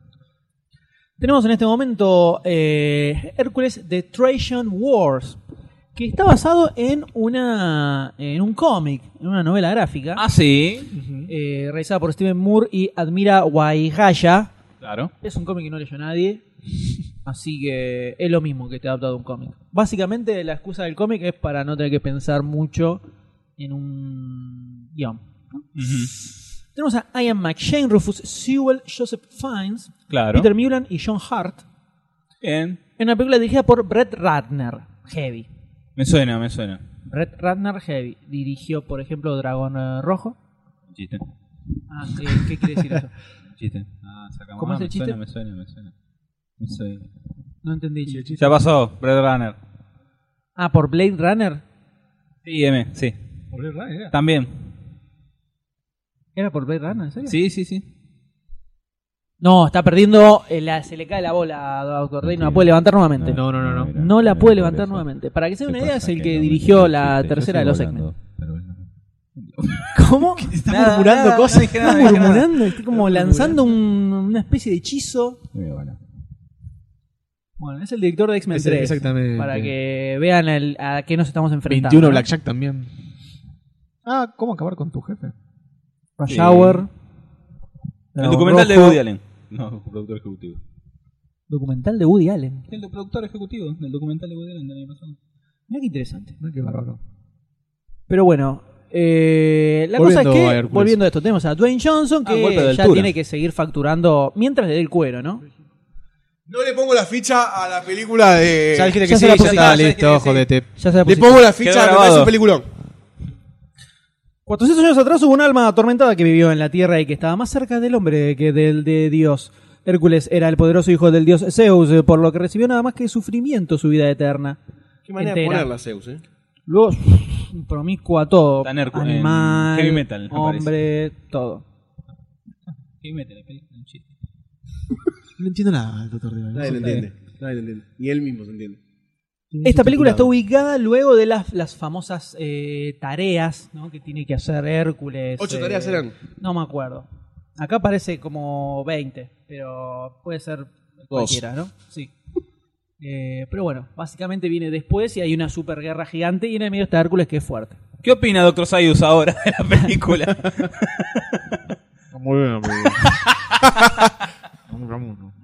F: Tenemos en este momento eh, Hércules The Trajan Wars, que está basado en una en un cómic, en una novela gráfica,
G: Ah, sí.
F: eh, realizada por Steven Moore y Admira Waihaya.
G: Claro.
F: Es un cómic que no leyó nadie. Así que es lo mismo que te ha adaptado un cómic. Básicamente la excusa del cómic es para no tener que pensar mucho en un guión. ¿no? Tenemos a Ian McShane, Rufus Sewell, Joseph Fiennes,
G: Claro.
F: Peter Mulan y John Hart.
G: Bien.
F: En una película dirigida por Brett Ratner, Heavy.
G: Me suena, me suena.
F: Brett Ratner, Heavy. Dirigió, por ejemplo, Dragón eh, Rojo.
G: Chiste.
F: Ah, eh, ¿qué quiere decir
G: *laughs*
F: eso?
G: Chiste. Ah, sacamos.
F: ¿Cómo
G: Ah,
F: es
G: me
F: el chiste?
G: suena, me suena, me suena. Me suena.
F: No entendí. chico.
G: Ya pasó, Brad Runner.
F: Ah, por Blade Runner.
G: Sí, M, sí. También.
F: ¿Era por Blade Runner? ¿En serio?
G: Sí, sí, sí.
F: No, está perdiendo. eh, la- se le cae la bola a Doctor Rey. No la puede levantar nuevamente.
I: No, no, no, no.
F: No la puede levantar nuevamente. Para que sea una idea, es el que dirigió la tercera de los X-Men. ¿Cómo? Está
I: murmurando cosas.
F: Está murmurando. Está como lanzando un- una especie de hechizo. Bueno, es el director de X-Men
I: Es el-
F: 3.
I: exactamente.
F: Para que vean el- a qué nos estamos enfrentando.
I: 21
F: ¿no?
I: Blackjack también. Ah, ¿cómo acabar con tu jefe?
F: Rush Hour.
G: El documental de Woody Allen. No, productor ejecutivo.
F: Documental de Woody Allen.
K: El productor ejecutivo del documental de Woody Allen del año pasado.
F: Mira qué interesante, mira qué bárbaro. Pero bueno, eh, la
I: Volviendo
F: cosa es
I: a
F: que,
I: Hércules.
F: volviendo a esto, tenemos a Dwayne Johnson
I: Ah, golpe
F: que
I: de
F: ya
I: altura.
F: tiene que seguir facturando mientras le dé el cuero, ¿no?
H: No le pongo la ficha a la película de.
I: Ya dijiste que sí, ya está listo, jodete.
F: Ya se la
H: Le
F: pusiste.
H: pongo la ficha a es un peliculón.
F: 400 años atrás hubo un alma atormentada que vivió en la tierra y que estaba más cerca del hombre que del de Dios. Hércules era el poderoso hijo del dios Zeus, eh, por lo que recibió nada más que sufrimiento su vida eterna.
H: Qué manera de
F: Entera.
H: ponerla, Zeus, eh.
F: Luego, *laughs* promiscuo a todo.
K: Tan Hércu-
F: Animal,
K: en heavy metal,
F: hombre, todo.
K: Y mete la película, un chiste.
I: No entiendo nada al doctor de Val.
H: Nadie lo entiende. eh. Nadie lo entiende. Ni él mismo se entiende.
F: Esta película está ubicada luego de las, las famosas eh, tareas ¿no? que tiene que hacer Hércules.
H: Ocho
F: eh,
H: tareas eran.
F: No me acuerdo. Acá parece como 20, pero puede ser cualquiera, ¿no? Sí. *laughs* Eh, pero bueno, básicamente viene después y hay una superguerra gigante y en el medio está Hércules que es fuerte.
K: ¿Qué opina Doctor Sayus ahora de la película?
E: Muy bien, amigo. Vamos, vamos.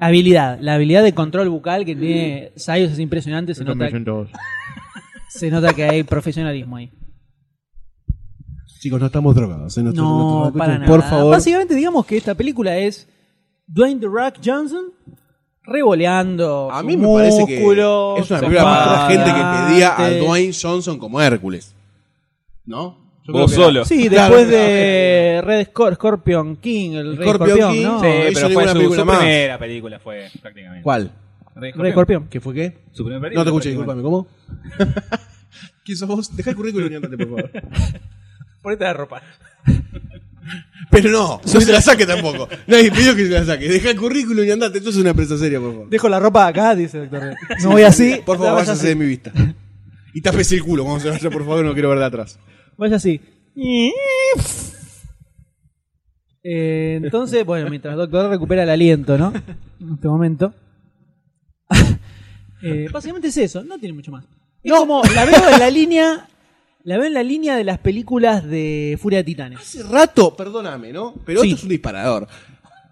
F: Habilidad, la habilidad de control bucal que tiene Sayus es impresionante, se
E: Yo también
F: nota,
E: siento vos.
F: se nota que hay profesionalismo ahí.
H: Chicos, no estamos drogados. eh, estoy-
F: No,
H: estoy-
F: para nada.
H: Por favor.
F: Básicamente digamos que esta película es Dwayne The Rock Johnson revoleando
H: A mí
F: su
H: me parece que
F: músculo,
H: es una
F: su
H: película para la gente que pedía a
F: aguante.
H: Dwayne Johnson como Hércules. ¿No? Yo
K: Vos
H: creo que
K: solo.
H: era-
F: Sí,
H: Claro,
F: después
H: claro.
F: de Red Scor- Scorpion King, el Rey
H: Scorpion
F: Scorpión,
H: King,
F: ¿no?
H: sí,
K: Eh,
H: hizo
K: pero fue
H: ninguna
K: su,
H: película
K: su
H: más.
K: primera película, fue prácticamente.
H: ¿Cuál?
K: Rey
F: Rey Scorpion.
H: ¿Qué fue qué?
K: Su primera película.
H: No te escuché,
K: prácticamente.
H: discúlpame, ¿cómo? *laughs* ¿Quién sos vos? Deja el currículum y andate, por *laughs* favor.
K: Ponete la ropa.
H: Pero no, no se la saque tampoco. Nadie pidió que se la saque. Deja el currículum y andate. Esto es una empresa seria, por favor.
F: Dejo la ropa acá, dice el
H: *laughs*
F: doctor. No voy así.
H: Por favor,
F: vaya
H: váyase de mi vista. Y tapese el culo cuando se vaya, por favor, no quiero verla atrás.
F: Vaya así. Eh, entonces, bueno, mientras Doctor recupera el aliento, ¿no? En este momento. *laughs* Eh, básicamente es eso, no tiene mucho más. Es como, la veo en la línea. La veo en la línea de las películas de Furia de Titanes.
H: Hace rato, perdóname, ¿no? Pero
F: Sí.
H: esto es un disparador.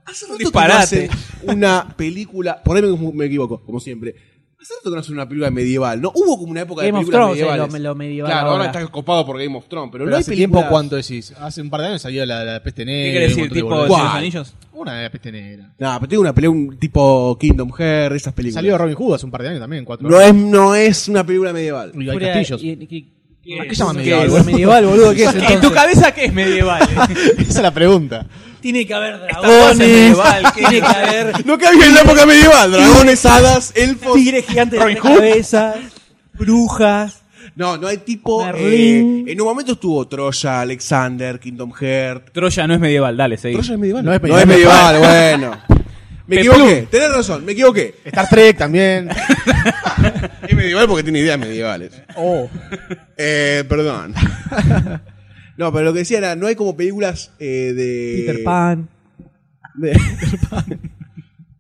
H: Hace rato
K: disparate.
H: que no hacen una película. Por ahí me, me equivoco, como siempre. Hace rato que no hacen una película medieval, ¿no? Hubo como una época
F: Game
H: de
F: of
H: películas
F: Thrones es
H: medievales.
F: lo- lo medieval
H: Claro,
F: ahora.
H: ahora está copado por Game of Thrones, pero,
I: Pero
H: no hay
I: hace tiempo,
H: películas.
I: ¿cuánto decís? Hace un par de años salió la, la Peste Negra.
K: ¿Qué
H: Eh,
K: quiere
I: un
K: decir?
I: montón de
K: ¿Tipo
I: boludeces.
K: Señor de los Anillos?
I: Una de la Peste Negra.
H: Nah, pero tiene una pelea un tipo Kingdom Hearts, esas películas.
I: Salió Robin Hood hace un par de años también, cuatro
H: No
I: años.
H: es, no es una película medieval.
I: Y hay
F: Furia-
I: castillos.
F: y- y-
K: ¿Qué
I: ¿A qué llaman
K: es?
I: medieval,
K: es?
I: boludo?
F: medieval, boludo, ¿qué es
K: ¿En tu
F: entonces?
K: cabeza qué es
H: *laughs*
K: medieval?
I: *laughs* Esa es la pregunta.
K: Tiene que haber dragones. Medieval, tiene que haber
H: No cabía en la época medieval. Dragones, hadas, elfos.
F: Tigres gigantes de cabeza, brujas.
H: No, no hay tipo.
F: Merlín.
H: eh, en un momento estuvo Troya, Alexander, Kingdom Hearts.
K: Troya no es medieval, dale, seguí.
H: Troya es medieval.
I: No es
H: No es medieval,
I: *laughs*
H: bueno. Me
K: Peplum.
H: equivoqué, tenés razón, me equivoqué.
I: Star Trek también.
H: Es medieval porque tiene ideas medievales.
I: Oh.
H: *laughs* Eh,
I: *laughs*
H: perdón. No, pero lo que decía era, no hay como películas eh, de...
F: Peter Pan.
H: de-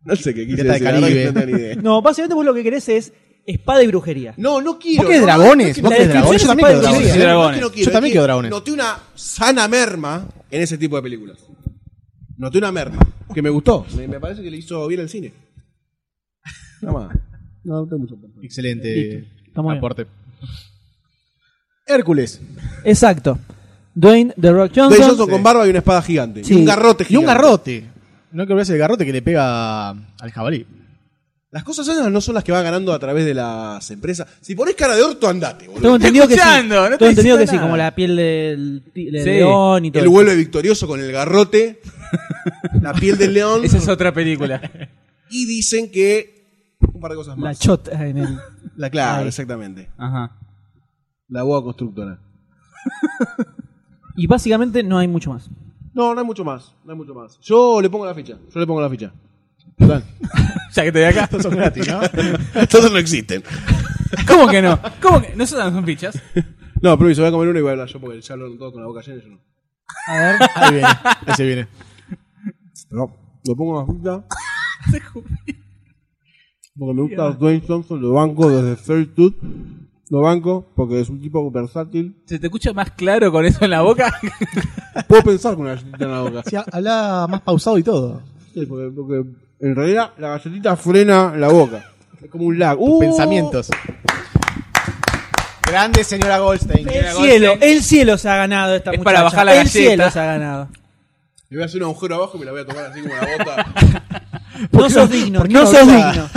H: No sé qué quise
I: Pirata
H: decir,
I: del
H: la verdad que
I: Caribe.
H: no tengo ni idea.
F: No, básicamente vos lo que querés es espada y brujería.
H: No, no quiero.
I: ¿Vos querés
H: no,
I: dragones?
F: La
I: ¿Vos querés
F: descripción es
I: dragones?
F: para
I: Yo también quiero dragones.
K: decir-
H: No,
K: dragones.
H: no
I: Yo también
H: es
I: quiero
H: que
I: dragones.
H: Noté una sana merma en ese tipo de películas. Noté una merma que me gustó. Me, me parece que le hizo bien al cine. Nada más. No, no tengo mucho por favor.
I: Excelente
F: Está muy bien.
I: aporte. Hércules.
F: Exacto. Dwayne The Rock Johnson.
H: Dwayne Johnson con barba y una espada gigante.
F: Sí.
H: Y un garrote
I: Y
H: gigante.
I: un garrote. No que olvides el garrote que le pega al jabalí.
H: Las cosas esas no son las que va ganando a través de las empresas. Si pones cara de orto, andate, boludo.
F: Tengo entendido que sí.
K: escuchando, no estoy
F: Tengo entendido que
K: diciendo nada.
F: sí, como la piel del, ti- del
K: Sí.
F: león y todo.
H: Él
F: eso.
H: vuelve victorioso con el garrote, la piel del león,
K: Esa es otra película.
H: y dicen que un par de cosas
F: La
H: más.
F: chota en el.
H: La claro,
F: Ahí.
H: exactamente.
K: Ajá.
H: La boa constructora.
F: Y básicamente no hay mucho más.
H: No, no hay mucho más, no hay mucho más. Yo le pongo la ficha, yo le pongo la ficha.
K: Ya que te ve acá.
I: Son gratis, ¿no?
H: Todos no existen.
K: ¿Cómo que no? ¿Cómo que no son son fichas?
H: No, pero se voy a comer uno y voy a hablar yo porque ya hablaron todos con la boca llena y yo no.
F: A ver.
H: *laughs*
I: Ahí viene. Ese viene.
H: No, lo pongo en la
F: *laughs*
H: ficha. Porque me gusta Dwayne Johnson, lo banco desde Fairtooth. Lo banco porque es un tipo versátil.
K: ¿Se te escucha más claro con eso en la *laughs* boca?
H: Puedo pensar con una galletita en la boca.
I: Sí, habla más pausado y todo.
H: Sí, porque, porque En realidad, la galletita frena la boca. Es como un lag. ¡Uh!
I: Pensamientos. Grande señora Goldstein.
F: El cielo, el cielo se ha ganado esta
I: Es
F: muchacha.
I: para bajar la
F: el
I: galleta.
F: cielo se ha
K: *laughs*
F: ganado.
H: Le voy a hacer un agujero abajo y me la voy a tomar así como la
I: *laughs*
H: bota.
F: No sos digno, no sos digno.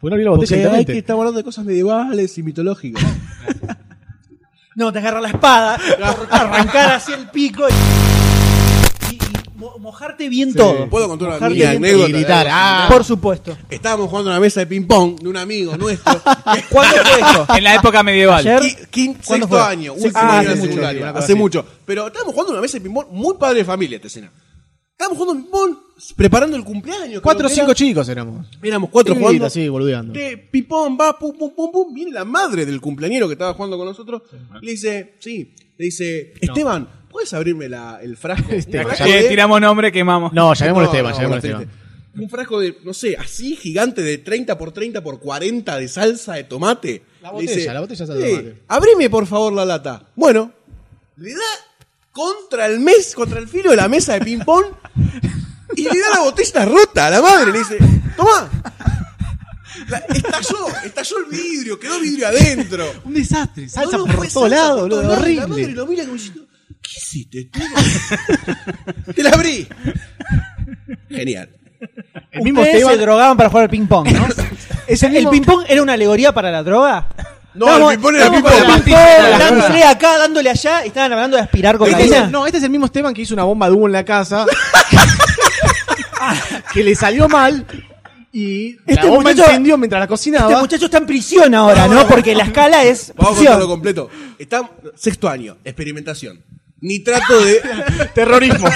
I: Pues no abrí la
H: Porque Eh,
I: botella
H: hay
I: directamente.
H: que estar hablando de cosas medievales y mitológicas.
F: No, te agarra
K: *laughs*
F: la espada, por- arrancar así el pico y, y- y mo- mojarte bien todo.
H: Puedo contar una
F: Mojarte Ah.
H: mini
F: bien
H: anécdota.
F: todo.
H: ¿eh?
I: Ah.
K: Ah.
F: Por supuesto.
H: Estábamos jugando en una mesa de ping-pong de un
F: *laughs*
H: amigo nuestro.
F: ¿Cuándo fue esto?
K: En la época medieval.
H: Qui- quin-
F: ¿Cuándo
H: sexto
F: fue?
H: año.
F: Sexto
H: Último
F: año,
H: año
F: hace
H: de
F: mucho,
H: secundaria,
F: una cosa
H: Hace
F: así.
H: mucho. Pero estábamos jugando en una mesa de ping-pong muy padre de familia esta escena. Estábamos jugando ping-pong preparando el cumpleaños.
I: Cuatro
H: creo
I: o
H: que
I: cinco
H: era.
I: chicos éramos.
H: Éramos cuatro
I: Sí,
H: jugando.
I: así, boludeando.
H: De pipón, va, pum, pum, pum, pum. Viene la madre del cumpleañero que estaba jugando con nosotros. y Le dice, sí, le dice, Esteban, ¿puedes abrirme la-
F: *laughs*
H: el frasco?
F: Este,
I: Esteban,
H: Un
I: ya-
H: frasco
I: Eh,
H: de-
K: Tiramos nombre, quemamos.
I: No, llamémoslo
H: No,
I: Esteban,
H: no,
I: llamémoslo
H: no,
I: Esteban.
H: Un frasco de, no sé, así gigante de 30 por 30 por 40 de salsa de tomate.
I: La
H: Le
I: botella,
H: dice,
I: la botella de salsa
H: "Sí,
I: de tomate".
H: Abrime por favor la lata. Bueno, le da contra el mes, contra el filo de la mesa de ping pong y le da la botella rota a la madre. Le dice, toma. estalló, estalló el vidrio, quedó vidrio adentro.
I: Un desastre.
H: No,
I: Salsa
H: no,
I: por
H: fue
I: todos
H: salsa
I: lados,
H: por
I: boludo.
H: todos lados. La madre
I: Horrible.
H: lo mira como diciendo, ¿qué hiciste? tío?". *laughs* Te la abrí. Genial.
I: El mismo
F: Ustedes
I: Esteban-
F: se drogaban para jugar al ping-pong, ¿no? ¿Es el
I: mismo-
F: ping-pong era una alegoría para la droga?
H: No,
F: Estábamos-
H: el ping-pong era
F: estábamos
H: ping-pong.
F: con el
H: La pastilla,
F: ping-pong,
H: la
F: Dándole acá, dándole allá. y Estaban hablando de aspirar con
I: Este es
F: la
I: el- no, este es el mismo Esteban que hizo una bomba de humo en la casa. *laughs* que le salió mal. Y la
F: Este
I: bomba
F: muchacho-
I: encendió mientras la cocinaba.
F: Este muchacho está en prisión ahora, ¿no? Porque la escala es
H: Vamos a contarlo
F: prisión.
H: completo. Está sexto año, experimentación. Nitrato de.
I: *laughs* Terrorismo.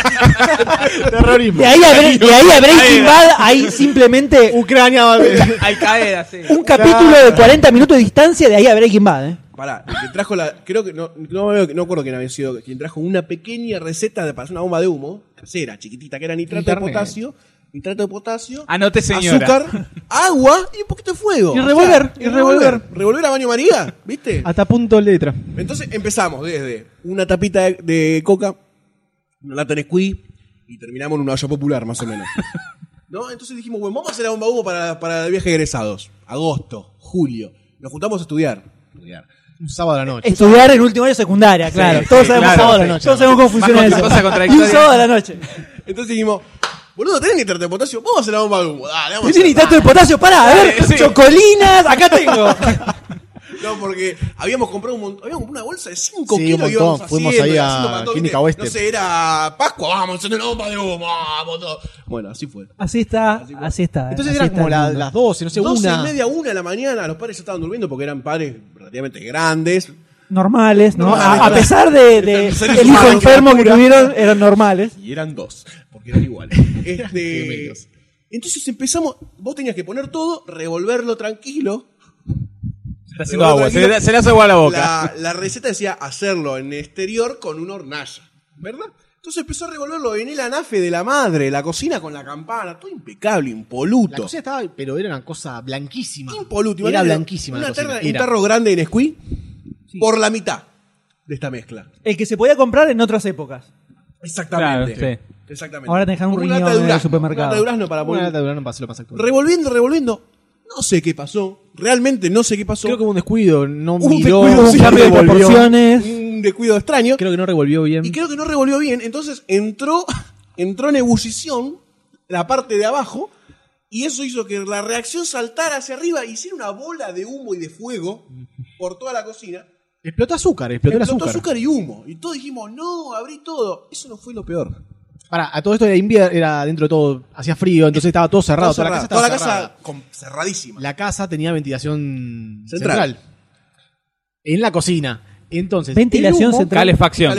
I: Terrorismo.
F: De ahí a, Bre- de ahí a Breaking Bad hay simplemente
I: Ucrania. va a ver.
K: Al caer así.
F: un capítulo de 40 minutos de distancia de ahí a Breaking Bad, ¿eh?
H: Pará, el que trajo la. Creo que. No, no, me veo- no acuerdo quién había sido. Quien trajo una pequeña receta de para hacer una bomba de humo, casera, chiquitita, que era nitrato de
I: Internet.
H: potasio. Nitrato de potasio.
K: Anote, señora.
H: Azúcar, agua y un poquito de fuego.
F: Y
H: O sea,
F: revolver, y
H: revolver.
F: revolver.
H: Revolver a baño María, ¿viste?
I: Hasta punto letra.
H: Entonces empezamos desde una tapita de, de coca, una lata de Nesquik y terminamos en una olla popular, más o
I: *laughs*
H: menos. ¿No? Entonces dijimos, bueno, vamos a hacer la bomba humo para, para el viaje de egresados. Agosto, julio. Nos juntamos a estudiar. Estudiar.
I: Un sábado a la noche.
F: Estudiar el último año de secundaria, claro.
I: sí,
F: Todos sabemos
I: claro,
F: sábado a la
I: sí.
F: noche. Todos sabemos cómo funciona
K: con-
F: eso.
K: cosa
F: Y un
K: contradictoria.
F: sábado a la noche.
H: Entonces dijimos, boludo, tenés nitrato de potasio, vamos a hacer la bomba de humo. Dale, vamos a
F: Tiene
H: hacer.
F: nitrato de potasio, pará, a ver,
K: sí.
F: chocolinas, acá tengo.
H: No, porque habíamos comprado un montón, habíamos comprado una bolsa de 5
I: Sí, un
H: kilos y íbamos
I: montón. Fuimos
H: haciendo,
I: ahí
H: y
I: a
H: haciendo para todo,
I: Clínica
H: ¿viste?
I: Oeste.
H: No sé, era Pascua, vamos, a hacer una bomba de humo, vamos todo. Bueno, así fue.
F: Así está, así está. eh,
I: Entonces
F: así
I: eran
F: está
I: como
F: el
I: la-
F: mundo.
I: las 12, no sé,
H: 12
I: una.
H: y media, una de la mañana, los padres ya estaban durmiendo porque eran padres relativamente grandes.
F: normales, ¿no?
H: Normales,
F: a, a
H: claro.
F: pesar de, de
H: Seres
F: el hijo
H: humanos,
F: enfermo que tuvieron, eran normales.
H: Y eran dos, porque
K: *laughs*
H: eran iguales. este,
I: Gemelos.
H: entonces empezamos, vos tenías que poner todo, revolverlo tranquilo.
K: Está haciendo agua. Se, le- se le hace agua a la boca.
H: La, la receta decía hacerlo en exterior con una hornalla, ¿verdad? Entonces empezó a revolverlo en el anafe de la madre, la cocina con la campana, todo impecable,
I: La
H: impoluto.
I: cocina estaba, pero era una cosa blanquísima.
H: Impoluto.
I: Era
H: Imagínate,
I: blanquísima la
H: Una
I: cocina.
H: terna- un
I: Era.
H: tarro grande de Nesquí por la mitad de esta mezcla.
F: El que se podía comprar en otras épocas.
H: Exactamente.
K: Claro,
H: Exactamente.
F: Ahora te dejan un
H: Como
F: riñón
H: lata de
F: en el
H: durazno,
F: supermercado.
H: lata de durazno para
I: Una
H: poner.
I: lata de Durán pasó lo más actual.
H: Revolviendo, revolviendo. No sé qué pasó. Realmente no sé qué pasó.
I: Creo que hubo un descuido. No
H: Un
I: miró.
H: descuido,
I: no
H: sí,
F: Un cambio de
I: revolvió.
F: proporciones.
H: un descuido extraño.
I: Creo que no revolvió bien.
H: Y creo que no revolvió bien. Entonces entró, *laughs* entró en ebullición la parte de abajo. Y eso hizo que la reacción saltara hacia arriba y hiciera una bola de humo y de fuego por toda la cocina.
I: Explotó azúcar, explotó, el
H: Explotó
I: azúcar.
H: azúcar y humo. Y todos dijimos, no, abrí todo. Eso no fue lo peor.
I: Pará, a todo esto era invierno, era dentro de todo, hacía frío, entonces estaba todo cerrado.
H: Todo
I: toda la casa
H: cerrado.
I: estaba
H: Toda la casa
I: cerrada.
H: con- cerradísima.
I: La casa tenía ventilación
H: Central.
I: central. En la cocina. Entonces,
F: Ventilación
I: el humo-
F: central.
K: Calefacción,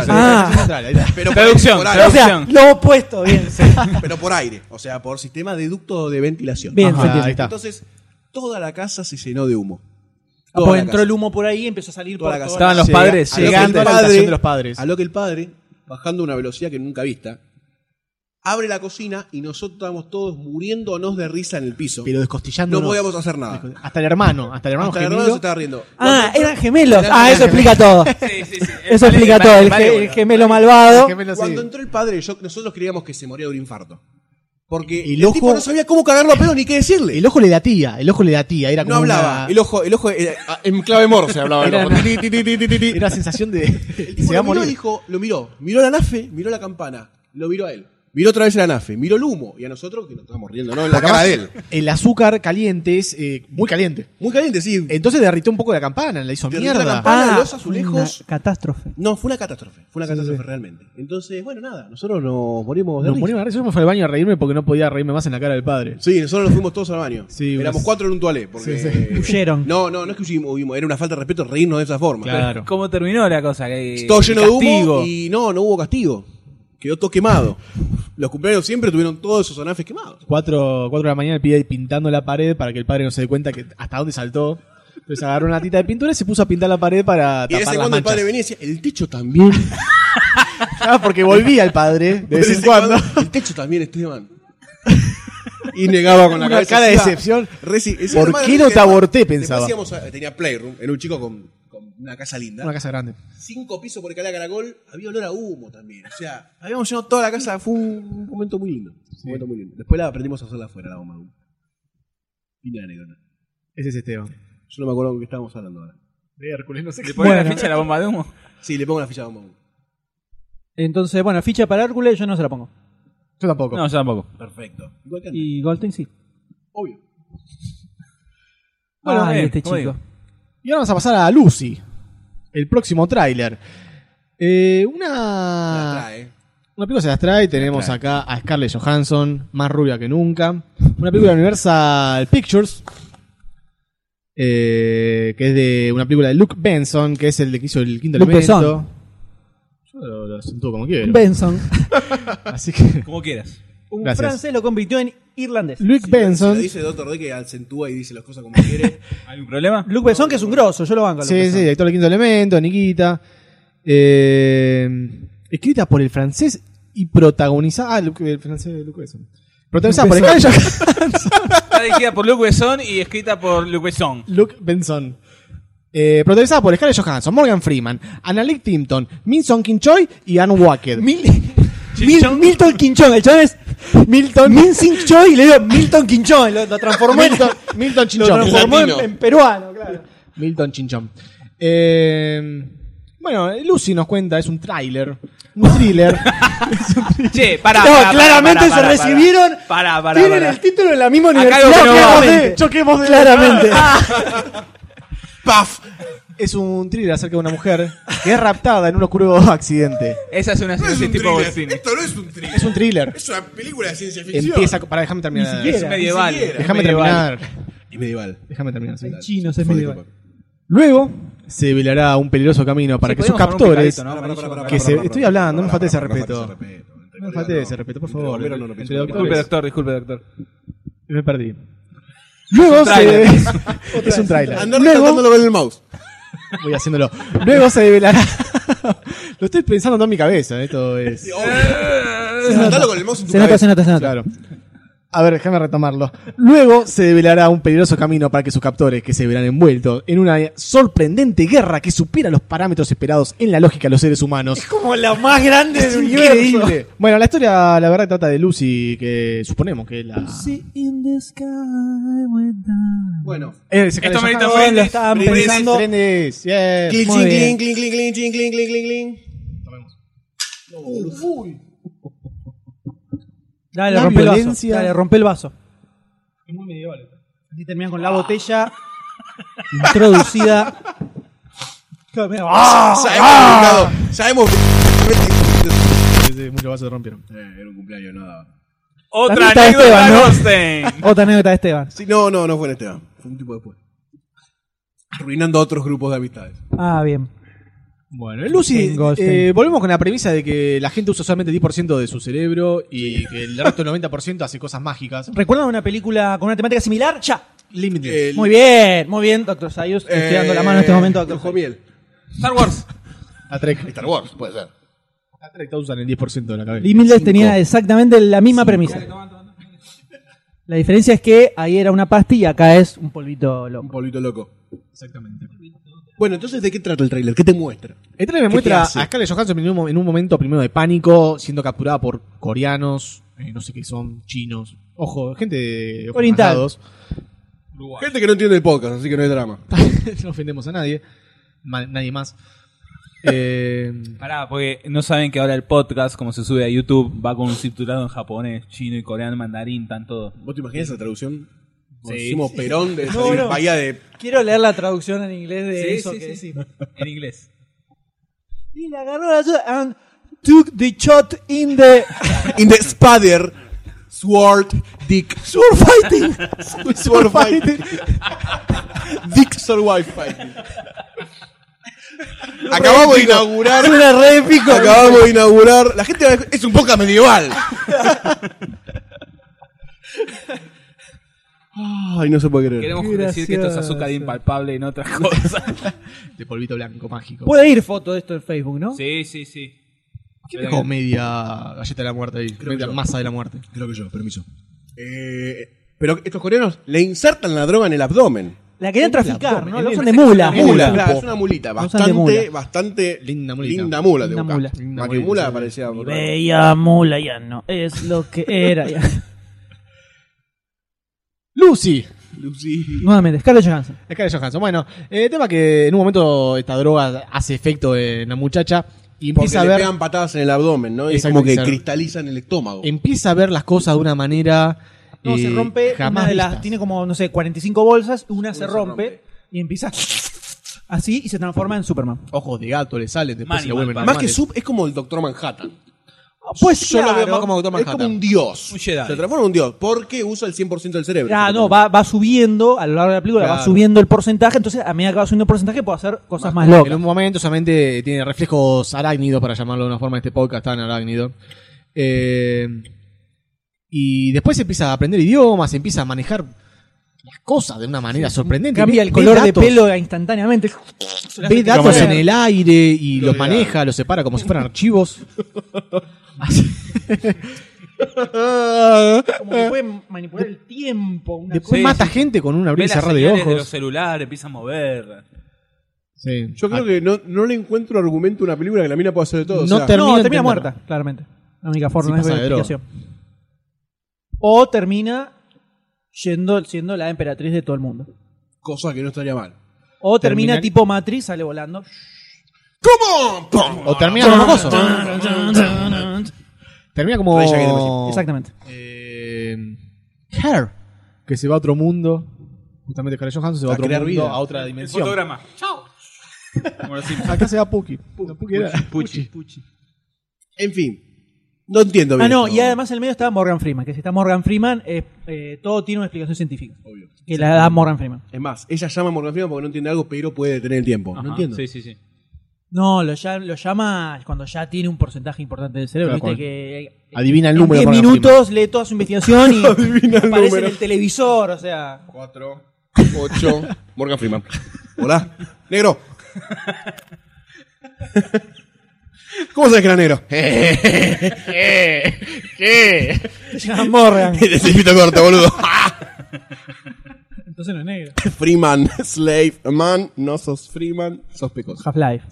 K: calefacción.
H: central.
K: central.
F: Ah.
I: Ventilación central, ahí está.
H: Pero
K: Traducción,
H: Por,
F: O
H: aire,
F: sea, lo opuesto, bien. Ah, sí.
H: pero por aire. O sea, por sistema de ducto de ventilación.
F: Bien,
I: Ajá,
F: se entiende.
I: ahí está.
H: Entonces, toda la casa se llenó de humo.
F: Ah,
H: Toda
F: pues
H: la
F: entró
H: casa.
F: el humo por ahí y empezó a salir
H: Toda
F: por
H: la
F: todas
H: casa.
K: Estaban los
I: Llega-
K: padres
I: a lo que
K: llegando.
I: el
H: al
I: padre-
H: padre-
I: de los padres.
H: A lo que el padre, bajando a una velocidad que nunca vista, abre la cocina y nosotros estábamos todos muriéndonos de risa en el piso.
I: Pero descostillando.
H: no podíamos hacer nada.
I: Hasta el hermano, hasta el hermano
H: Hasta la hermana
I: gemelo.
H: se estaba riendo.
F: Ah,
H: Nosotros-
F: eran gemelos.
H: Eran
F: Ah, eso
H: gemelos.
F: explica todo. *laughs* Eso explica todo. El, ge- el gemelo malvado.
I: gemelo, sí.
H: Cuando entró el padre, yo- nosotros creíamos que se moría de un infarto. Porque
I: El
H: el,
I: ojo-
H: tipo no sabía cómo cagarlo a pedo ni qué decirle.
I: El ojo le latía, el ojo le latía, era como
H: no hablaba.
I: una-
H: El ojo, el ojo era- ah, en clave morse hablaba el
I: Era
H: ojo.
I: una-
H: Ti, ti, ti, ti, ti, ti.
I: Era sensación de.
H: El tipo
I: se va
H: lo miró *laughs*
I: a
H: y
I: morir.
H: dijo, lo miró, miró la nafe, miró la campana, lo miró a él. Miró otra vez la nafe, miró el humo y a nosotros que nos estábamos riendo, ¿no? En la
I: Porque
H: cara
I: además,
H: de él.
I: El azúcar caliente es eh, muy caliente.
H: Muy caliente, sí.
I: Entonces derritió un poco la campana, la hizo
H: Derritió
I: mierda.
H: la campana,
F: Ah.
H: los
F: Una
H: azulejos.
F: catástrofe.
H: No, fue una catástrofe, fue una catástrofe realmente. Entonces, bueno, nada, nosotros nos morimos de
I: Nos
H: risa.
I: morimos
M: de risa. Yo me fui al baño a reírme porque no podía reírme más en la cara del padre.
H: Sí, nosotros nos fuimos todos al baño.
M: Sí,
H: Éramos
M: unas-
H: cuatro en un toalé. Porque...
M: Sí,
H: *laughs*
M: sí.
F: Huyeron.
H: No, no, no es que huyimos, huimos, era una falta de respeto reírnos de esa forma.
M: *laughs*
G: Pero, ¿Cómo terminó la cosa?
I: eh,
G: Que-
H: Todo lleno de
G: castigo.
H: humo y no, no hubo castigo. Quedó todo quemado. Los cumpleaños siempre tuvieron todos esos anafes quemados.
M: 4, de la mañana el pibe pintando la pared para que el padre no se dé cuenta que hasta dónde saltó. Entonces agarró una tita de pintura y se puso a pintar la pared para
H: Y
M: tapar
H: en ese
M: las
H: cuando el
M: manchas.
H: padre venía y decía, el techo
I: *laughs*
H: también.
I: Ah, porque volvía
H: *laughs*
I: el padre de vez en
H: Ese
I: cuando.
H: El techo también, Esteban. Y negaba con la
I: Una
H: cabeza.
I: cara de
H: encima.
I: decepción.
H: Reci- encima,
I: ¿Por
H: además,
I: qué
H: reci-
I: no te aborté?
H: después
I: Pensaba.
H: íbamos a- tenía Playroom, era un chico con, con una casa linda.
I: Una casa grande.
H: Cinco pisos por cada caracol, había olor a humo también. O sea, habíamos llenado toda la casa, fue un, un momento muy lindo. Un momento muy lindo. Después la aprendimos a hacerla afuera, la bomba de humo. Fin de la anécdota.
M: Ese es Esteban.
H: Yo no me acuerdo de qué estábamos hablando ahora.
M: De Hércules, no sé
G: ¿Le
M: qué.
G: ponen
F: Bueno.
G: la ficha a la bomba de humo?
H: Sí, le pongo la ficha de bomba de humo.
F: Entonces, bueno, ficha para Hércules yo no se la pongo.
I: Yo tampoco.
G: No, yo tampoco.
H: Perfecto. Igual que antes,
F: Y Goldstein sí.
H: obvio.
G: Bueno,
F: Ay,
G: bien,
F: este
G: como
F: chico.
G: digo.
I: Y ahora vamos a pasar a Lucy. El próximo tráiler. Eh, una.
H: La trae.
I: Una película se las trae, tenemos
G: trae.
I: acá a Scarlett Johansson, más rubia que nunca. Una película de Universal Pictures, eh, que es de una película de Luke Benson, que es el de que hizo el quinto
F: Luke
I: elemento.
F: Besson.
I: Yo lo, lo acentúo como quiero.
F: Benson.
I: Así *laughs* que,
G: Como quieras.
F: Un
I: Gracias.
F: francés lo convirtió en irlandés.
I: Luke
H: Lo
I: Benson.
H: dice Doctor D que acentúa y dice las cosas como quiere.
G: ¿Hay un problema?
F: Luke Besson, que es un grosso, yo lo banco. a Luke
I: Sí, sí,
F: Besson.
I: director del quinto elemento, Nikita. Eh, escrita por el francés y protagonizada. Ah, Luke- el francés de Luke Benson. Protagonizada por Scarlett Johansson. *laughs*
G: Está dirigida por Luke Besson y escrita por Luke Besson.
I: Luke Benson. Eh, protagonizada por Scarlett Johansson, Morgan Freeman, Annalise Timpton, Min Song Kin Choi y Anne Wacked.
F: Mil- Mil- Milton Quinchón, el chabón es Milton Minsin Choi y le digo Milton Quinchón, lo, lo transformó en,
I: Milton, Milton
F: lo
I: Chinchón.
F: transformó en, en peruano, claro.
I: Milton Chinchón. Eh, bueno, Lucy nos cuenta, es un tráiler, un
F: *laughs*
I: thriller.
G: Che, pará.
F: No,
G: pará, pará,
F: claramente
G: pará,
F: se
G: pará,
F: recibieron-
G: Pará, pará.
F: Tienen
G: pará.
F: el título en la misma
G: Acá
F: universidad.
G: algo que no va.
F: claramente.
I: Choquemos de-
F: Claramente. Ah.
H: ¡Paf!
I: es un thriller acerca de una mujer que es raptada en un oscuro accidente.
G: Esa es una
H: es
G: sinopsis
H: un
G: tipo
H: thriller.
G: Agostini.
H: Esto no es un thriller.
I: Es un thriller.
H: Es una película de ciencia ficción.
I: Empieza para déjame terminar.
F: siquiera.
G: Es medieval.
H: Ni siquiera.
I: Déjame
G: medieval.
I: terminar.
H: Y medieval.
I: Déjame terminar. sí.
F: En chino se me dio.
I: Luego se velará un peligroso camino para
G: Sí,
I: que sus
G: podemos poner un
I: captores
G: picadito, ¿no? Amarillo,
I: que se- estoy hablando, no me falte ese respeto.
H: No
I: me falte ese respeto, por favor.
H: Entre bomberos no,
I: Entre
H: no,
I: doctores.
G: Disculpe, doctor, disculpe, doctor.
I: me perdí. Luego se *laughs*
G: tráiler.
I: es un tráiler.
H: Andar
I: Luego
H: resaltándolo con el mouse.
I: voy haciéndolo. Luego se develará. *laughs* Lo estoy pensando todo en mi cabeza, esto es.
H: Resaltalo con el mouse en tu
F: Se nota,
H: cabeza.
F: se nota, se nota.
I: Claro. A ver, déjame retomarlo. Luego se develará un peligroso camino para que sus captores, que se verán envueltos en una sorprendente guerra que supera los parámetros esperados en la lógica de los seres humanos.
F: Como la más grande del
I: Increíble. Bueno, la historia, la verdad, trata de Lucy, que suponemos que es la.
F: See in the sky when the-
H: Bueno.
I: Eh, se cae
G: Esto
I: la
G: merita
I: llama.
G: un
F: Todos lo estaban
H: Brindis,
F: pensando.
I: Trenes, yeah.
H: Cling,
F: Muy
H: cling,
F: bien.
H: cling, cling, cling, cling, cling, cling, cling, cling, cling.
F: Dale,
I: La
F: rompe el vaso.
I: violencia.
F: Dale, rompe el vaso. Es muy medieval. Así terminan con la *laughs* botella introducida. Claro, mira, ¡ah!
H: Ya hemos brincado. Ya hemos brincado.
I: Sí, sí, muchos vasos rompieron.
H: Eh, Era un cumpleaños, nada.
G: Otra
F: mitad de
G: anécdota
F: Esteban,
G: de
F: ¿no? *laughs*
G: Agostini.
F: Otra anécdota de Esteban.
H: Sí, no, no, no fue en Esteban. Fue un tipo después. Arruinando a otros grupos de amistades.
F: Ah, bien.
I: Bueno, Lucy,
F: En Goldstein.
I: eh, volvemos con la premisa de que la gente usa solamente el 10% de su cerebro y que el resto del 90% hace cosas mágicas.
F: ¿Recuerdan una película con una temática similar? Ya.
I: Limitless.
H: El-
F: Muy bien, muy bien, doctor Sayus. Te estoy dando la mano en este
H: Eh,
F: momento, doctor.
H: Ojo miel.
G: Star Wars.
I: La Trek.
H: Star Wars, puede ser.
I: La Trek todos usan el 10% de la cabeza.
F: Limitless tenía exactamente la misma premisa. La diferencia es que ahí era una pastilla, acá es un polvito
H: Un
F: loco.
H: polvito loco.
I: Exactamente.
H: Bueno, entonces, ¿de qué trata el tráiler? ¿Qué te muestra?
I: El trailer
H: ¿Qué
I: muestra
H: te
I: a
H: hace?
I: Scarlett Johansson en un, mo- en un momento primero de pánico, siendo capturada por coreanos, eh, no sé qué son, chinos. Ojo, gente de ojos
F: Oriental.
I: rasgados. *laughs*
H: Gente que no entiende el podcast, así que no hay drama.
I: no ofendemos a nadie. Ma- nadie más. Eh,
K: Pará, porque no saben que ahora el podcast, como se sube a YouTube, va con un subtitulado en japonés, chino y coreano, mandarín, tanto.
H: ¿Vos te imaginas esa traducción?
K: Sí.
H: Hicimos Perón de
F: No,
H: salir
F: no.
H: Bahía de.
F: Quiero leer la traducción en inglés de
K: Sí,
F: eso
K: sí,
F: que
K: sí,
F: decís.
K: *laughs* En inglés.
F: Y la agarró allá and took the shot in the
H: In the spider, sword, dick.
L: Sword fighting.
H: sword fighting. *laughs* dick, sword wife fighting. Acabamos de inaugurar.
L: Suena re épico.
H: Acabamos de inaugurar. La gente va a decir, es un podcast medieval. *laughs* Ay, no se puede creer.
K: Queremos decir que esto es azúcar impalpable y no otras cosas.
I: de polvito blanco
F: *laughs*
I: mágico.
F: Puede ir foto de esto en Facebook, ¿no?
K: *laughs* sí, sí, sí.
I: ¿Quién dejó media galleta de la muerte ahí?
H: que
I: media
H: yo.
I: masa de la muerte.
H: Creo que yo, permiso. Eh, pero estos coreanos le insertan la droga en el abdomen.
F: La querían traficar, ¿no? La
I: el-
F: usan de mula.
H: Mula,
I: mula.
H: claro, es una mulita.
F: La usan de
H: Bastante,
F: mula.
H: bastante
I: Linda mulita.
H: linda mula. te
F: Linda
H: buscás.
F: mula.
H: Más que mula parecía.
F: Bella mula ya no es lo que era. *laughs* ya.
I: Lucy.
H: Lucy.
F: Nuevamente, Scarlett Johansson.
I: La cara de Johansson. Bueno, el tema que en un momento esta droga hace efecto en la muchacha y
H: Porque
I: empieza
H: le
I: a ver.
H: pegan patadas en el abdomen, ¿no? Y es
I: Exacto,
H: como que
I: exacto.
H: cristalizan el estómago.
I: Empieza a ver las cosas de una manera.
F: No, se
I: eh,
F: rompe
I: jamás
F: una de las.
I: vistas.
F: Tiene como, no sé, 45 bolsas. Una, se, rompe, y empieza así y se transforma en Superman.
I: Ojos de gato le salen, después
K: Manimal,
I: se le vuelven
K: pa-
H: Más
I: normales.
H: que sub, es como el Doctor Manhattan.
F: Pues
I: Yo lo veo
F: claro.
I: más como Doctor
H: Es
I: Manhattan.
H: como un dios.
K: Un Jedi.
H: Se transforma en un dios. Porque usa el 100% del cerebro.
F: Ah, no, va, va subiendo a lo largo de la película, va
H: Claro.
F: subiendo el porcentaje. Entonces, a medida que va subiendo el porcentaje, puedo hacer cosas más
I: En
F: locas.
I: un momento solamente tiene reflejos arácnidos, para llamarlo de una forma, este podcast tan arácnido. Eh, y después empieza a aprender idiomas, empieza a manejar las cosas de una manera sorprendente.
F: Cambia el
I: Ve- ve
F: color de
I: datos,
F: pelo instantáneamente. Se le hace
I: Ve datos
F: crecer.
I: en el aire y los
H: de
I: maneja, los separa como si fueran *laughs* archivos.
F: Como que puede manipular el tiempo. Una
I: Después
K: Sí,
I: mata
K: sí.
I: gente con un abrir
K: Ve
I: y
K: las
I: cerrar de
K: señales de los
I: ojos.
K: celulares, empieza a mover.
I: Sí.
H: Yo creo
I: Ah,
H: que no, no le encuentro argumento a una película que la mina pueda hacer de todo.
I: No
H: o sea,
I: te- termina
F: no, termina
I: entendiendo.
F: muerta, claramente. La única forma
I: Sí,
F: es
I: pasa
F: ver
I: de droga.
F: explicación. O termina yendo, siendo la emperatriz de todo el mundo.
H: cosa que no estaría mal.
F: O termina,
I: Termina-
F: tipo matriz, sale volando.
H: ¿Cómo? ¡Pum!
I: O termina como coso. Termina como.
H: Rey Jaguar
I: Oh.
H: Messi.
F: Exactamente.
I: Eh, Her, que se va a otro mundo. Justamente Scarlett Johansson se va
H: A
I: a otro *laughs*
H: crear
I: mundo,
H: vida.
I: a otra
K: El
I: dimensión.
K: fotograma. ¡Chao! Como los Simpsons.
I: Acá se va Puki. No, Puki era-
H: Puchi. En fin. No entiendo bien.
F: Ah, no,
H: esto.
F: y además en el medio está Morgan Freeman. Que si está Morgan Freeman, eh, eh, todo tiene una explicación científica. Que la da Morgan Freeman.
H: Es más, ella llama a Morgan Freeman porque no entiende algo, pero puede detener el tiempo.
K: Ajá,
H: no entiendo.
K: Sí, sí, sí.
F: No, lo, ya- lo llama cuando ya tiene un porcentaje importante del cerebro.
I: Claro,
F: ¿viste?
I: cuando-
F: Que, eh,
I: Adivina el
F: en
I: número.
F: 10
I: Morgan Freeman.
F: minutos lee toda su investigación
I: *laughs*
F: y
H: Adivina el
F: aparece en
H: número.
F: el televisor. O sea,
H: 4, 8. *laughs* Morgan Freeman. Hola. Negro. *laughs* ¿Cómo sabes que era negro? *laughs*
F: se llama Morgan.
H: *laughs* Necesito corto, boludo. Ah,
F: Entonces no es negro.
H: Freeman, slave, man, no sos Freeman, sos pecosa.
F: Half-Life.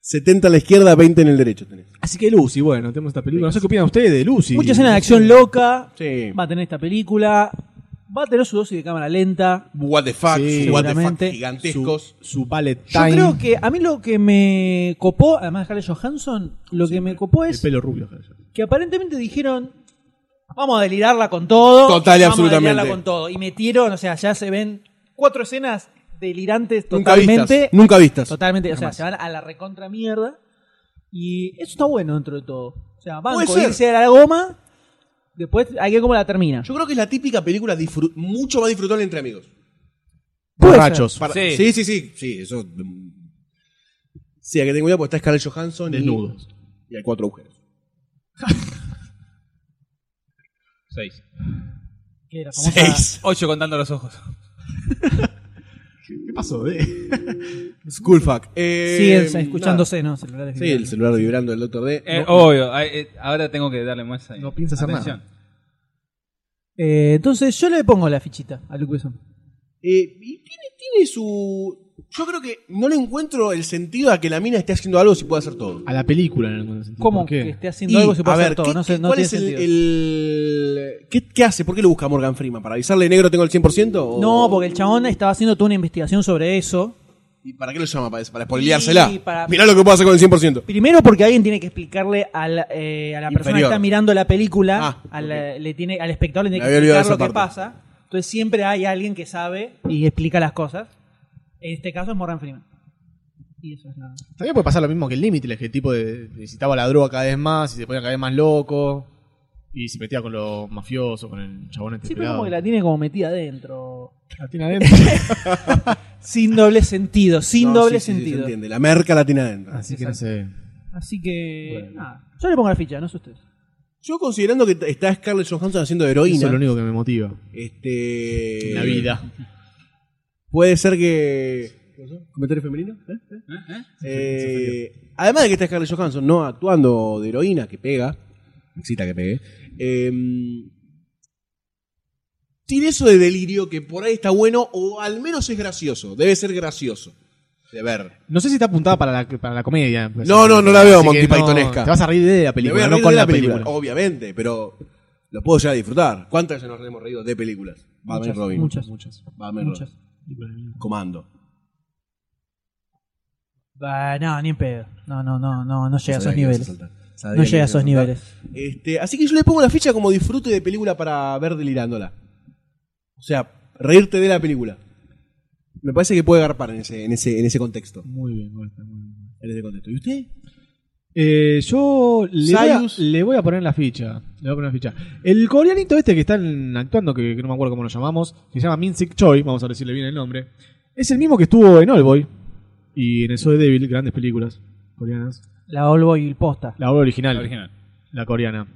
H: 70 a la izquierda, 20 en el derecho tenés.
I: Así que Lucy, bueno, tenemos esta película. No sé qué opinan ustedes de Lucy.
F: Mucha escena de acción loca.
H: Sí.
F: Va a tener esta película. Va a tener su dosis de cámara lenta.
H: What the fuck,
I: Sí,
H: what the fuck
F: seguramente.
H: gigantescos.
I: Su ballet
F: Yo
I: time.
F: creo que a mí lo que me copó, además de Scarlett Johansson, lo que me copó
I: El
F: es
I: pelo rubio. Scarlett.
F: que aparentemente dijeron vamos a delirarla con todo.
H: Total y
F: vamos
H: absolutamente.
F: A delirarla con todo. Y metieron, o sea, ya se ven cuatro escenas delirantes
H: Nunca vistas.
F: totalmente.
H: Nunca vistas.
F: Totalmente, o sea, se van a la recontra mierda. Y eso está bueno dentro de todo. O sea,
H: Puede
F: banco,
H: ser.
F: irse a la goma. Después hay que ver cómo la termina.
H: Yo creo que es la típica película disfru- mucho más disfrutable entre amigos.
F: Puede ser.
I: Borrachos.
H: Para-
K: Sí.
H: sí, sí, sí, sí, eso. mm. Sí, hay que tener cuidado porque está Scarlett Johansson. y-
I: Desnudos.
H: Y, hay cuatro agujeros.
K: Seis.
F: Que la famosa-
K: Ocho contando los ojos.
I: ¿Qué pasó? De?
H: Skullfuck. Eh,
F: Siguen escuchándose, ¿no? Celulares
H: nada. Sí, el
F: vibrando.
H: celular vibrando del Dr. D.
K: Eh,
H: No,
F: oh.
K: obvio, ay, eh, ahora tengo que darle más ahí.
I: No piensa hacer
K: Atención.
F: Eh, entonces yo le pongo la fichita a Luke Besson.
H: eh, y tiene, tiene su. Yo creo que no le encuentro el sentido a que la mina esté haciendo algo si puede hacer todo.
I: A la película, en algún sentido.
F: ¿Cómo Este-
I: ¿Por qué?
F: que esté haciendo algo
H: Y,
F: se puede
H: a
F: hacer
H: ver,
F: todo?
H: ¿qué-
F: no sé, no
H: ¿Cuál
F: tiene
H: es el,
F: sentido.
H: el- ¿qué, qué hace? ¿Por qué lo busca Morgan Freeman? ¿Para avisarle negro tengo el 100%? ¿O-
F: No, porque el chabón estaba haciendo toda una investigación sobre eso.
H: ¿Y para qué lo llama? ¿Para, para spoileársela?
F: Y para-
H: Mirá lo que puedo hacer con el 100%.
F: Primero porque alguien tiene que explicarle a la, eh, a la persona que
H: Inferior. Ah,
F: está mirando la película, a la- le tiene, al espectador le tiene
H: Me
F: que
H: había olvidado
F: explicar lo que
H: esa
F: pasa. Entonces siempre hay alguien que sabe y explica las cosas. En este caso es Morgan Freeman. Y eso es nada.
I: También puede pasar lo mismo que el Limitless, que el tipo de- necesitaba la droga cada vez más y se ponía cada vez más loco. Y se metía con los mafiosos, con el chabón este
F: Sí, pero
I: pelado.
F: como que la tiene como metida adentro.
I: La tiene adentro.
F: *laughs* sin doble sentido, sin
H: No,
F: doble
H: sí, sí, sí, se
F: sentido.
H: entiende. La merca la tiene adentro.
I: Así que no sé.
F: Así que, nada. Yo le pongo la ficha, no sé ustedes.
H: Yo considerando que está Scarlett Johansson haciendo
I: Eso es lo
H: heroína,
I: único que me motiva.
H: este...
I: La vida.
H: Puede ser que... ¿Comentario femenino? ¿Eh? Eh, además de que está Scarlett Johansson, no actuando de heroína, que pega, me excita que pegue, eh, tiene eso de delirio que por ahí está bueno o al menos es gracioso, debe ser gracioso de ver.
I: No sé si está apuntada para la, para la comedia. pues.
H: No, no, no la veo
I: Así
H: Monty
I: que no,
H: Pythonesca.
I: te vas a reír de la
H: Me
I: película,
H: voy a
I: no
H: reír
I: con
H: de
I: la película.
H: Obviamente, pero lo puedo ya disfrutar. ¿Cuántas veces nos hemos reído de películas? Batman
F: Muchas,
H: y Robin.
F: muchas,
H: muchas.
F: Muchas.
H: Comando.
F: Bah, no, ni en pedo. No, no, no, no, no llega a
H: Sabía
F: esos
H: que ibas a
F: niveles.
H: saltar. Sabía
F: No
H: que
F: llega a
H: ibas a
F: esos
H: saltar.
F: niveles.
H: Este, así que yo le pongo la ficha como disfrute de película para ver delirándola. O sea, reírte de la película. Me parece que puede garpar en ese, en ese, en ese contexto.
I: Muy bien, muy
H: En ese contexto. ¿Y usted?
I: Eh, yo le voy, a,
H: Sayus.
I: le voy a poner la ficha. Le voy a poner la ficha. El coreanito este que están actuando, que, que no me acuerdo cómo lo llamamos, que se llama Min Sik Choi, vamos a decirle bien el nombre. Es el mismo que estuvo en Oldboy y en el Soy Devil, grandes películas coreanas.
F: La Olvo y el Posta.
I: La obra original.
K: La original.
I: La coreana.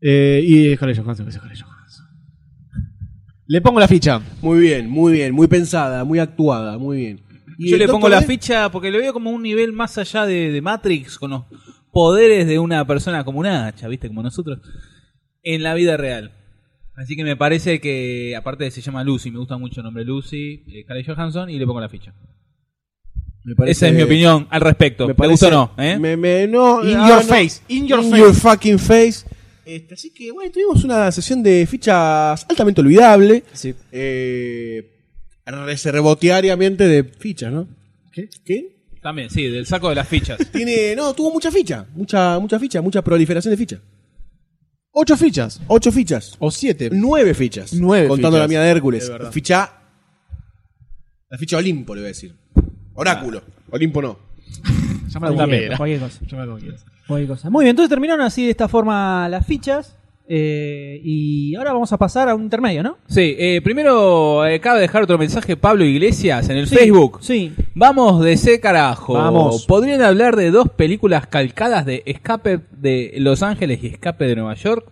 I: Eh, y Scarlett Johansson, que es Scarlett Johansson. Le pongo la ficha.
H: Muy bien, muy bien. Muy pensada, muy actuada, muy bien. ¿Y
G: Yo
H: el
G: le
H: Dr.
G: pongo la
H: D?
G: ficha porque lo veo como un nivel más allá de, de Matrix, con los poderes de una persona como un hacha, ¿viste? Como nosotros, en la vida real. Así que me parece que, aparte de se llama Lucy, me gusta mucho el nombre Lucy, eh, Scarlett Johansson, y le pongo la ficha.
H: Me parece-
G: Esa es mi opinión al respecto. ¿Me,
H: parece-
G: gusta o no? ¿eh?
H: Me, me- no,
I: In
H: ah,
I: your
H: no.
I: face, in your face.
H: your fucking face. Este, así que, bueno, tuvimos una sesión de fichas altamente olvidable.
N: Sí.
H: Eh, reservoteariamente de fichas, ¿no? ¿Qué? ¿Qué?
G: eh? También, sí, del saco de las fichas.
H: Tiene, no, tuvo mucha ficha. Mucha, mucha ficha, mucha proliferación de fichas.
I: Ocho fichas.
H: Ocho fichas.
I: O siete.
H: Nueve fichas.
I: Nueve
H: Contando
I: fichas.
H: la mía de Hércules.
I: Es verdad.
H: ficha. La ficha Olimpo, le voy a decir. Oráculo.
I: Ah.
H: Olimpo no.
I: Llámala como
F: Cualquier,
I: quieras.
F: cualquier cosa.
I: Llámala como quieras.
F: cualquier cosa. Muy bien, entonces terminaron así de esta forma las fichas. eh, y ahora vamos a pasar a un intermedio, ¿no?
G: *laughs* Sí, eh, primero eh, acaba de dejar otro mensaje Pablo Iglesias en el Facebook.
F: Sí.
G: Vamos de ese carajo.
I: Vamos.
G: ¿Podrían hablar de dos películas calcadas de Escape de Los Ángeles y Escape de Nueva York?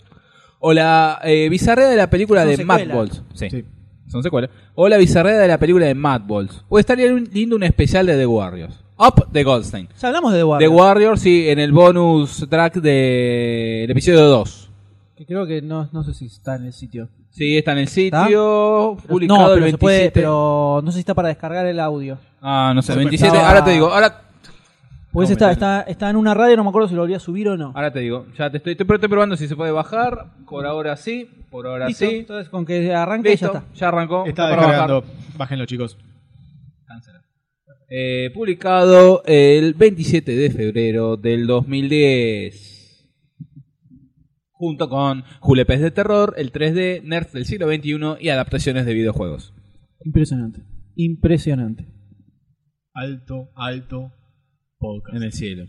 G: O la eh, bizarrea de la película
F: Son
G: de
F: secuelas.
G: Madballs. Sí. Son secuelas. O la bizarrea de la película de Madballs. O estaría un- lindo un especial de The Warriors. Up de Goldstein.
F: Ya hablamos de The
G: The
F: Warriors.
G: Warriors, sí, en el bonus track del episodio 2.
F: que creo que no, no sé si está en el sitio.
G: Sí, está en el
F: ¿Está?
G: sitio. Publicado
F: no, pero,
G: el
F: se puede-
G: 27.
F: pero no sé si está para descargar el audio.
G: Ah, no sé, 27.
F: Estaba-
G: Ahora te digo, ahora,
F: Pues
G: No,
F: está,
G: me
F: está, está en una radio, no me acuerdo si lo volví a subir o no.
G: ahora te digo. Ya te estoy, estoy, estoy probando si se puede bajar. Por ahora sí, por ahora
F: Listo,
G: sí.
F: entonces con que arranque
G: Listo,
F: ya
G: ya,
F: está.
G: arrancó.
I: Está
G: para bajar.
I: descargando. Bájenlo, chicos.
G: Eh, publicado el 27 de febrero del 2010. Junto con Julepes de Terror, el 3D, Nerds del siglo XXI y adaptaciones de videojuegos.
F: Impresionante. Impresionante.
I: Alto, alto podcast.
G: En el cielo.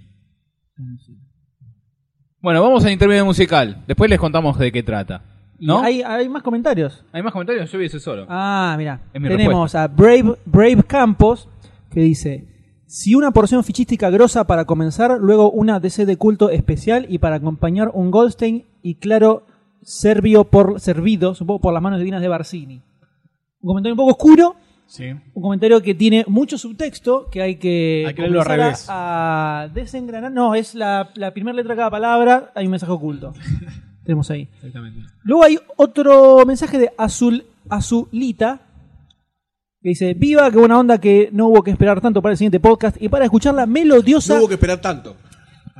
G: Bueno, vamos al intermedio musical. Después les contamos de qué trata. ¿No?
F: ¿Hay, hay más comentarios?
G: ¿Hay más comentarios? Yo vi ese solo.
F: Ah, mira.
G: Es mi
F: Tenemos a Brave, Brave Campos que dice: Si una porción fichística grosa para comenzar, luego una DC de culto especial y para acompañar un Goldstein y claro, servio por, servido, supongo, por las manos divinas de Barcini. Un comentario un poco oscuro,
I: Sí.
F: un comentario que tiene mucho subtexto que hay que,
I: Hay que leerlo al
F: comenzar a-
I: revés.
F: A, desengranar. No, es la, la primera letra de cada palabra, hay un mensaje
I: *laughs*
F: oculto. Tenemos ahí.
I: Exactamente.
F: Luego hay otro mensaje de Azul Azulita Que dice, viva, qué buena onda que no hubo que esperar tanto para el siguiente podcast y para escuchar la melodiosa...
H: No hubo que esperar tanto.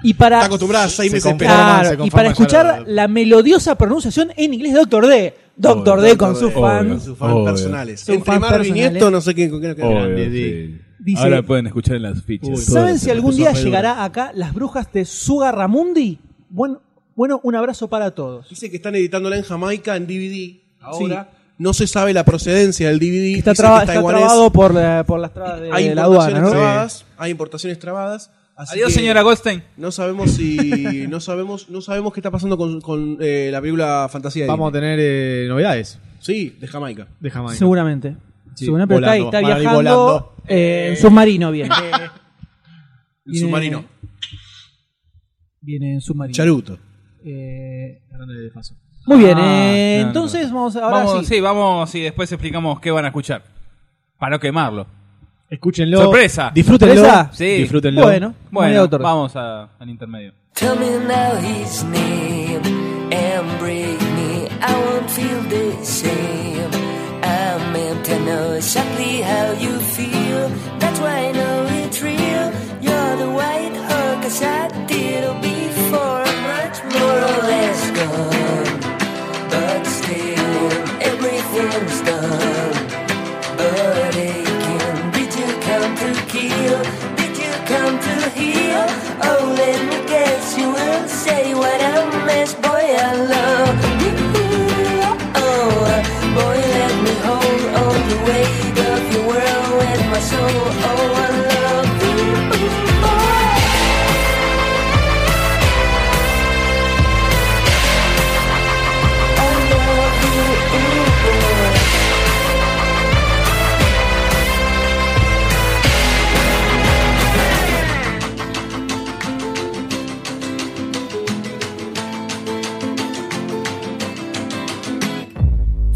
F: Y para...
H: Está acostumbrada a seis
F: Se
H: meses
F: conforma,
H: esperar.
F: claro, y para escuchar la melodiosa pronunciación en inglés de Doctor D. Doctor D con sus
H: Con
F: fans.
H: sus fans personales.
F: Sus
H: Entre
F: fans
H: Marvin y
F: personales.
H: esto, no sé quién con quién.
G: Obvio,
H: Grande,
G: sí.
H: Di.
F: Dice-
G: Ahora pueden escuchar en las fichas.
F: ¿Saben si algún día llegará acá las brujas de Sugarramundi? Bueno, bueno, un abrazo para todos.
H: Dice que están editándola en Jamaica en DVD. Ahora no se sabe la procedencia del DVD.
F: Está,
H: Dice
F: traba-
H: que
F: está
H: taiwanés.
F: trabado por, la- por las trabas de,
H: Hay
F: de la
H: importaciones
F: aduana, ¿no?
H: trabadas. Hay importaciones trabadas. así
G: Adiós,
H: que
G: señora Goldstein.
H: No sabemos si. no sabemos no sabemos qué está pasando con, con, eh, la película Fantasía de
I: Vamos a tener eh, novedades.
H: Disney. Sí, de Jamaica.
I: De Jamaica.
F: Seguramente.
I: Sí,
F: Seguramente está ahí,
I: volando.
F: está
I: Van a ir
F: viajando
I: volando.
F: eh, en submarino viene.
H: El submarino.
F: Viene en submarino.
H: Charuto.
F: Eh, muy bien, eh, entonces vamos ahora
G: Vamos,
F: sí.
G: sí, vamos y después explicamos qué van a escuchar. Para no quemarlo.
I: Escúchenlo.
G: Sorpresa.
I: Disfrútenlo.
F: ¿Sorpresa?
G: Sí.
I: Disfrútenlo.
F: Bueno,
G: Bueno,
F: Doctor.
G: vamos a- al intermedio.
A: Tell me now his name and break me. I won't feel the same. I meant to know exactly how you feel. That's why I know it's real. You're the white hawk, cause I did it before. Much more or less gone, but still everything's done. But aching, did you come to kill? Did you come to heal? Oh, let me guess, you will say what a mess, boy, I love you. Oh, boy, let me hold all the weight of your world with my soul. Oh, I love you, boy. I love you, boy.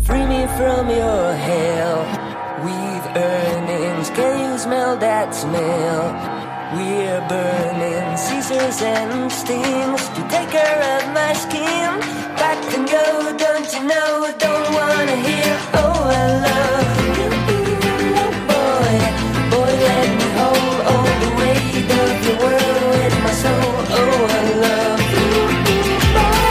A: Free me from your hell. We've earnings. Can you smell that smell? We're burning scissors and stings to take care of my skin. Back and go, don't you know? Don't wanna hear. Oh, I love you, boy. Boy, let me hold all the weight of the world with my soul. Oh, I love you, boy. oh,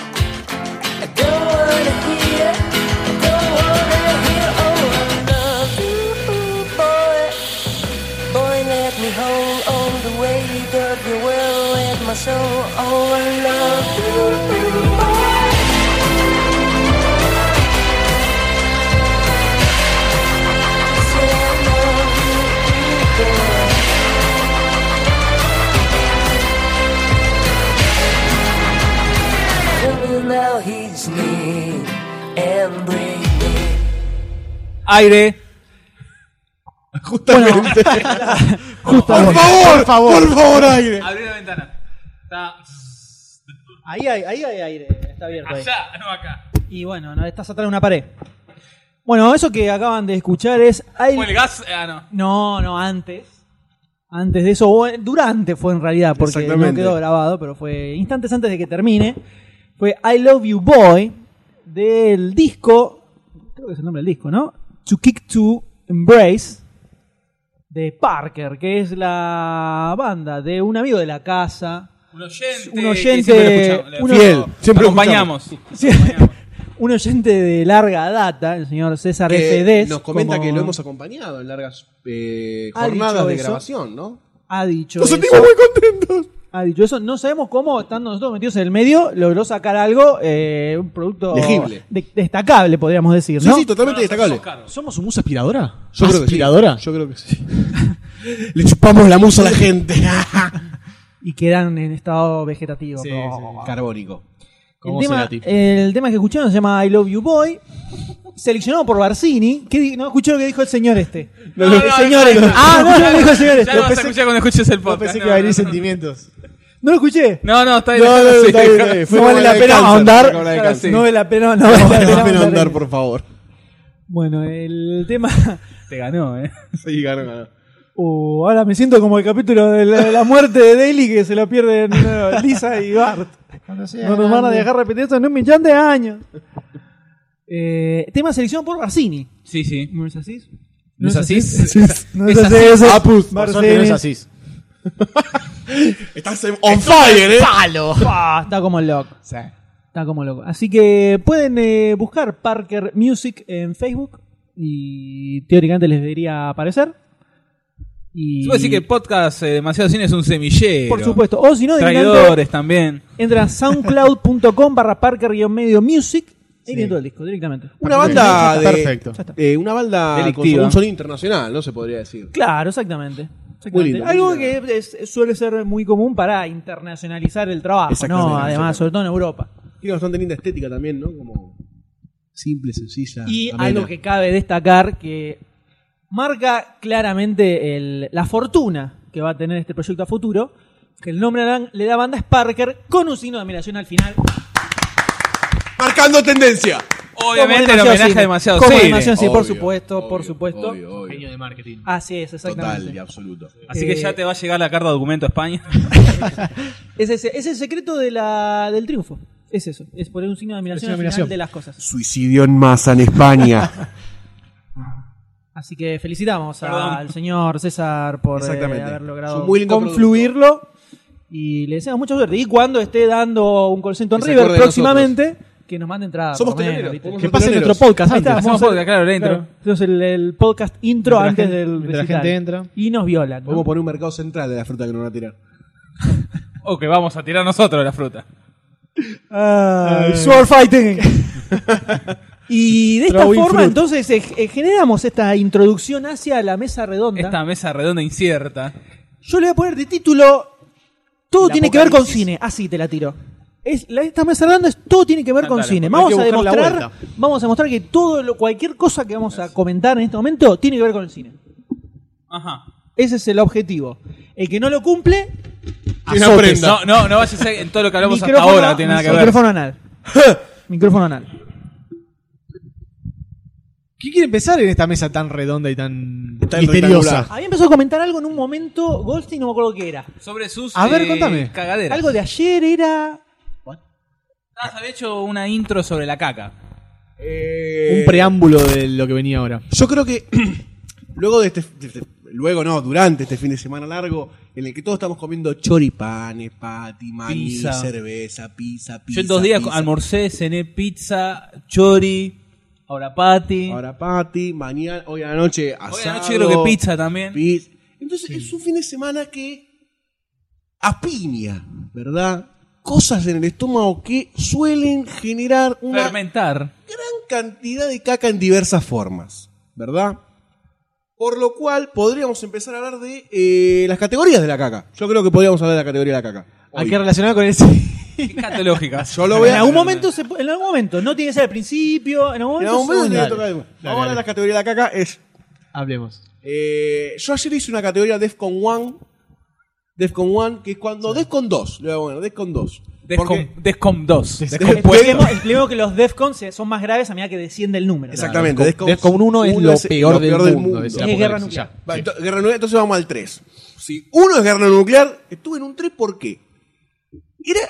A: oh, So, oh, I love you, boy. Say I love you, boy. Tell me now his name and bring me
G: Aire.
H: Justamente.
F: Justamente.
H: por favor, por favor, aire.
G: Abrí la ventana. Está
F: Ahí hay, ahí hay aire, está abierto. ahí.
G: allá, ah, no acá.
F: Y bueno, no, estás atrás de una pared. Bueno, eso que acaban de escuchar es I-
G: Bueno, el gas. Ah, no.
F: No, no, antes. Antes de eso, o eh, durante fue en realidad, porque no
H: Exactamente.
F: quedó grabado, pero fue instantes antes de que termine. Fue I Love You Boy del disco, creo que es el nombre del disco, ¿no? To Kick to Embrace de Parker, que es la banda de un amigo de la casa.
G: Un oyente.
F: Un
G: que
F: oyente-
G: siempre lo escuchamos, lo
F: uno-
G: escuchamos.
F: Fiel,
H: siempre lo
G: acompañamos.
F: Sí, *laughs* un oyente de larga data, el señor César
H: Que
F: Fedez.
H: Eh, nos comenta
F: como
H: que lo hemos acompañado en largas eh,
F: Ha
H: jornadas
F: dicho
H: de
F: eso.
H: grabación, ¿no?
F: ha dicho.
H: Nos
F: eso.
H: sentimos muy contentos.
F: Ha dicho eso. No sabemos cómo, estando nosotros metidos en el medio, logró sacar algo, eh, un producto
H: Legible.
F: de- destacable, podríamos decir,
H: Sí,
F: ¿no?
H: sí, totalmente destacable.
I: ¿Somos un musa aspiradora?
H: Yo creo que sí. *laughs*
I: ¿Aspiradora?
H: Yo creo que sí. Le chupamos la musa a la gente.
F: y quedan en estado vegetativo. como-
H: Carbónico.
F: El tema, el tema que escucharon se llama I Love You Boy, seleccionado por Barcini. ¿Qué di- no escuchó lo que dijo el señor este.
G: No, no,
F: El
G: no,
F: señor
G: no,
F: este.
G: no.
F: Ah, no, no, lo dijo el señor
G: Ya
F: este.
G: lo vas a escuchar cuando escuches el podcast.
O: pensé
G: no,
O: que iba a
G: no,
O: venir
G: no.
O: sentimientos.
F: No lo escuché.
G: No, no, está bien.
O: No, no,
G: déjalo
O: está
G: así.
O: bien, está bien. Fue
G: No
O: como
G: vale
O: la
G: la
O: de
G: pena
O: cáncer,
G: ahondar.
O: fue como la de
G: Claro,
H: *laughs*
O: cáncer.
G: sí.
F: No vale la pena, no
O: No
F: vale la
O: vale la
F: pena
O: pena
F: ahondar
O: ahondar,
F: en-
O: por favor.
F: Bueno, el tema.
G: Te ganó, eh.
H: Sí, ganó, ganó.
F: Uh, ahora me siento como el capítulo de la, la muerte de Daily que se lo pierden eh, Lisa y Bart. No nos van a
I: grande.
F: dejar repetir eso en un millón de años. Eh, tema selección por Barcini.
G: Sí, sí.
F: ¿No es así?
G: ¿No es así?
F: *laughs* No es así, Ah, es así. Barcini.
H: Estás en- on fire, eh.
F: Palo. Pa, Ah, está como loco. Está como loco. Así que pueden eh, buscar Parker Music en Facebook y teóricamente les debería aparecer. Y
G: Puedo decir que el podcast eh, Demasiado Cine es un semillero.
F: por supuesto. O si no, directamente
G: Traidores también.
F: entra a soundcloud.com barra Parker-medio music. Ahí viene todo el disco directamente.
H: Una banda de.
O: Perfecto.
H: eh, una banda
G: Delictiva.
H: con un sonido internacional, no se podría decir.
F: Claro, exactamente. Exactamente.
H: Muy lindo.
F: Algo que es- suele ser muy común para internacionalizar el trabajo,
H: Exactamente,
F: ¿no? Además,
H: exactamente. Ah,
F: sobre todo en Europa.
H: Tiene bastante linda estética también, ¿no? Como simple, sencilla.
F: Y
H: amena.
F: algo que cabe destacar que marca claramente el- la fortuna que va a tener este proyecto a futuro, que el nombre le dan- le da banda es Parker con un signo de admiración al final.
H: Marcando tendencia.
G: Obviamente el
F: Como
G: homenaje a
F: cine.
G: demasiado
F: Como
G: cine.
F: demasiado cine, por
H: Obvio,
F: supuesto, por
H: obvio,
F: supuesto.
H: obvio, obvio.
I: Genio de marketing.
F: Así es, exactamente.
H: Total y absoluto.
G: Así que
F: Eh,
G: ya te va a llegar la carta de documento
F: *laughs*
G: a España.
F: Es, ese- es el secreto de la, del triunfo. Es eso. Es poner un signo de admiración
I: Es
F: al
I: una
F: final
I: admiración.
F: de las cosas.
H: Suicidio en masa en *laughs* España.
F: Así que felicitamos a-
G: Perdón.
F: al señor César por eh,
H: Exactamente.
F: haber
H: Es
F: logrado
H: un muy lindo
F: confluirlo. Y le deseamos mucha suerte. Y cuando esté dando un call center en
H: Que se
F: River
H: acuerde de
F: próximamente, que nos mande entradas.
H: Somos
F: por lo menos,
H: teloneros,
F: ¿viste?
H: podemos
F: Que
H: ser
F: pase
H: teloneros.
F: nuestro podcast. Ahí
I: Antes,
F: está,
G: hacemos
F: vamos a hacer-
G: podcast, claro, la intro.
F: Hacemos el, el podcast intro
I: Mientras la
F: antes
I: gente-
F: del
I: mientras la
F: recital.
I: gente entra.
F: Y nos violan. ¿no?
H: Podemos poner un mercado central de la fruta que nos van a tirar.
G: o que vamos a tirar nosotros la fruta.
F: Ah, sword fighting. y de esta
I: Throwing
F: forma,
I: fruit.
F: entonces, eh, eh, generamos esta introducción hacia la mesa redonda.
G: Esta mesa redonda incierta.
F: Yo le voy a poner de título Todo
H: El
F: tiene que ver con
H: apocalipsis.
F: cine. Así te la tiro. Es, la, esta mesa redonda es todo tiene que ver con
G: Andale,
F: cine.
G: hay
F: Vamos
I: que
F: a
I: buscar la
F: demostrar,
I: vuelta.
F: vamos a demostrar que todo lo- cualquier cosa que vamos a comentar en este momento tiene que ver con el cine.
G: Ajá.
F: Ese es el objetivo. El que no lo cumple,
H: Tiene
F: azotes.
H: prenda.
G: No, no, no vayas a en todo lo que hablamos hasta
F: Micrófono-
G: ahora, no tiene nada que ver.
F: Micrófono anal. micrófono anal.
I: ¿Quién quiere empezar en esta mesa tan redonda y tan
H: Tan
I: misteriosa?
F: Había empezado a comentar algo en un momento, Goldstein, no me acuerdo qué era.
G: Sobre sus
I: A ver,
G: eh,
I: contame.
G: cagaderas.
F: Algo de ayer era.
G: Ah, se había hecho una intro sobre la caca.
F: Eh,
I: Un preámbulo de lo que venía ahora.
H: Yo creo que *clears throat* luego de este, de este- luego no, durante este fin de semana largo, en el que todos estamos comiendo choripanes, pati, maní,
G: Pizza.
H: cerveza, pizza, pizza.
G: Yo en dos días
H: pizza.
G: almorcé, cené pizza, chori, ahora pati.
H: Ahora pati, mañana, hoy a la noche asado.
G: Hoy a la noche creo que pizza también.
H: piz- Entonces es un fin de semana que apiña, ¿verdad? Cosas en el estómago que suelen generar una
G: Fermentar.
H: gran cantidad de caca en diversas formas, ¿verdad? Por lo cual podríamos empezar a hablar de eh, las categorías de la caca. Yo creo que podríamos hablar de la categoría de la caca.
I: Hay
H: hoy.
I: que relacionar *laughs* con ese.
G: Fíjate
H: *laughs*
G: lógica.
H: Yo lo voy
F: en
H: a.
F: algún momento, se pu- en algún momento, no tiene que ser al principio, en algún momento.
H: En algún momento
F: se une.
H: tiene que tocar. Ahora la categoría de la caca es.
I: Hablemos.
H: eh, yo ayer hice una categoría Defcon 1. Defcon 1, que es cuando. Defcon 2. Le voy a poner Defcon 2.
G: Descom,
H: Porque-
G: Descom 2.
H: Descompuesto.
F: Expliquemos, expliquemos que los DEFCON se- son más graves a medida que desciende el número.
H: Exactamente.
I: Defcon 1 es lo peor del mundo, es
F: Es guerra nuclear.
H: Va, ento- guerra nuclear, entonces vamos al 3. Si uno es guerra nuclear, estuve en un 3 porque era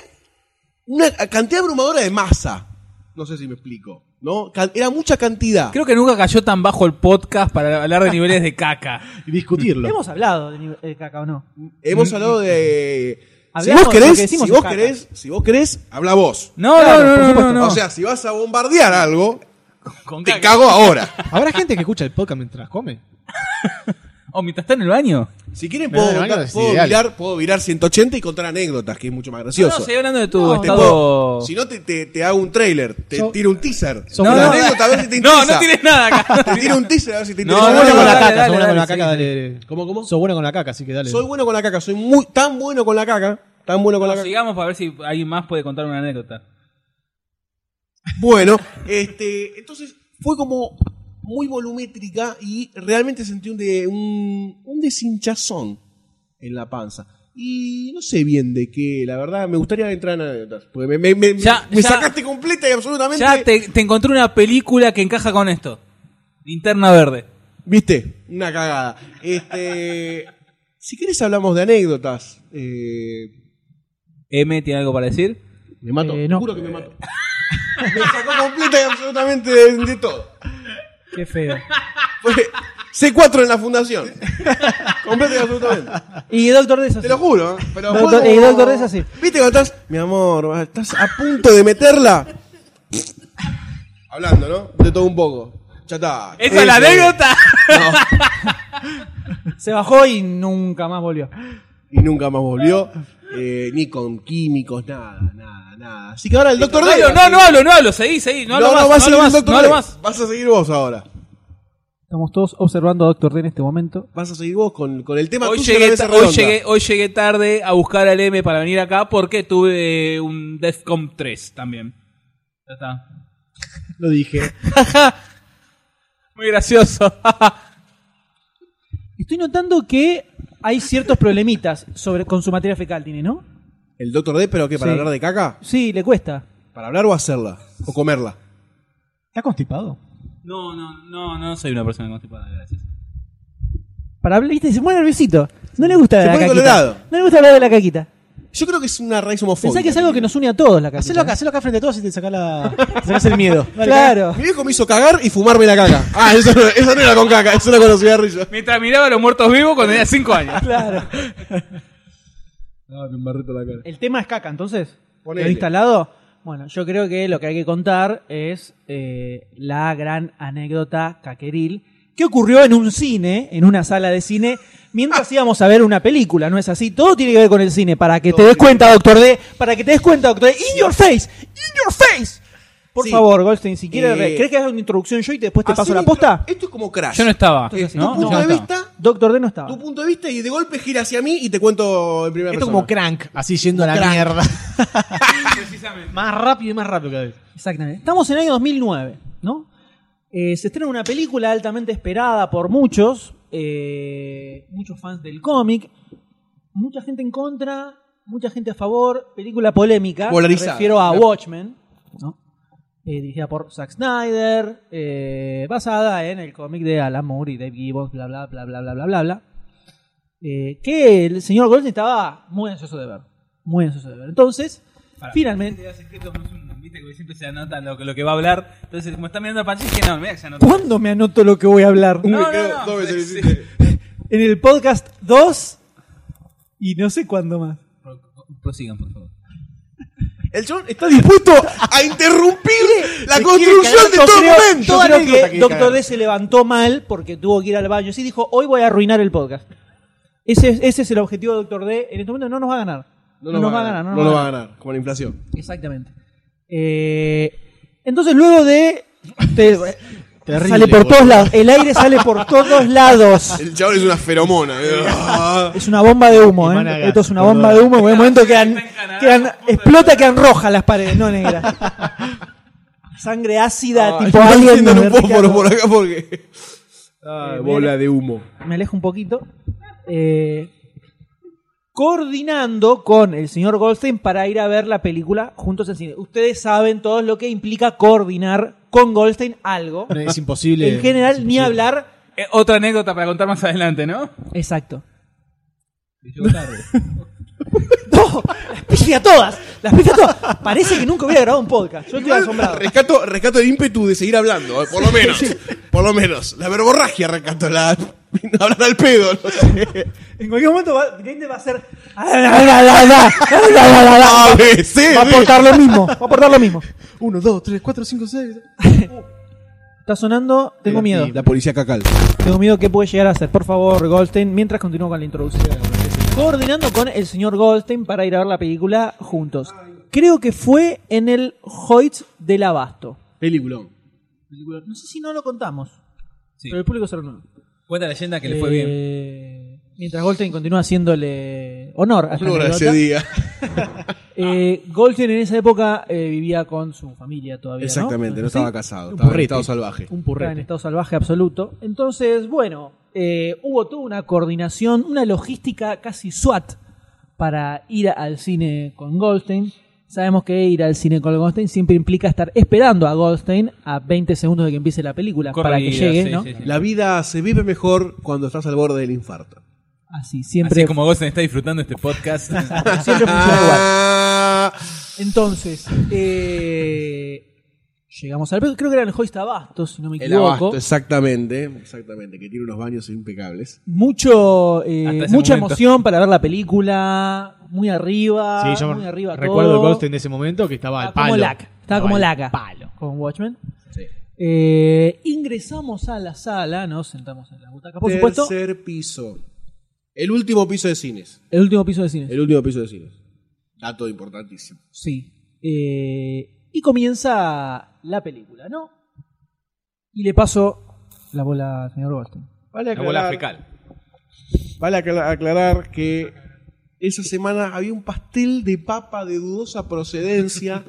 H: una cantidad abrumadora de masa. No sé si me explico. ¿No? Ca- Era mucha cantidad.
G: Creo que nunca cayó tan bajo el podcast para
H: *laughs*
G: hablar de niveles de caca.
I: Y discutirlo.
F: Hemos hablado de nivel- de caca o no.
H: Hemos
G: Mm,
H: hablado de. Si
F: Hablamos
H: vos,
F: de lo
H: querés,
F: que decimos
H: si, vos
F: acá.
H: querés, si vos querés, habla vos.
G: No,
F: Claro,
G: no,
F: por
G: no, no,
F: supuesto.
G: no, no.
H: O sea, si vas a bombardear algo,
G: Con
H: te
G: caca. *laughs*
H: cago ahora.
I: ¿Habrá gente que escucha el podcast mientras come?
G: O Oh, mientras está en el baño.
H: Si quieren,
I: Me
H: puedo,
I: vale,
H: contar-
I: vale, es
H: puedo
I: ideal.
H: virar, puedo virar 180 y contar anécdotas, que es mucho más gracioso.
G: No, no, seguí hablando de tu
H: te
G: estado-
H: puedo- si no, te, te- te hago un trailer, te
G: Yo-
H: tiro un teaser.
G: Sos
H: Una
G: una-
H: anécdota, a ver si
G: *laughs*
H: te
G: No,
H: interesa.
G: no tienes nada acá.
H: te tiro un teaser, a ver si te
I: No,
H: interesa.
I: sos bueno con la caca, sos
H: soy
I: bueno con la caca, dale, dale.
H: ¿Cómo, cómo?
I: Sos bueno con la caca, así que dale.
H: Soy bueno con la caca, soy muy, tan bueno con la caca. Tan bueno *laughs* con la caca.
G: Sigamos para ver si alguien más puede contar una anécdota.
H: Bueno, este, entonces fue como muy volumétrica y realmente sentí un, de, un, un deshinchazón en la panza. Y no sé bien de qué, la verdad, me gustaría entrar en anécdotas. Porque me, me- me-
G: Ya,
H: me
G: ya.
H: sacaste completa y absolutamente.
G: Ya te, te encontré una película que encaja con esto. Linterna verde.
H: ¿Viste? Una cagada. Este, si querés hablamos de anécdotas. Eh,
G: M tiene algo para decir.
H: Me mato,
F: Eh,
G: no.
H: juro que me mato. me sacó completa y absolutamente de, de todo.
F: Qué feo.
H: Fue C4 en la fundación. completa y absolutamente.
F: Y Doctor Desa.
H: Te lo juro, ¿eh? pero
F: Doctor-
H: fue
F: y
H: como-
F: Doctor Desa sí.
H: ¿Viste cuando estás, mi amor, estás a punto de meterla? Hablando, ¿no? De todo un poco. Ya está. Este,
G: ¡Esa es la
H: Eso.
G: anécdota!
F: Se bajó y nunca más volvió.
H: Y nunca más volvió. eh, ni con químicos, nada, nada, nada. Así que ahora el doctor
G: No,
H: D.
G: no, no hablo, no hablo. Seguí, seguí. No, hablo
H: No, no,
G: más,
H: vas a
G: no
H: seguir
G: hablo
H: el
G: más.
H: doctor
G: No hablo
H: D.
G: más.
H: Vas a seguir vos ahora.
F: Estamos todos observando a Doctor D en este momento.
H: Vas a seguir vos con, con el tema
G: Hoy
H: tuyo de la
G: llegué,
H: mesa
G: ta- hoy,
H: redonda.
G: llegué, hoy llegué tarde a buscar al M para venir acá porque tuve un Defcom 3 también. Ya está.
I: Lo dije.
G: Muy gracioso. *laughs*
F: Estoy notando que hay ciertos problemitas sobre, con su materia fecal, tiene, ¿no?
H: ¿El doctor D, pero qué? ¿Para
F: Sí.
H: hablar de caca?
F: Sí, le cuesta.
H: ¿Para hablar o hacerla? ¿O comerla?
I: ¿Está constipado?
G: No, no, no, no soy una persona constipada, gracias.
F: Para hablar, viste, se pone nerviosito. No le gusta
H: Se
F: hablar de la
H: pone
F: caquita.
H: colorado.
F: No le gusta hablar de la caquita.
H: Yo creo que es una raíz homofóbica.
F: Pensá que es algo que nos une a todos la caquita.
I: Hacelo acá,
F: ¿eh?
I: hacelo acá frente a todos y te
F: *laughs*
I: sacás, la, te sacás el miedo. Dale,
F: Claro.
H: Mi viejo me hizo cagar y fumarme la caca. *laughs* Ah, eso no, eso no era con caca, eso era con los cigarrillos.
G: Mientras miraba a los muertos vivos cuando tenía 5 años.
H: *laughs*
I: *laughs*
F: Claro. *laughs*
H: Ah, me embarré toda la cara.
F: El tema es caca, entonces. ¿Lo
H: Ponele.
F: he instalado? Bueno, yo creo que lo que hay que contar es eh, la gran anécdota caqueril que ocurrió en un cine, en una sala de cine, mientras
H: Ah.
F: íbamos a ver una película, ¿no es así? Todo tiene que ver con el cine, para que te des cuenta, Doctor D, para que te des cuenta, Doctor D, in your face, in your face. Por
H: Sí.
F: favor, Goldstein, si quieres,
H: Eh,
F: re- ¿crees que haga una introducción yo y te- después te
H: Así
F: paso la
H: de-
F: posta?
H: Esto es como crash.
G: Yo no estaba.
F: Entonces,
G: ¿no?
H: tu punto
G: Yo
H: de
G: no estaba.
H: vista,
F: Doctor D no estaba.
H: tu punto de vista y de golpe gira hacia mí y te cuento en primera
I: Esto
H: persona.
I: como crank, así yendo a la mierda. más rápido y más rápido cada vez.
F: Exactamente. Estamos en el año 2009, ¿no? Eh, se estrena una película altamente esperada por muchos, eh, muchos fans del cómic, mucha gente en contra, mucha gente a favor, película polémica.
H: Polarizada.
F: Me refiero a
H: La-
F: Watchmen, ¿no? Eh, dirigida por Zack Snyder, eh, basada en el cómic de Alan Moore y Dave Gibbons, bla, bla, bla, bla, bla, bla, bla, bla. Eh, que el señor Goldstein estaba muy ansioso de ver. Muy ansioso de ver. Entonces,
G: Pará.
F: finalmente...
G: Te da secretos, no es un- Viste que siempre se anota lo, que- lo que va a hablar. Entonces, como está mirando la pantalla, dije, no, mira que se anota.
F: ¿Cuándo me anoto lo que voy a hablar?
H: Me
G: No,
H: quedo
G: no, no.
H: dos veces
G: Sí.
H: lo hiciste.
F: En el podcast 2 y no sé cuándo más.
G: Pro- Prosigan, por favor.
H: El chabón está dispuesto a interrumpir la construcción de
F: Yo
H: todo
F: creo-
H: momento.
F: yo
H: Toda
F: creo
H: anécdota
F: que
H: que
F: Doctor
H: cagar.
F: D se levantó mal porque tuvo que ir al baño. Sí dijo, hoy voy a arruinar el podcast. Ese es, ese es el objetivo de Doctor D. En este momento no nos va a ganar.
H: No nos va a ganar, no nos va a ganar, como la inflación.
F: Exactamente. Eh, entonces luego
H: *laughs*
F: de... te-
I: Terrible,
F: sale por
I: boludo.
F: todos lados. El aire sale por todos
H: *laughs*
F: lados.
H: El chabón es una feromona. ¿eh? Ah.
F: Es una bomba de humo,
I: Hermana
F: ¿eh?
I: Gas,
F: Esto es una
I: perdón.
F: bomba de humo. En un momento quedan, quedan, explota, quedan rojas las paredes, no
H: *laughs*
F: negras. Sangre ácida,
H: Ah,
F: tipo
H: están
F: alien.
H: prendiendo
F: de
H: un fósforo
F: Ricardo.
H: por acá porque. Ay,
F: Eh,
H: bola de humo.
F: Me alejo un poquito. Eh, coordinando con el señor Goldstein para ir a ver la película juntos al cine. Ustedes saben todos lo que implica coordinar con Goldstein algo.
I: Pero es imposible.
F: En general, ni hablar.
G: Eh, otra anécdota para contar más adelante, ¿no?
F: Exacto. *laughs*
G: Yo
K: *laughs*
G: tarde.
F: ¡No! Las pifia todas. Las pifia todas. Parece que nunca hubiera grabado un podcast. Yo estoy asombrado.
H: Rescato, rescato el ímpetu de seguir hablando, eh, por lo menos. Por lo menos. La verborragia rescato, la. *laughs* Hablar al pedo. no sé.
F: En cualquier momento va, Grindr va a ser.
H: A, B, C,
F: Va a
K: *laughs*
H: D.
F: aportar lo mismo. Va a aportar lo mismo.
I: 1, 2, 3, 4, 5, 6.
F: Está sonando, tengo miedo.
H: La policía cacal.
F: Tengo miedo que puede llegar a hacer. Por favor, Goldstein, mientras continúo con la introducción. Coordinando con el señor Goldstein para ir a ver la película juntos. Creo que fue en el Hoyts del Abasto.
H: Peliculón.
F: No sé si no lo contamos. Pero el público se lo nota.
K: Cuenta la leyenda que le fue bien.
F: bien. Mientras Goldstein continúa haciéndole honor a esta
H: Honor a ese
F: anécdota,
H: día. Ah.
F: eh, Goldstein en esa época eh, vivía con su familia todavía. ¿no?
H: Exactamente, no
F: Sí.
H: estaba casado,
F: Un
H: estaba en
F: purrete.
H: estado salvaje.
F: Un purrete. Estaba en estado salvaje absoluto. Entonces, bueno, eh, hubo toda una coordinación, una logística casi SWAT para ir al cine con Goldstein. Sabemos que ir al cine con Goldstein siempre implica estar esperando a Goldstein a 20 segundos de que empiece la película para que llegue, ¿no?
H: La vida se vive mejor cuando estás al borde del infarto.
F: Así, siempre
K: Así como Gosen está disfrutando este podcast. *laughs*
F: *laughs* Siempre
H: *laughs*
F: funciona igual.
H: Ah.
F: Entonces, eh, llegamos al. Creo que era el Hoist Abasto, si no me
H: El
F: equivoco.
H: abasto, exactamente, exactamente, que tiene unos baños impecables.
F: Mucho, eh,
H: Hasta ese
F: mucha
H: momento.
F: emoción para ver la película. Muy arriba.
I: Sí, yo
F: ah, muy arriba
I: recuerdo
F: todo.
I: el Goldstein de ese momento que estaba al
F: Estaba
I: palo.
F: como laca. Estaba como
I: al
F: laca.
I: palo.
F: Con Watchmen. Eh, ingresamos a la sala, nos sentamos en la butaca.
I: Pues,
F: Por supuesto,
H: Tercer piso. El último piso de cines.
F: el último piso de cine.
H: El último piso de cines. Dato importantísimo.
F: Sí. Eh, y comienza la película, ¿no? Y le paso la bola al señor Goldstein.
H: Vale
K: La bola
H: aclarar,
K: fecal.
H: vale acla- aclarar que esa semana había un pastel de papa de dudosa *laughs* procedencia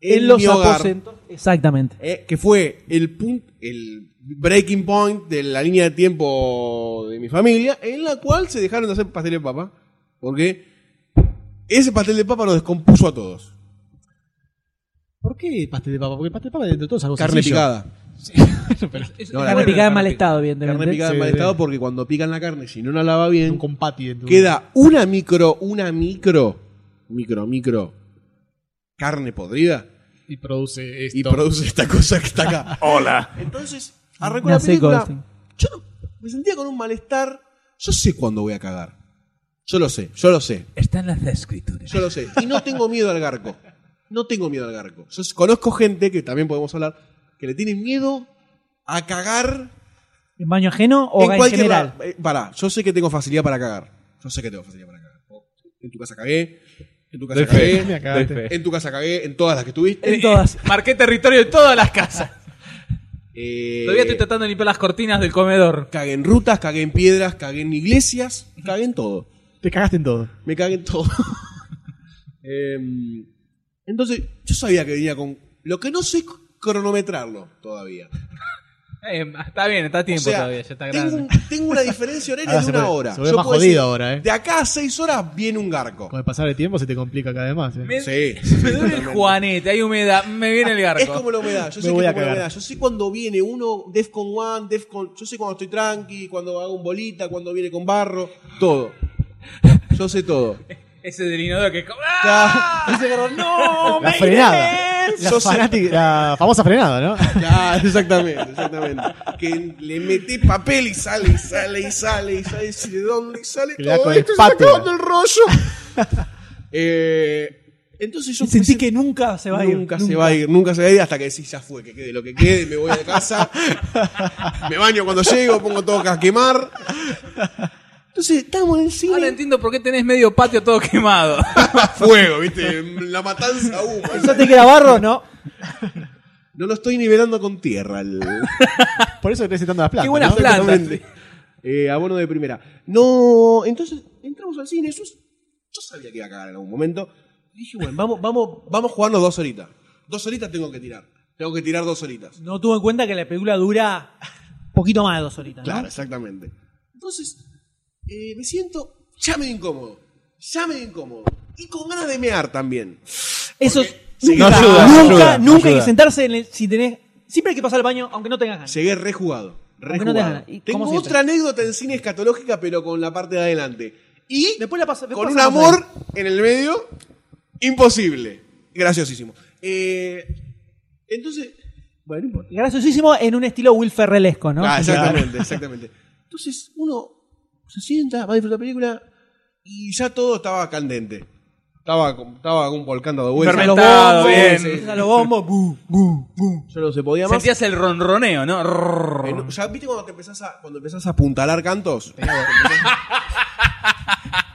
H: en,
F: los
H: mi hogar.
F: aposentos. Exactamente.
H: Eh, que fue el punto, el breaking point de la línea de tiempo de mi familia, en la cual se dejaron de hacer pastel de papa, porque ese pastel de papa nos descompuso a todos.
I: ¿Por qué pastel de papa? Porque pastel de papa dentro de todo es algo
H: Carne
I: sencillo. *laughs*
H: picada.
I: Sí.
H: No,
F: carne picada en mal estado, evidentemente.
H: Carne picada en mal
F: Sí,
H: estado
F: sí.
H: porque cuando pican la carne, si no la lava bien,
I: Un compati dentro.
H: queda una micro, una micro, micro, micro carne podrida
I: Y produce esto.
H: y produce esta cosa que está acá.
I: Hola.
H: Entonces, arrancó
F: Me
H: la
F: hace
H: película.
F: Goldstein.
H: Yo no- me sentía con un malestar. Yo sé cuándo voy a cagar. Yo lo sé, yo lo sé.
K: Está en las escrituras.
H: Yo lo sé. Y no tengo miedo al garco. No tengo miedo al garco. Yo s- conozco gente que también podemos hablar que le tiene miedo a cagar
F: ¿En baño ajeno o en, general?
H: lado. Eh, pará, yo sé que tengo facilidad para cagar. Yo sé que tengo facilidad para cagar. O, En tu casa cagué. En tu casa
K: Doy fe.
H: cagué.
K: Me cagaste.
H: doy fe. En tu casa cagué. En todas las que tuviste.
F: En todas.
K: Marqué territorio en todas las casas.
H: Eh,
K: Todavía estoy tratando de limpiar las cortinas del comedor.
H: Cagué en rutas, cagué en piedras, cagué en iglesias, cagué en todo.
I: Te cagaste en todo.
H: Me cagué en todo. *laughs* Em, entonces, yo sabía que venía con. Lo que no sé es cronometrarlo todavía.
K: Eh, está bien, está a tiempo
H: O sea,
K: todavía, ya está
H: Tengo,
K: grande.
H: un- tengo una diferencia horaria
I: Ahora
H: de
I: se
H: una
I: pone-
H: hora.
I: se pone más
H: puedo
I: jodido ahora, ¿eh?
H: De acá a seis horas viene un garco.
I: Con el pasar del tiempo se te complica cada vez más. ¿eh?
K: Me,
H: Sí.
I: *laughs*
K: me duele *laughs* el juanete, hay humedad, me viene el garco.
H: Es como la humedad. Yo
I: Me
H: sé que es
I: voy
H: como
I: a
H: la
I: cagar.
H: humedad. Yo sé cuando viene uno, Defcon 1, Defcon. Yo sé cuando estoy tranqui, cuando hago un bolita, cuando viene con barro. Todo. Yo sé
I: *laughs*
H: todo.
K: Ese del inodoro que es como- ¡Ah!
H: Ya, *laughs*
K: ¡No!
I: La
K: me
I: frenada.
K: iré!
I: La,
H: Yo sé-
I: fanati- la famosa frenada, ¿no?
H: ya, exactamente, exactamente. Que le metes papel y sale, y sale, y sale, y sale, y de dónde y sale.
I: Que le da
H: Todo
I: con
H: esto se
I: espátula.
H: acabó del rollo. Eh, entonces yo
F: Y sentí
H: empecé-
F: que nunca se va a ir.
H: Nunca se va a ir, nunca se va a ir hasta que decís ya fue, que quede lo que quede, me voy de casa, me baño cuando llego, pongo todo a quemar. Entonces estamos en el cine.
K: Ahora entiendo por qué tenés medio patio todo *laughs* quemado.
H: Fuego, viste, la matanza humo.
F: ¿Eso te queda barro? No.
H: No lo estoy nivelando con tierra. el-
I: Por eso crecen tanto las plantas.
K: Qué buena
I: ¿no?
K: planta.
H: Exactamente. Eh, abono de primera. No, entonces entramos al cine, yo, yo sabía que iba a cagar en algún momento. Y dije, bueno, vamos, vamos, vamos a jugarnos dos horitas. Dos horitas tengo que tirar. Tengo que tirar dos horitas.
F: No tuvo en cuenta que la película dura un poquito más de dos horitas. ¿no?
H: Claro, exactamente. Entonces, eh, me siento ya medio incómodo. Ya medio incómodo. Y con ganas de mear también.
F: Eso es-
H: Sí,
F: nunca,
H: no
F: nunca,
H: ayuda, no
F: nunca
H: ayuda, no
F: hay que
H: ayuda.
F: sentarse en el, si tenés. Siempre hay que pasar al baño, aunque no tengas ganas.
H: Llegué rejugado.
F: Aunque no
H: rejugado.
F: te hagan- ¿y
H: Tengo
F: cómo
H: otra anécdota en cine escatológica, pero con la parte de adelante. Y
F: Después la pas- después
H: con un
F: pasamos
H: amor en el medio, imposible. Graciosísimo. Eh, entonces, bueno, no importa.
F: ahí. Graciosísimo en un estilo Will Ferrellesco, ¿no?
H: Ah,
F: Sí,
H: exactamente, exactamente. Entonces uno se sienta, va a disfrutar la película y ya todo estaba candente. Estaba, con- estaba con un volcán dando vueltas.
K: Fermentado,
H: Sí,
K: bien.
H: sí.
K: A los bombos, bu, bu, bu.
H: Yo no se podía más.
K: Sentías el ronroneo, ¿no?
H: Eh, no, ya viste cuando te empezás a, cuando empezás a apuntalar cantos.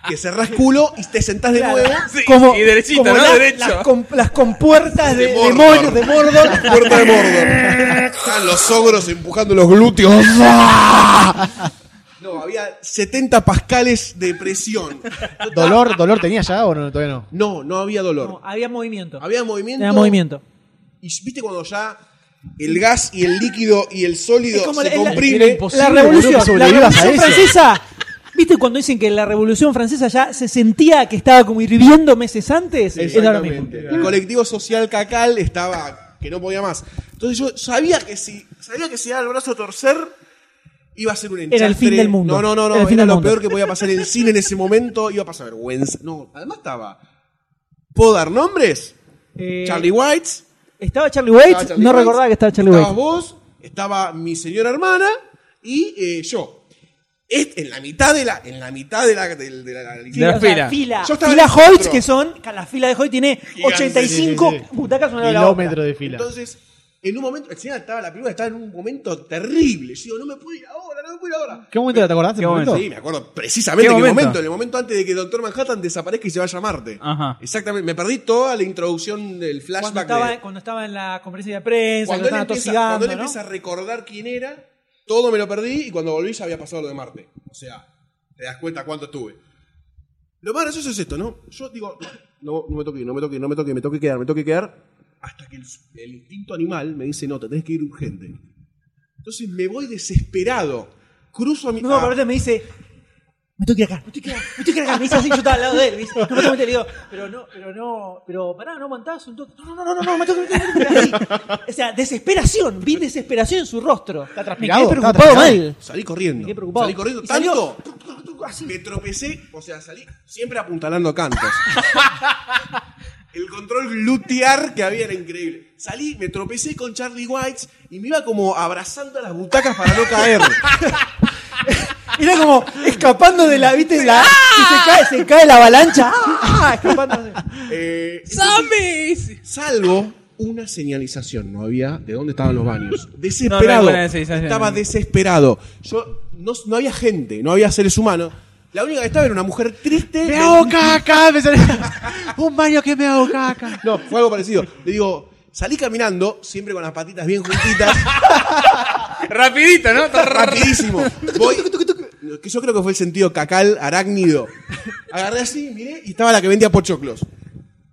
H: que cerrás culo y te sentás de
N: Claro.
H: nuevo.
N: Sí, y derechita, ¿no?
H: las-
N: Derecho.
H: las
N: Las,
H: com-
N: com- las compuertas de,
H: De
N: de
H: Mordor.
N: Mordor. De Mordor.
H: *laughs* Las puertas de Mordor. Están los ogros empujando los glúteos.
F: *laughs*
H: No, había 70 pascales de presión.
L: ¿Dolor, ¿Dolor tenía ya o no, todavía no?
H: No, no había dolor.
F: Había movimiento.
H: Había movimiento.
F: Era movimiento.
H: Y viste cuando ya el gas y el líquido y el sólido
F: Es como
H: se
F: la- la-
L: era
H: comprime.
L: imposible,
F: La revolución,
L: boludo, que
F: la
L: sobrevivas a
F: revolución
L: eso.
F: francesa. ¿Viste cuando dicen que la revolución francesa ya se sentía que estaba como hirviendo meses antes? Es ahora mismo.
H: Exactamente. El colectivo social cacal estaba que no podía más. Entonces yo sabía que si sabía que si daba el brazo a torcer iba a ser un enchastre.
F: Era el fin del mundo.
H: No, no, no, no,
F: Era
H: era,
F: el fin del
H: lo
F: mundo.
H: peor que podía pasar en el cine en ese momento, iba a pasar vergüenza. No, además estaba ¿Puedo dar nombres?
F: Eh,
H: Charlie Whites,
F: Estaba Charlie Waits,
H: Estaba Charlie
F: no
H: Waits.
F: recordaba que estaba Charlie
H: estabas
F: Waits.
H: vos, estaba mi señora hermana y eh, yo. Est- en la mitad de la en la mitad de la de, la- de la-
F: Sí, o sea, fila.
H: Yo estaba
F: Fila
H: en el
F: Hoyts,
H: centro.
F: que son. La fila de Hoyts tiene
H: Gigante,
F: 85
H: sí, sí, sí.
F: butacas una al lado de la otra.
L: Kilómetro de fila.
H: Entonces, en un momento, el señor estaba, la película estaba en un momento terrible. Yo digo, no me puedo ir ahora, no me puedo ir ahora.
L: ¿Qué momento era? ¿Te acordás?
H: ¿Qué momento? Sí, me acuerdo precisamente en
L: ¿Qué
H: el
L: momento?
H: momento, en el momento antes de que Doctor Manhattan desaparezca y se vaya a Marte.
K: Ajá.
H: Exactamente, me perdí toda la introducción del
F: Cuando
H: flashback.
F: estaba,
H: de-
F: cuando estaba en la conferencia de prensa, cuando
H: cuando, él
F: estaban
H: empieza,
F: atosigando,
H: cuando él
F: ¿no?
H: empieza a recordar quién era, todo me lo perdí y cuando volví ya había pasado lo de Marte. O sea, te das cuenta cuánto estuve. Lo más gracioso es esto, ¿no? Yo digo, no, no me toque, no me toque, no me toque, me toque quedar, me toque quedar. Hasta que el, el instinto animal me dice, no, te tenés que ir urgente. Entonces me voy desesperado. Cruzo a mi.
F: No, aparte me dice. Me tengo que ir acá, me tengo que ir acá, me tengo que ir acá. Me dice así, yo estaba al lado de él. Me dice, no, me le digo, pero no, pero no, pero pará, no aguantás un toque. No, no, no, no, no, me tengo que ir acá, me tengo que ir acá. Así. O sea, desesperación, vi desesperación en su rostro. Está
H: Mirado,
F: Me quedé preocupado
H: estaba
F: mal.
H: transpirado. Salí corriendo.
F: Me quedé preocupado.
H: Salí corriendo
F: Y salió-
H: tanto. Me tropecé, o sea, salí siempre
F: *laughs*
H: apuntalando cantos. El control glutear que había era increíble. Salí, me tropecé con Charlie Whites y me iba como abrazando a las butacas para no
F: *laughs*
H: caer.
F: Era como escapando de la, viste, la, y se cae, se cae la avalancha. ¡Ah! Escapando.
H: Eh, entonces, Salvo una señalización, no había de dónde estaban
F: *laughs*
H: los baños. Desesperado.
K: buena señalización.
H: estaba desesperado. Yo no, no había gente, no había seres humanos. La única que estaba era una mujer triste.
L: ¡Me
H: de-
L: hago caca! Me sale- *laughs* Un baño que me hago caca.
H: No, fue algo parecido. Le digo, salí caminando, siempre con las patitas bien juntitas.
K: Rapidito, ¿no?
H: *laughs* Rapidísimo. Voy. Que yo creo que fue el sentido cacal, arácnido. Agarré así, miré, y estaba la que vendía pochoclos.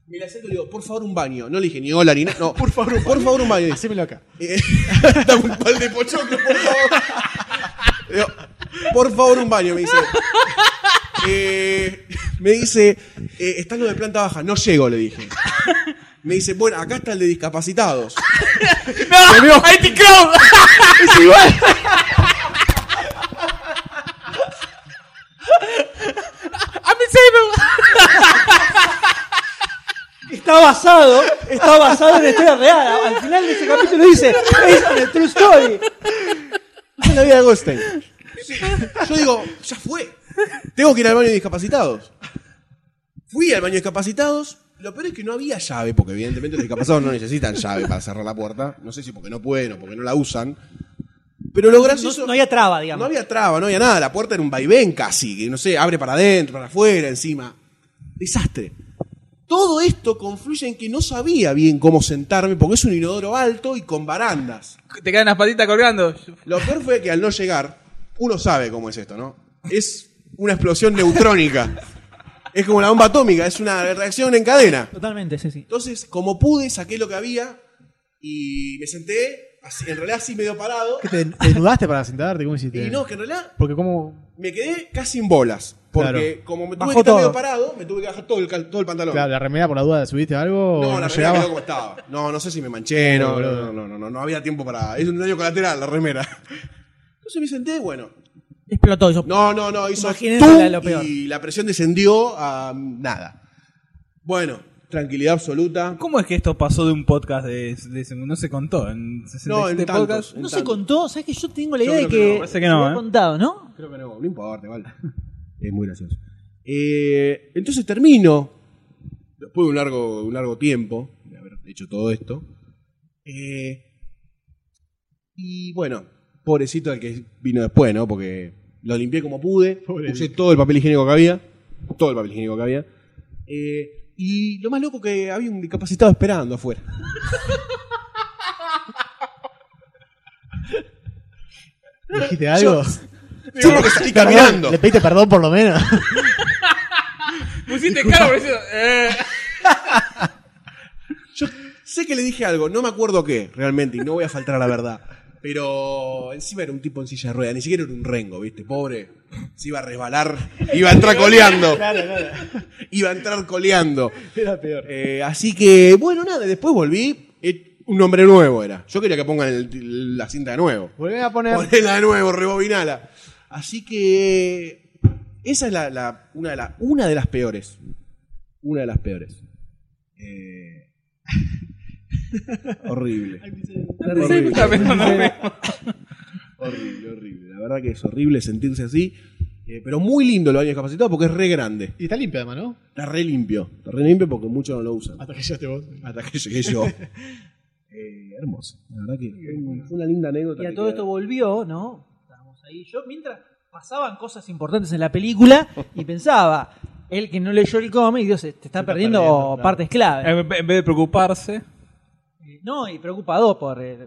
H: Me la acerco y le digo, por favor, un baño. No le dije ni hola ni nada. No, por favor, por favor, un baño.
L: Hacémelo acá.
H: Eh, *laughs* Dame un pal de pochoclo, por favor. Le digo, por favor, un baño, me dice. Eh, me dice, eh, está lo de planta baja. No llego, le dije. Me dice, bueno, acá está el de discapacitados.
N: ¡No! ¡IT Crowd!
H: Es igual.
N: ¡I'm disabled!
F: *laughs* Está basado, está basado en historia real. Al final de ese capítulo dice, es una true story.
H: Es la vida de Goldstein. Yo digo, ya fue. Tengo que ir al baño de discapacitados. Fui al baño de discapacitados. Lo peor es que no había llave, porque evidentemente los discapacitados no necesitan llave para cerrar la puerta. No sé si porque no pueden o porque no la usan. Pero lo gracioso.
F: No, no había traba, digamos.
H: No había traba, no había nada. La puerta era un vaivén casi, que no sé, abre para adentro, para afuera, encima. Desastre. Todo esto confluye en que no sabía bien cómo sentarme, porque es un inodoro alto y con barandas.
K: Te quedan las patitas colgando.
H: Lo peor fue que al no llegar, uno sabe cómo es esto, ¿no? Es una explosión neutrónica. Es como la bomba atómica, es una reacción en cadena.
F: Totalmente, sí, sí.
H: Entonces, como pude, saqué lo que había y me senté, así- en realidad así medio parado.
L: ¿Qué te te desnudaste para sentarte? ¿Cómo hiciste?
H: Y no, que en realidad
L: Porque como...
H: me quedé casi en bolas. Porque
L: Claro.
H: como me tuve
L: Bajó
H: que estar
L: todo.
H: medio parado, me tuve que bajar todo el, cal- todo el pantalón.
L: Claro, la remera por la duda, ¿subiste algo?
H: No,
L: o
H: la remera
L: llegaba?
H: quedó como estaba. No, no sé si me manché, no,
L: Pobre
H: no,
L: boludo.
H: no, no, no, no había tiempo para. Es un daño colateral la remera. Entonces me senté, bueno.
F: Explotó eso.
H: No, no, no, hizo
F: Imagínense
H: ¡tum!
F: la- lo peor.
H: y la presión descendió a nada. Bueno, tranquilidad absoluta.
K: ¿Cómo es que esto pasó de un podcast de, de ese- no se contó en 67
H: No, en tantos,
K: podcasts?
H: en
F: No se
H: tantos.
F: contó, ¿sabes que yo tengo la
H: Yo
F: idea de
H: creo que
F: que,
H: no,
K: parece que no,
F: se había
K: ¿eh?
F: contado, ¿no?
H: Creo que no, no importa, vale. Es muy gracioso. Eh, entonces termino después de un largo, un largo tiempo de haber hecho todo esto. Eh, y bueno, pobrecito el que vino después, ¿no? Porque lo limpié como pude, usé todo el papel higiénico que había, todo el papel higiénico que había. Eh, y lo más loco que había un discapacitado esperando afuera.
L: ¿Dijiste
H: *laughs*
L: algo?
H: Yo- Sí, porque salí caminando.
L: ¿Le pediste perdón por lo menos?
K: Pusiste cara por eso. Eh.
H: Yo sé que le dije algo, no me acuerdo qué, realmente, y no voy a faltar a la verdad. Pero encima era un tipo en silla de ruedas, ni siquiera era un rengo, ¿viste? Pobre. Se iba a resbalar, iba a entrar coleando.
L: Claro, claro.
H: Iba a entrar coleando.
L: Era peor.
H: Eh, así que, bueno, nada, después volví. eh, un hombre nuevo era. Yo quería que pongan el- la cinta de nuevo.
L: Volvé a poner.
H: Ponela de nuevo, rebobinala. Así que esa es la, la- una, de la- una de las peores. Una de las peores. Eh, *laughs* horrible. horrible. horrible. *laughs* horrible. La verdad que es horrible sentirse así. eh, pero muy lindo los años capacitados porque es re grande.
L: Y está limpio además, ¿no?
H: Está re limpio. Está re limpio porque muchos no lo usan.
L: Hasta que llegaste vos.
H: Hasta *laughs* que llegué yo. Eh, hermoso. La verdad que fue un- fue una linda anécdota.
F: Y a
H: que
F: todo
H: queda.
F: esto volvió, ¿no? Estábamos ahí. Yo, mientras pasaban cosas importantes en la película,
H: *laughs*
F: y pensaba, el que no leyó el cómic, Dios, te está perdiendo, partes clave.
K: En vez de preocuparse.
H: Eh,
F: No, y preocupado por. eh,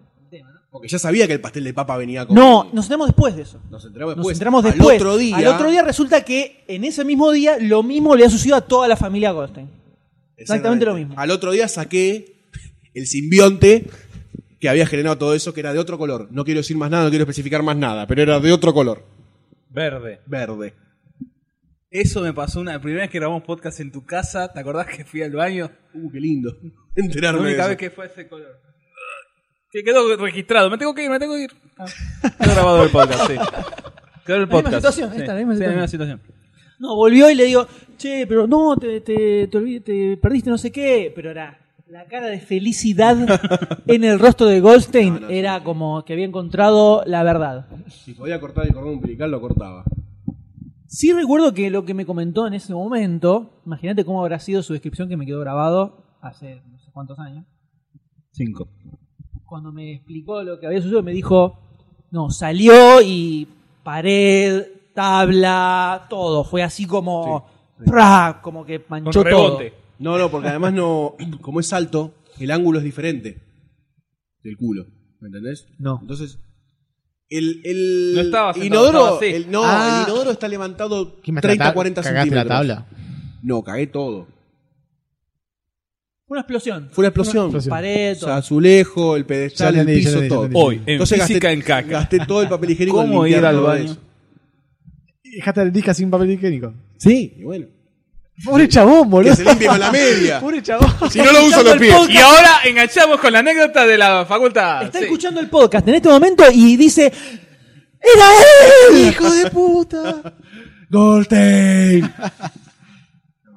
H: Porque ya sabía que el pastel de papa venía con.
F: No, nos enteramos después de eso.
H: Nos enteramos
F: Nos
H: después.
F: enteramos
H: Al
F: después.
H: otro día-
F: Al otro día resulta que en ese mismo día lo mismo le ha sucedido a toda la familia Goldstein. Exactamente lo mismo.
H: Al otro día saqué el simbionte que había generado todo eso, que era de otro color. No quiero decir más nada, no quiero especificar más nada, pero era de otro color.
K: Verde.
H: Verde.
K: Eso me pasó una la primera vez que grabamos podcast en tu casa. ¿Te acordás que fui al baño?
H: Uh, qué lindo. *laughs*
K: La
H: Enterarme. de
K: única
H: eso.
K: vez que fue ese color. Que quedó registrado. Me tengo que ir, me tengo que ir. Ah. Quedó grabado el podcast, sí. Quedó el
F: La misma
K: podcast.
F: situación,
K: sí.
F: esta, la misma
K: Sí,
F: situación.
K: situación.
F: No, volvió y le digo, che, pero no, te, te, te olvid- te perdiste no sé qué, pero era la cara de felicidad en el rostro de Goldstein, era como que había encontrado la verdad.
H: Si podía cortar el cordón umbilical, lo cortaba.
F: Sí recuerdo que lo que me comentó en ese momento, imagínate cómo habrá sido su descripción que me quedó grabado hace no sé cuántos años,
K: Cinco.
F: cuando me explicó lo que había sucedido, me dijo, no, salió y pared, tabla, todo, fue así como, ¡pra! como que manchó todo.
H: No, no, porque además no. Como es alto, el ángulo es diferente del culo. ¿Me entendés?
F: No.
H: Entonces. El, el
K: No estaba sentado,
H: inodoro,
K: estaba así.
H: el- no,
K: Ah.
H: el inodoro está levantado
K: ¿Qué me
H: 30,
K: trata-
H: 40
K: cagaste la
H: centímetros.
K: tabla?
H: No, cagué todo.
F: Fue una explosión.
H: Fue una explosión.
F: Pared,
H: O sea, azulejo, el pedestal,
K: Ya
H: el
K: entendí, ya
H: piso,
K: entendí,
H: todo.
K: ya entendí. Hoy, en física en caca.
H: Gasté todo el papel higiénico. en
K: ¿Cómo ir
H: limpiar
K: al
H: todo
K: baño?
H: eso.
L: Dejaste el disco sin papel
I: *laughs*
L: higiénico.
H: Sí, y bueno.
L: Pobre chabón, boludo.
H: Que se limpie con
K: *laughs*
H: la media.
L: Pobre chabón.
H: Si no lo uso, lo pies.
K: Y ahora enganchamos con la anécdota de la facultad.
F: Está escuchando el podcast en este momento y dice: ¡Era él! ¡Hijo de
H: *laughs*
F: puta!
H: ¡Goldstein!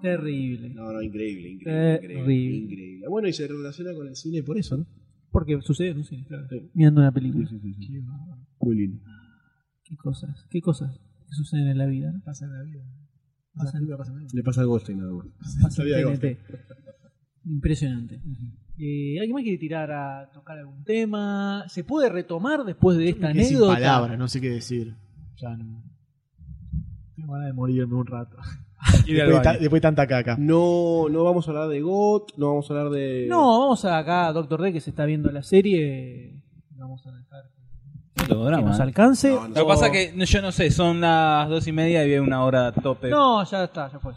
F: Terrible.
H: No, no, increíble, increíble,
K: Eh,
H: increíble, increíble. Bueno, y se relaciona con el cine por eso, ¿no?
F: Porque sucede en un cine, claro.
H: Sí.
F: Mirando una película.
H: Muy lindo.
F: ¿Qué cosas? ¿Qué cosas que suceden en la vida? ¿no? Pasan en la vida. Pasan en la
H: Le pasa al Goldstein nada más. Sabía
F: vida.
H: Goldstein.
F: Impresionante. Eh, ¿Alguien más quiere tirar a tocar algún tema? ¿Se puede retomar después de esta
L: Me quedé sin
F: anécdota?
L: palabras, no sé qué decir. Ya no. Tengo ganas de morirme un rato.
H: Ir al
L: después, de ta-
H: baño.
L: después de tanta caca.
H: No, no vamos a hablar de GOT, no vamos a hablar de.
F: No, vamos a acá, Doctor D, que se está viendo la serie. Vamos a dejar que ¿eh? nos alcance.
K: ¿eh? Lo que pasa que no, yo no sé, son las dos y media y viene una hora a tope.
F: No, ya está, ya fue.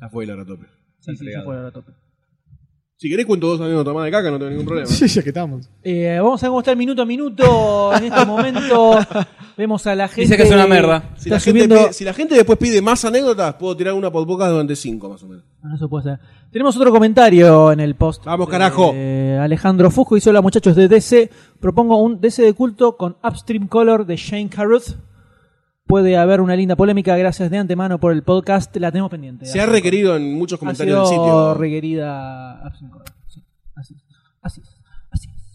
H: Ya fue el tope.
F: Sí, sí, ya fue la hora tope.
H: Si querés, cuento dos anécdotas más de caca, no tengo ningún problema.
L: Sí, ya que estamos.
F: Eh, vamos a ver cómo está el minuto a minuto. En este momento
K: *laughs*
F: vemos a la gente.
K: Dice que es una merda.
H: Si
F: está
H: la, gente
F: subiendo-
H: pide- si la gente después pide más anécdotas, puedo tirar una por pocas durante cinco, más o menos.
F: Ah, No, eso puede ser. Tenemos otro comentario en el post. Vamos,
H: carajo.
F: Alejandro Fusco hizo hola muchachos de DC. Propongo un DC de culto con Upstream Color de Shane Carruth. Puede haber una linda polémica. Gracias de antemano por el podcast. La tenemos pendiente.
H: Se ha requerido en muchos
F: Ha
H: comentarios
F: sido
H: del sitio.
F: requerida Upstream Color. Sí, así es. Así es. Así es.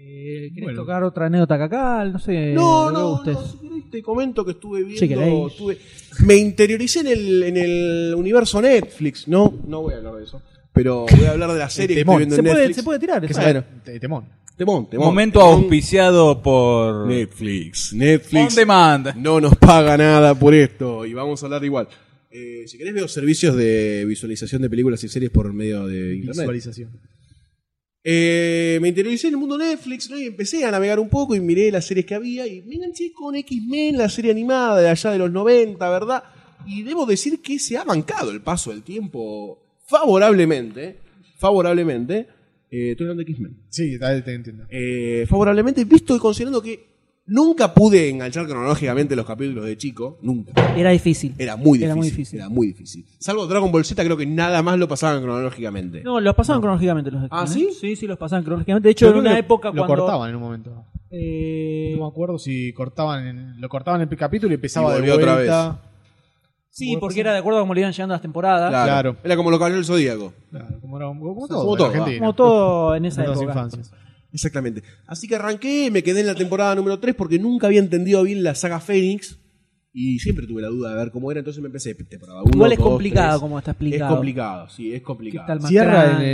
F: Eh, ¿Querés tocar otra anécdota cacal? No sé.
H: No,
F: lo que
H: no,
F: gustes.
H: no, si querés te comento que estuve viendo.
F: Sí, querés.
H: estuve- me interioricé en el, en el universo Netflix, ¿no? No voy a hablar de eso. Pero voy a hablar de la serie que estoy
I: Temón.
H: viendo
I: Se
H: en
I: puede-
H: Netflix.
I: se puede tirar,
H: Que
I: esa-
H: bueno,
I: Te- Temón.
H: Temón, temón.
G: Momento
H: temón.
G: auspiciado por
H: Netflix. Netflix.
G: On demand.
H: No nos paga nada por esto y vamos a hablar igual. Eh, si querés veo servicios de visualización de películas y series por medio de internet.
I: Visualización.
H: Eh, me interioricé en el mundo Netflix ¿no? y empecé a navegar un poco y miré las series que había y me enganché con X-Men, la serie animada de allá de los 90, ¿verdad? Y debo decir que se ha bancado el paso del tiempo favorablemente, favorablemente. Eh, estoy hablando de X-Men.
I: Sí, dale, te entiendo.
H: Eh, favorablemente, visto y considerando que nunca pude enganchar cronológicamente los capítulos de chico, nunca.
F: Era difícil.
H: Era muy difícil.
F: Era
H: Era
F: muy
H: muy
F: difícil.
H: difícil. Salvo Dragon Ball Z, creo que nada más lo pasaban cronológicamente.
F: No, los pasaban cronológicamente los
H: ¿Ah,
F: X-Men, ¿eh? Sí, sí, los pasaban cronológicamente. De hecho,
I: Yo
F: en
I: creo
F: una
I: que
F: época
I: lo
F: cuando. eh,
I: cortaban en un momento. no me acuerdo si cortaban en- lo cortaban en el capítulo y empezaba
H: Y
I: de
H: volvió otra
I: vuelta.
F: Sí, porque era de acuerdo a cómo le iban llegando las temporadas.
H: Claro. Era como lo que habló el Zodíaco.
I: Como, era- como
H: Como
I: todo,
H: todo,
I: en Argentina.
F: Como todo en esa
I: En las
F: época.
I: infancias.
H: Exactamente. Así que arranqué, me quedé en la temporada número 3 porque nunca había entendido bien la saga Fénix y siempre tuve la duda de ver cómo era, entonces me empecé temporada 1.
F: Igual es complicado como está explicado.
H: Es complicado, sí, es
F: Está
H: complicado.
F: el
I: ¿Cierra en, eh,
F: Macrán,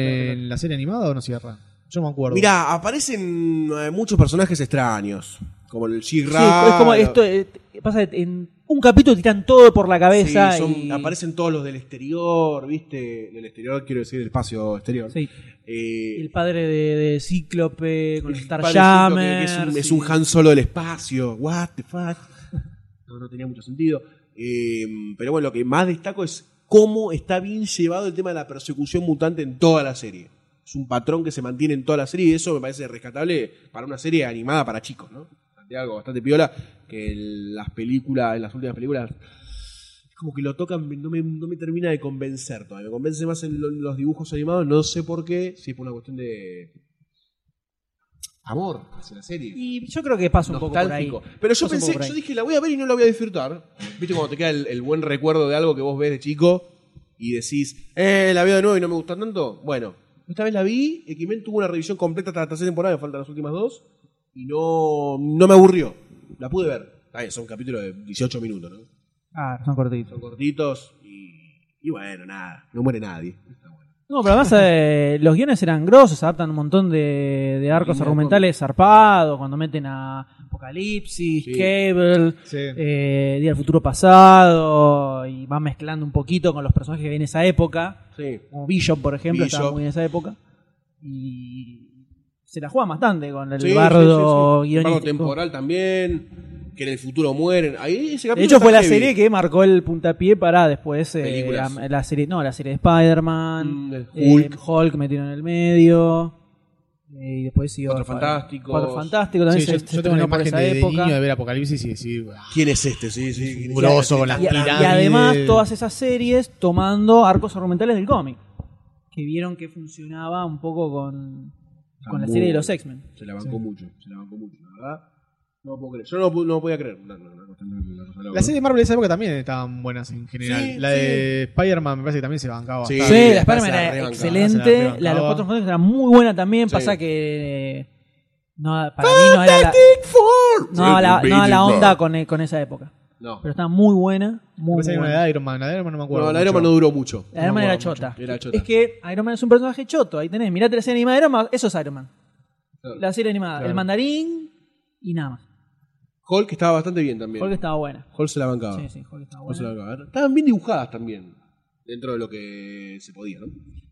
I: en la serie animada o no cierra? Yo no me acuerdo.
H: Mirá, aparecen eh, muchos personajes extraños, como el She-Ra.
F: Sí, es como
H: la-
F: esto. eh, pasa que en un capítulo te tiran todo por la
H: Sí,
F: cabeza.
H: son-
F: y-
H: aparecen todos los del exterior, ¿viste? Del exterior, quiero decir, del espacio exterior.
F: Sí.
H: Eh,
F: El padre de, de Cíclope, con el Star
H: padrecito que- que es un,
F: Jammer,
H: es
F: sí.
H: un Han Solo del espacio. What the fuck. No, no tenía mucho sentido. Eh, pero bueno, lo que más destaco es cómo está bien llevado el tema de la persecución mutante en toda la serie. Es un patrón que se mantiene en toda la serie y eso me parece rescatable para una serie animada para chicos, ¿no? Bastante algo bastante piola que en las películas, en las últimas películas es como que lo tocan, no me, no me termina de convencer todavía. Me convence más en lo- los dibujos animados, no sé por qué, si es por una cuestión de amor hacia la serie.
F: Y yo creo que pasa un poco por ahí.
H: Nostálgico. Pero yo
F: Pasa un poco
H: pensé,
F: por ahí.
H: yo dije, la voy a ver y no la voy a disfrutar. ¿Viste cuando te queda el, el buen recuerdo de algo que vos ves de chico y decís, eh, la veo de nuevo y no me gusta tanto? Bueno, esta vez la vi, X-Men tuvo una revisión completa hasta la tercera temporada, me faltan las últimas dos, y no, no me aburrió. La pude ver. Está bien, son capítulos de 18 minutos, ¿no?
F: Ah, son cortitos.
H: Son cortitos y, y bueno, nada, no muere nadie.
F: No, pero además eh, los guiones eran grosos, adaptan un montón de, de arcos argumentales zarpados, cuando meten a Apocalipsis, Cable, eh, Día del Futuro Pasado, y van mezclando un poquito con los personajes que hay en esa época,
H: Sí.
F: como Bishop, por ejemplo, estaba
H: Bishop.
F: muy en esa época, y se la juegan bastante con el
H: Sí, sí,
F: bardo
H: sí, sí. Bardo
F: guionístico.
H: temporal también, que en el futuro mueren. Ahí ese
F: De
H: capítulo
F: hecho
H: está
F: fue la
H: heavy.
F: serie que marcó el puntapié para después eh,
H: Películas. Mm,
F: la, la serie, no, la serie de Spider-Man, eh, Hulk.
H: Hulk.
F: metido en el medio. eh, y después siguió
H: Cuatro
F: Spider-
H: Fantásticos.
F: Cuatro Fantásticos también
I: Sí,
F: se-
I: yo,
F: se
I: yo tengo una
F: estrenó por
I: imagen
F: esa
I: de, de
F: época.
I: niño de ver Apocalipsis y decir, "Ah,
H: ¿Quién es este? Sí, sí. ¿quién es
I: grosso
H: este?
I: con las
F: y, a- y
I: pirámides.
F: además todas esas series tomando arcos argumentales del cómic. Que vieron que funcionaba un poco con, con la
H: muy
F: serie de los
H: bueno.
F: X-Men.
H: Se la bancó mucho, se la bancó mucho, la verdad. No lo puedo creer. Yo no, pu- no lo podía creer. No, no, no, no, no, no, no, no, no.
I: La serie de Marvel de esa época también estaban buenas en general.
H: Sí,
I: la de Spider-Man me parece que también se bancaba.
H: Sí,
I: bastante.
F: Sí,
H: Sí,
F: la Spider-Man
H: se la
F: era
H: rebancaba,
I: se la
F: excelente.
I: rebancaba.
F: La de los cuatro fantásticos era muy buena también.
H: Sí.
F: Pasa que. eh, no, para mí no era la, no daba la, no daba la onda con, e-, con esa época.
H: No.
F: Pero estaba muy buena.
I: Me
F: Muy
I: parece que era
F: buena.
I: una de Iron Man. La de Iron Man no me acuerdo.
H: No, la Iron Man
I: mucho.
H: no duró mucho.
F: La Iron Man
I: No me
F: era
I: acuerdo
F: chota.
H: mucho. Era chota.
F: Es que Iron Man es un personaje choto. Ahí tenés. Mirate la serie animada de Iron Man. Eso es Iron Man.
H: Claro.
F: La serie animada.
H: Claro.
F: El mandarín y nada más.
H: Hulk estaba bastante bien Ah. también.
F: Hulk
H: Hulk,
F: estaba buena.
H: se la bancaba.
F: Sí, sí, Hulk estaba
H: Hulk se la
F: buena.
H: bancaba. Estaban bien dibujadas también. Dentro de lo que se podía, ¿no?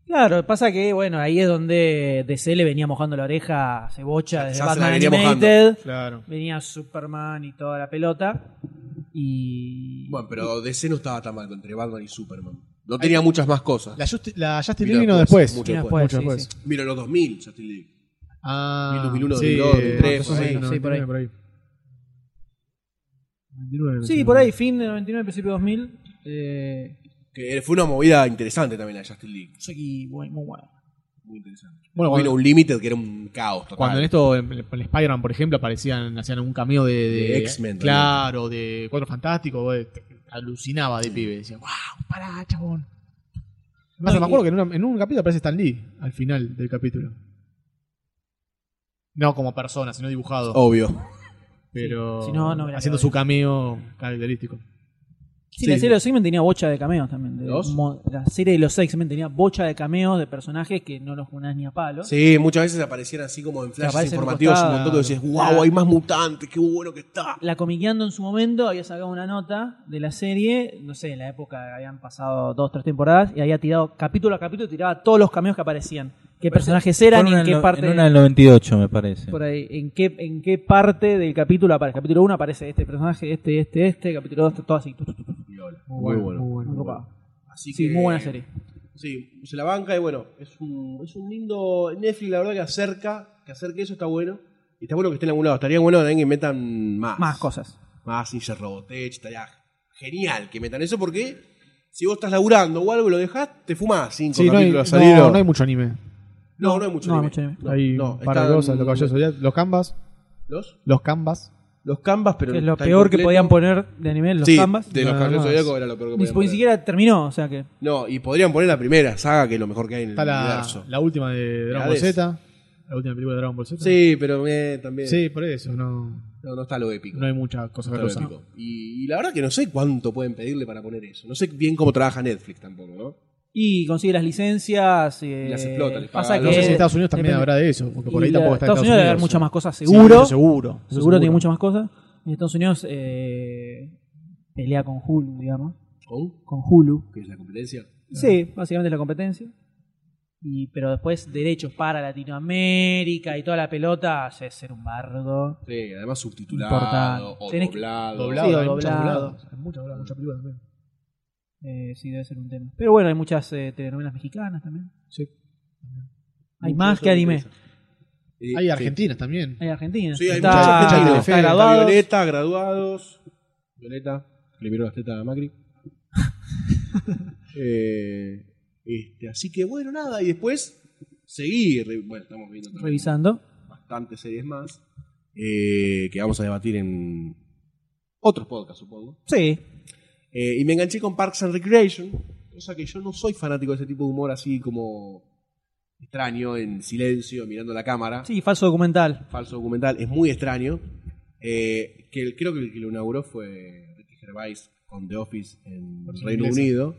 F: Claro, pasa que, bueno, ahí es donde DC le venía mojando la oreja se bocha desde
H: se la
F: Batman
H: venía
F: Animated.
H: mojando.
I: Claro.
F: Venía Superman y toda la pelota. Y.
H: Bueno, pero DC no estaba tan mal entre Batman y Superman. No tenía muchas más cosas.
I: La, Justi- la Justin
H: Vino
I: League vino
H: después,
I: después.
H: mucho
I: Vino
H: después,
I: mucho
F: sí,
I: después.
H: Mira, los 2000, ya te digo.
I: Ah,
H: 2001,
I: sí,
H: 2002, 2003,
I: por ahí,
H: por ahí.
F: Sí, por ahí.
I: 99, por ahí. 99,
F: Sí, por ahí, fin de 99, principio de 2000. Eh,
H: Que fue una movida interesante también la Justice League.
F: sí, muy, muy bueno.
H: Muy interesante. Vino
I: Bueno, cuando-
H: un Limited que era un caos total.
I: Cuando en esto, en en Spider-Man, por ejemplo, aparecían, hacían un cameo de, de-
H: De X-Men,
I: Claro, de Cuatro Fantásticos. vos te- te alucinaba de pibe. Decía, wow, pará, chabón.
F: No,
I: Además, me
F: y-
I: acuerdo que en, una- en un capítulo aparece Stan Lee al final del capítulo. No como persona, sino dibujado.
H: Oh.
L: Obvio.
I: Pero
F: Sí, si no, no hubiera
I: haciendo su cameo característico.
F: Sí,
I: Sí.
F: la serie de los X-Men tenía bocha de cameos también. de
I: ¿Los?
F: mo- La serie de los X-Men tenía bocha de cameos de personajes que no los unás ni a palo.
H: Sí, muchas veces aparecían así como en flashes
F: Aparecen
H: informativos un
F: costados.
H: montón que decías, wow,
F: Claro.
H: hay más mutantes, qué bueno que está.
F: La comiqueando en su momento había sacado una nota de la serie, no sé, en la época habían pasado dos, tres temporadas y había tirado capítulo a capítulo, tiraba todos los cameos que aparecían. ¿Qué personajes eran y en qué parte?
G: En una del 98, me parece.
F: por ahí, en qué, en qué parte del capítulo aparece. Capítulo 1 aparece este personaje, este, este, este, capítulo 2, todo así.
H: Muy bueno,
F: Muy bueno.
H: muy
F: copado.
H: Así
F: sí,
H: que-
F: muy buena serie.
H: Sí, se la banca y bueno, es un, es un lindo Netflix, la verdad que acerca, que acerque eso está bueno. Y está bueno que esté en algún lado, estaría bueno también que metan más.
F: Más cosas.
H: Más Ninja Robotech, estaría genial que metan eso porque si vos estás laburando o algo y lo dejás, te fumás cinco
I: Sí, no hay,
H: capítulos
I: no,
H: al hilo.
I: no hay mucho anime.
H: No, no hay mucho
F: No hay
H: anime.
F: mucho anime.
H: No,
I: hay
H: no,
I: un par de
H: están-
I: cosas, los caballeros del Zodiaco, los canvas.
H: ¿Los?
I: Los canvas.
H: Los canvas, pero
F: Que es lo
H: está
F: peor que
H: incompleto.
F: podían poner de anime, los
H: Sí,
F: canvas.
H: de los
F: Nada
H: Caballeros
F: más.
H: del Zodiaco era lo peor que
F: Ni- pues
H: podían
F: Ni
H: poner.
F: siquiera terminó, o sea que.
H: No, y podrían poner la primera saga, que es lo mejor que hay en
I: Está
H: el
I: la,
H: universo.
I: la última de Dragon
H: La
I: Ball
H: de-
I: Z. La última película de Dragon Ball Z.
H: Sí, pero eh, también.
I: Sí, por eso. No,
H: No, no está lo épico.
I: no hay mucha cosa
H: Está
I: que
H: lo
I: usar.
H: épico. Y, y la verdad que no sé cuánto pueden pedirle para poner eso. No sé bien cómo trabaja Netflix tampoco, ¿no?
F: Y consigue las licencias. eh,
H: Las explota, les
F: pasa
H: paga.
F: que
I: No sé si en Estados Unidos también
F: Eh, depende.
I: habrá de eso, porque por
F: Y
I: ahí tampoco
F: la-
I: está
F: Estados
I: Estados
F: Unidos debe haber
I: Unidos.
F: muchas más cosas,
I: Sí,
F: seguro.
I: eso seguro, eso
F: Seguro,
I: seguro.
F: tiene muchas más cosas. En Estados Unidos eh, pelea con Hulu, digamos.
H: ¿Con?
F: Con Hulu.
H: Que es la competencia.
F: Sí, básicamente es la competencia. Y, pero después derechos para Latinoamérica y toda la pelota es ser un bardo.
H: Sí,
F: Importante.
H: además subtitulado o
F: Tenés que-
H: doblado.
F: Doblado, Sí, o hay muchas doblado. dobladas.
I: Hay muchas dobladas, muchas películas también.
F: Eh, sí, debe ser un tema. Pero bueno, hay muchas eh, telenovelas mexicanas también.
I: Sí.
F: Hay
I: Mucho
F: más
I: eso
F: que
I: me
F: anime.
H: Eh,
I: Hay
H: sí.
I: argentinas también.
F: Hay argentinas.
H: Sí, hay
F: Está-
H: muchas
F: está
H: argentinas. Está
F: graduados.
H: Violeta, graduados. Violeta, que le miró las tetas
F: *laughs*
H: a Macri. Eh, este, así que bueno, nada. Y después seguir. Bueno, estamos viendo también
F: Revisando.
H: bastantes series más eh, que vamos a debatir en otros podcasts, supongo.
F: Sí.
H: Eh, y me enganché con Parks and Recreation, cosa que yo no soy fanático de ese tipo de humor así como extraño, en silencio, mirando la cámara.
F: Sí, falso documental.
H: Falso documental, es muy extraño. Eh, que el- creo que el que lo inauguró fue Ricky Gervais con The Office en
I: Versión
H: Reino
I: inglesa.
H: Unido.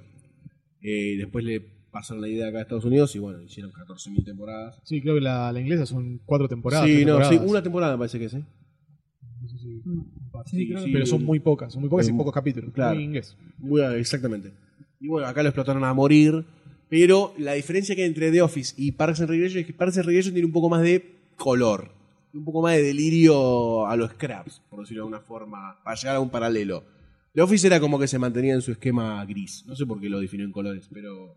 H: Eh, y después le pasaron la idea acá a Estados Unidos y bueno, hicieron 14.000 temporadas.
I: Sí, creo que la, la inglesa son cuatro temporadas.
H: sí,
I: tres
H: no, sí,
I: temporadas.
H: una temporada me parece que es, ¿eh?
I: Sí, creo que- pero son muy pocas, son muy pocas y
H: Es mu-
I: pocos capítulos.
H: Em, Claro.
I: Muy inglés.
H: Muy- exactamente. Y bueno, acá lo explotaron a morir. Pero la diferencia que hay entre The Office y Parks and Recreation es que Parks and Recreation tiene un poco más de color. Un poco más de delirio a los scraps, por decirlo de alguna forma, para llegar a un paralelo. The Office era como que se mantenía en su esquema gris. No sé por qué lo definió en colores, pero.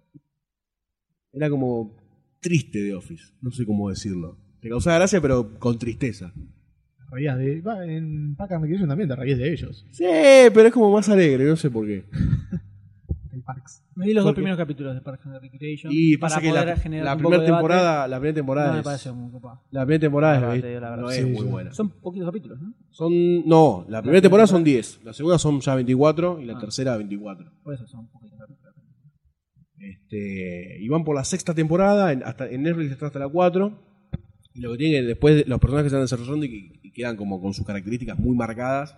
H: Era como triste The Office. No sé cómo decirlo. Te causaba gracia, pero con tristeza.
I: Te reías de. va, en Pack and Recreation también te reías de ellos.
H: Sí, pero es como más alegre, no sé por qué.
I: El Parks.
F: Me vi los dos
I: Porque-
F: primeros capítulos de Parks and Recreation.
H: Y
F: para
H: pasa que
F: poder
H: la,
F: generar
H: la
F: un poco
H: primera
F: de debate.
H: temporada, la primera temporada
F: No me
H: es-
F: pareció muy copada.
H: La primera temporada
F: La
H: es-
F: verdad, la verdad.
H: no es
F: Sí,
H: muy
F: sí.
H: buena.
F: Son poquitos capítulos, ¿no?
H: Son, no, la primera temporada son 10, la segunda son ya 24 y
F: Ah.
H: la tercera 24.
F: Por eso son poquitos capítulos.
H: Este, y van por la sexta temporada, en, hasta, en Netflix está hasta la 4. Y lo que tienen después, los personajes que se van desarrollando y que y quedan como con sus características muy marcadas.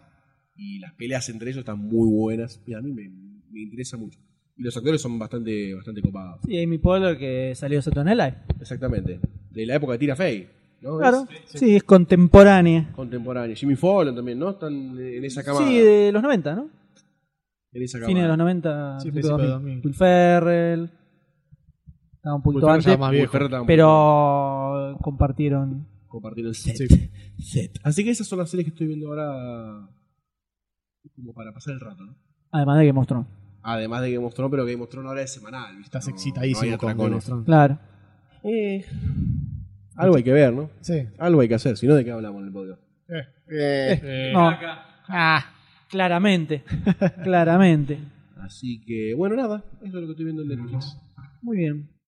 H: Y las peleas entre ellos están muy buenas. Y a mí me, me interesa mucho. Y los actores son bastante, bastante copados.
F: Sí, Amy Poehler que salió de Saturday Night Live.
H: Exactamente. De la época de Tira Fey. ¿no?
F: Claro.
H: Es
F: Sí, es contemporánea.
H: contemporáneo. Jimmy Fallon también, ¿no? Están en esa cámara.
F: Sí, de los 90, ¿no?
H: en esa
F: Fines de
H: camada.
F: los 90.
I: Sí,
F: principios
I: principio de
F: de
I: 2000.
F: Will Ferrell. Estaba un poquito
I: Ferrell ya
F: antes.
I: más viejo.
H: Will Ferrell estaba un
F: pero compartieron.
H: compartir el set.
I: Sí.
H: Set. Así que esas son las series que estoy viendo ahora como para pasar el rato, ¿no?
F: Además de que mostró.
H: Además de Game of Thrones, pero Game of Thrones ahora es semanal, ¿viste?
I: Estás
H: No- no
I: excitadísimo
H: hay
I: con
H: atracones.
I: Game of Thrones.
F: Claro.
H: Eh, Algo hay que ver, ¿no?
I: Sí.
H: Algo hay que hacer, si no, ¿de qué hablamos en el podcast?
F: No. Ah,
I: *laughs*
F: claramente. claramente.
H: Así que, bueno, nada, eso es lo que estoy viendo en Netflix.
F: Muy bien.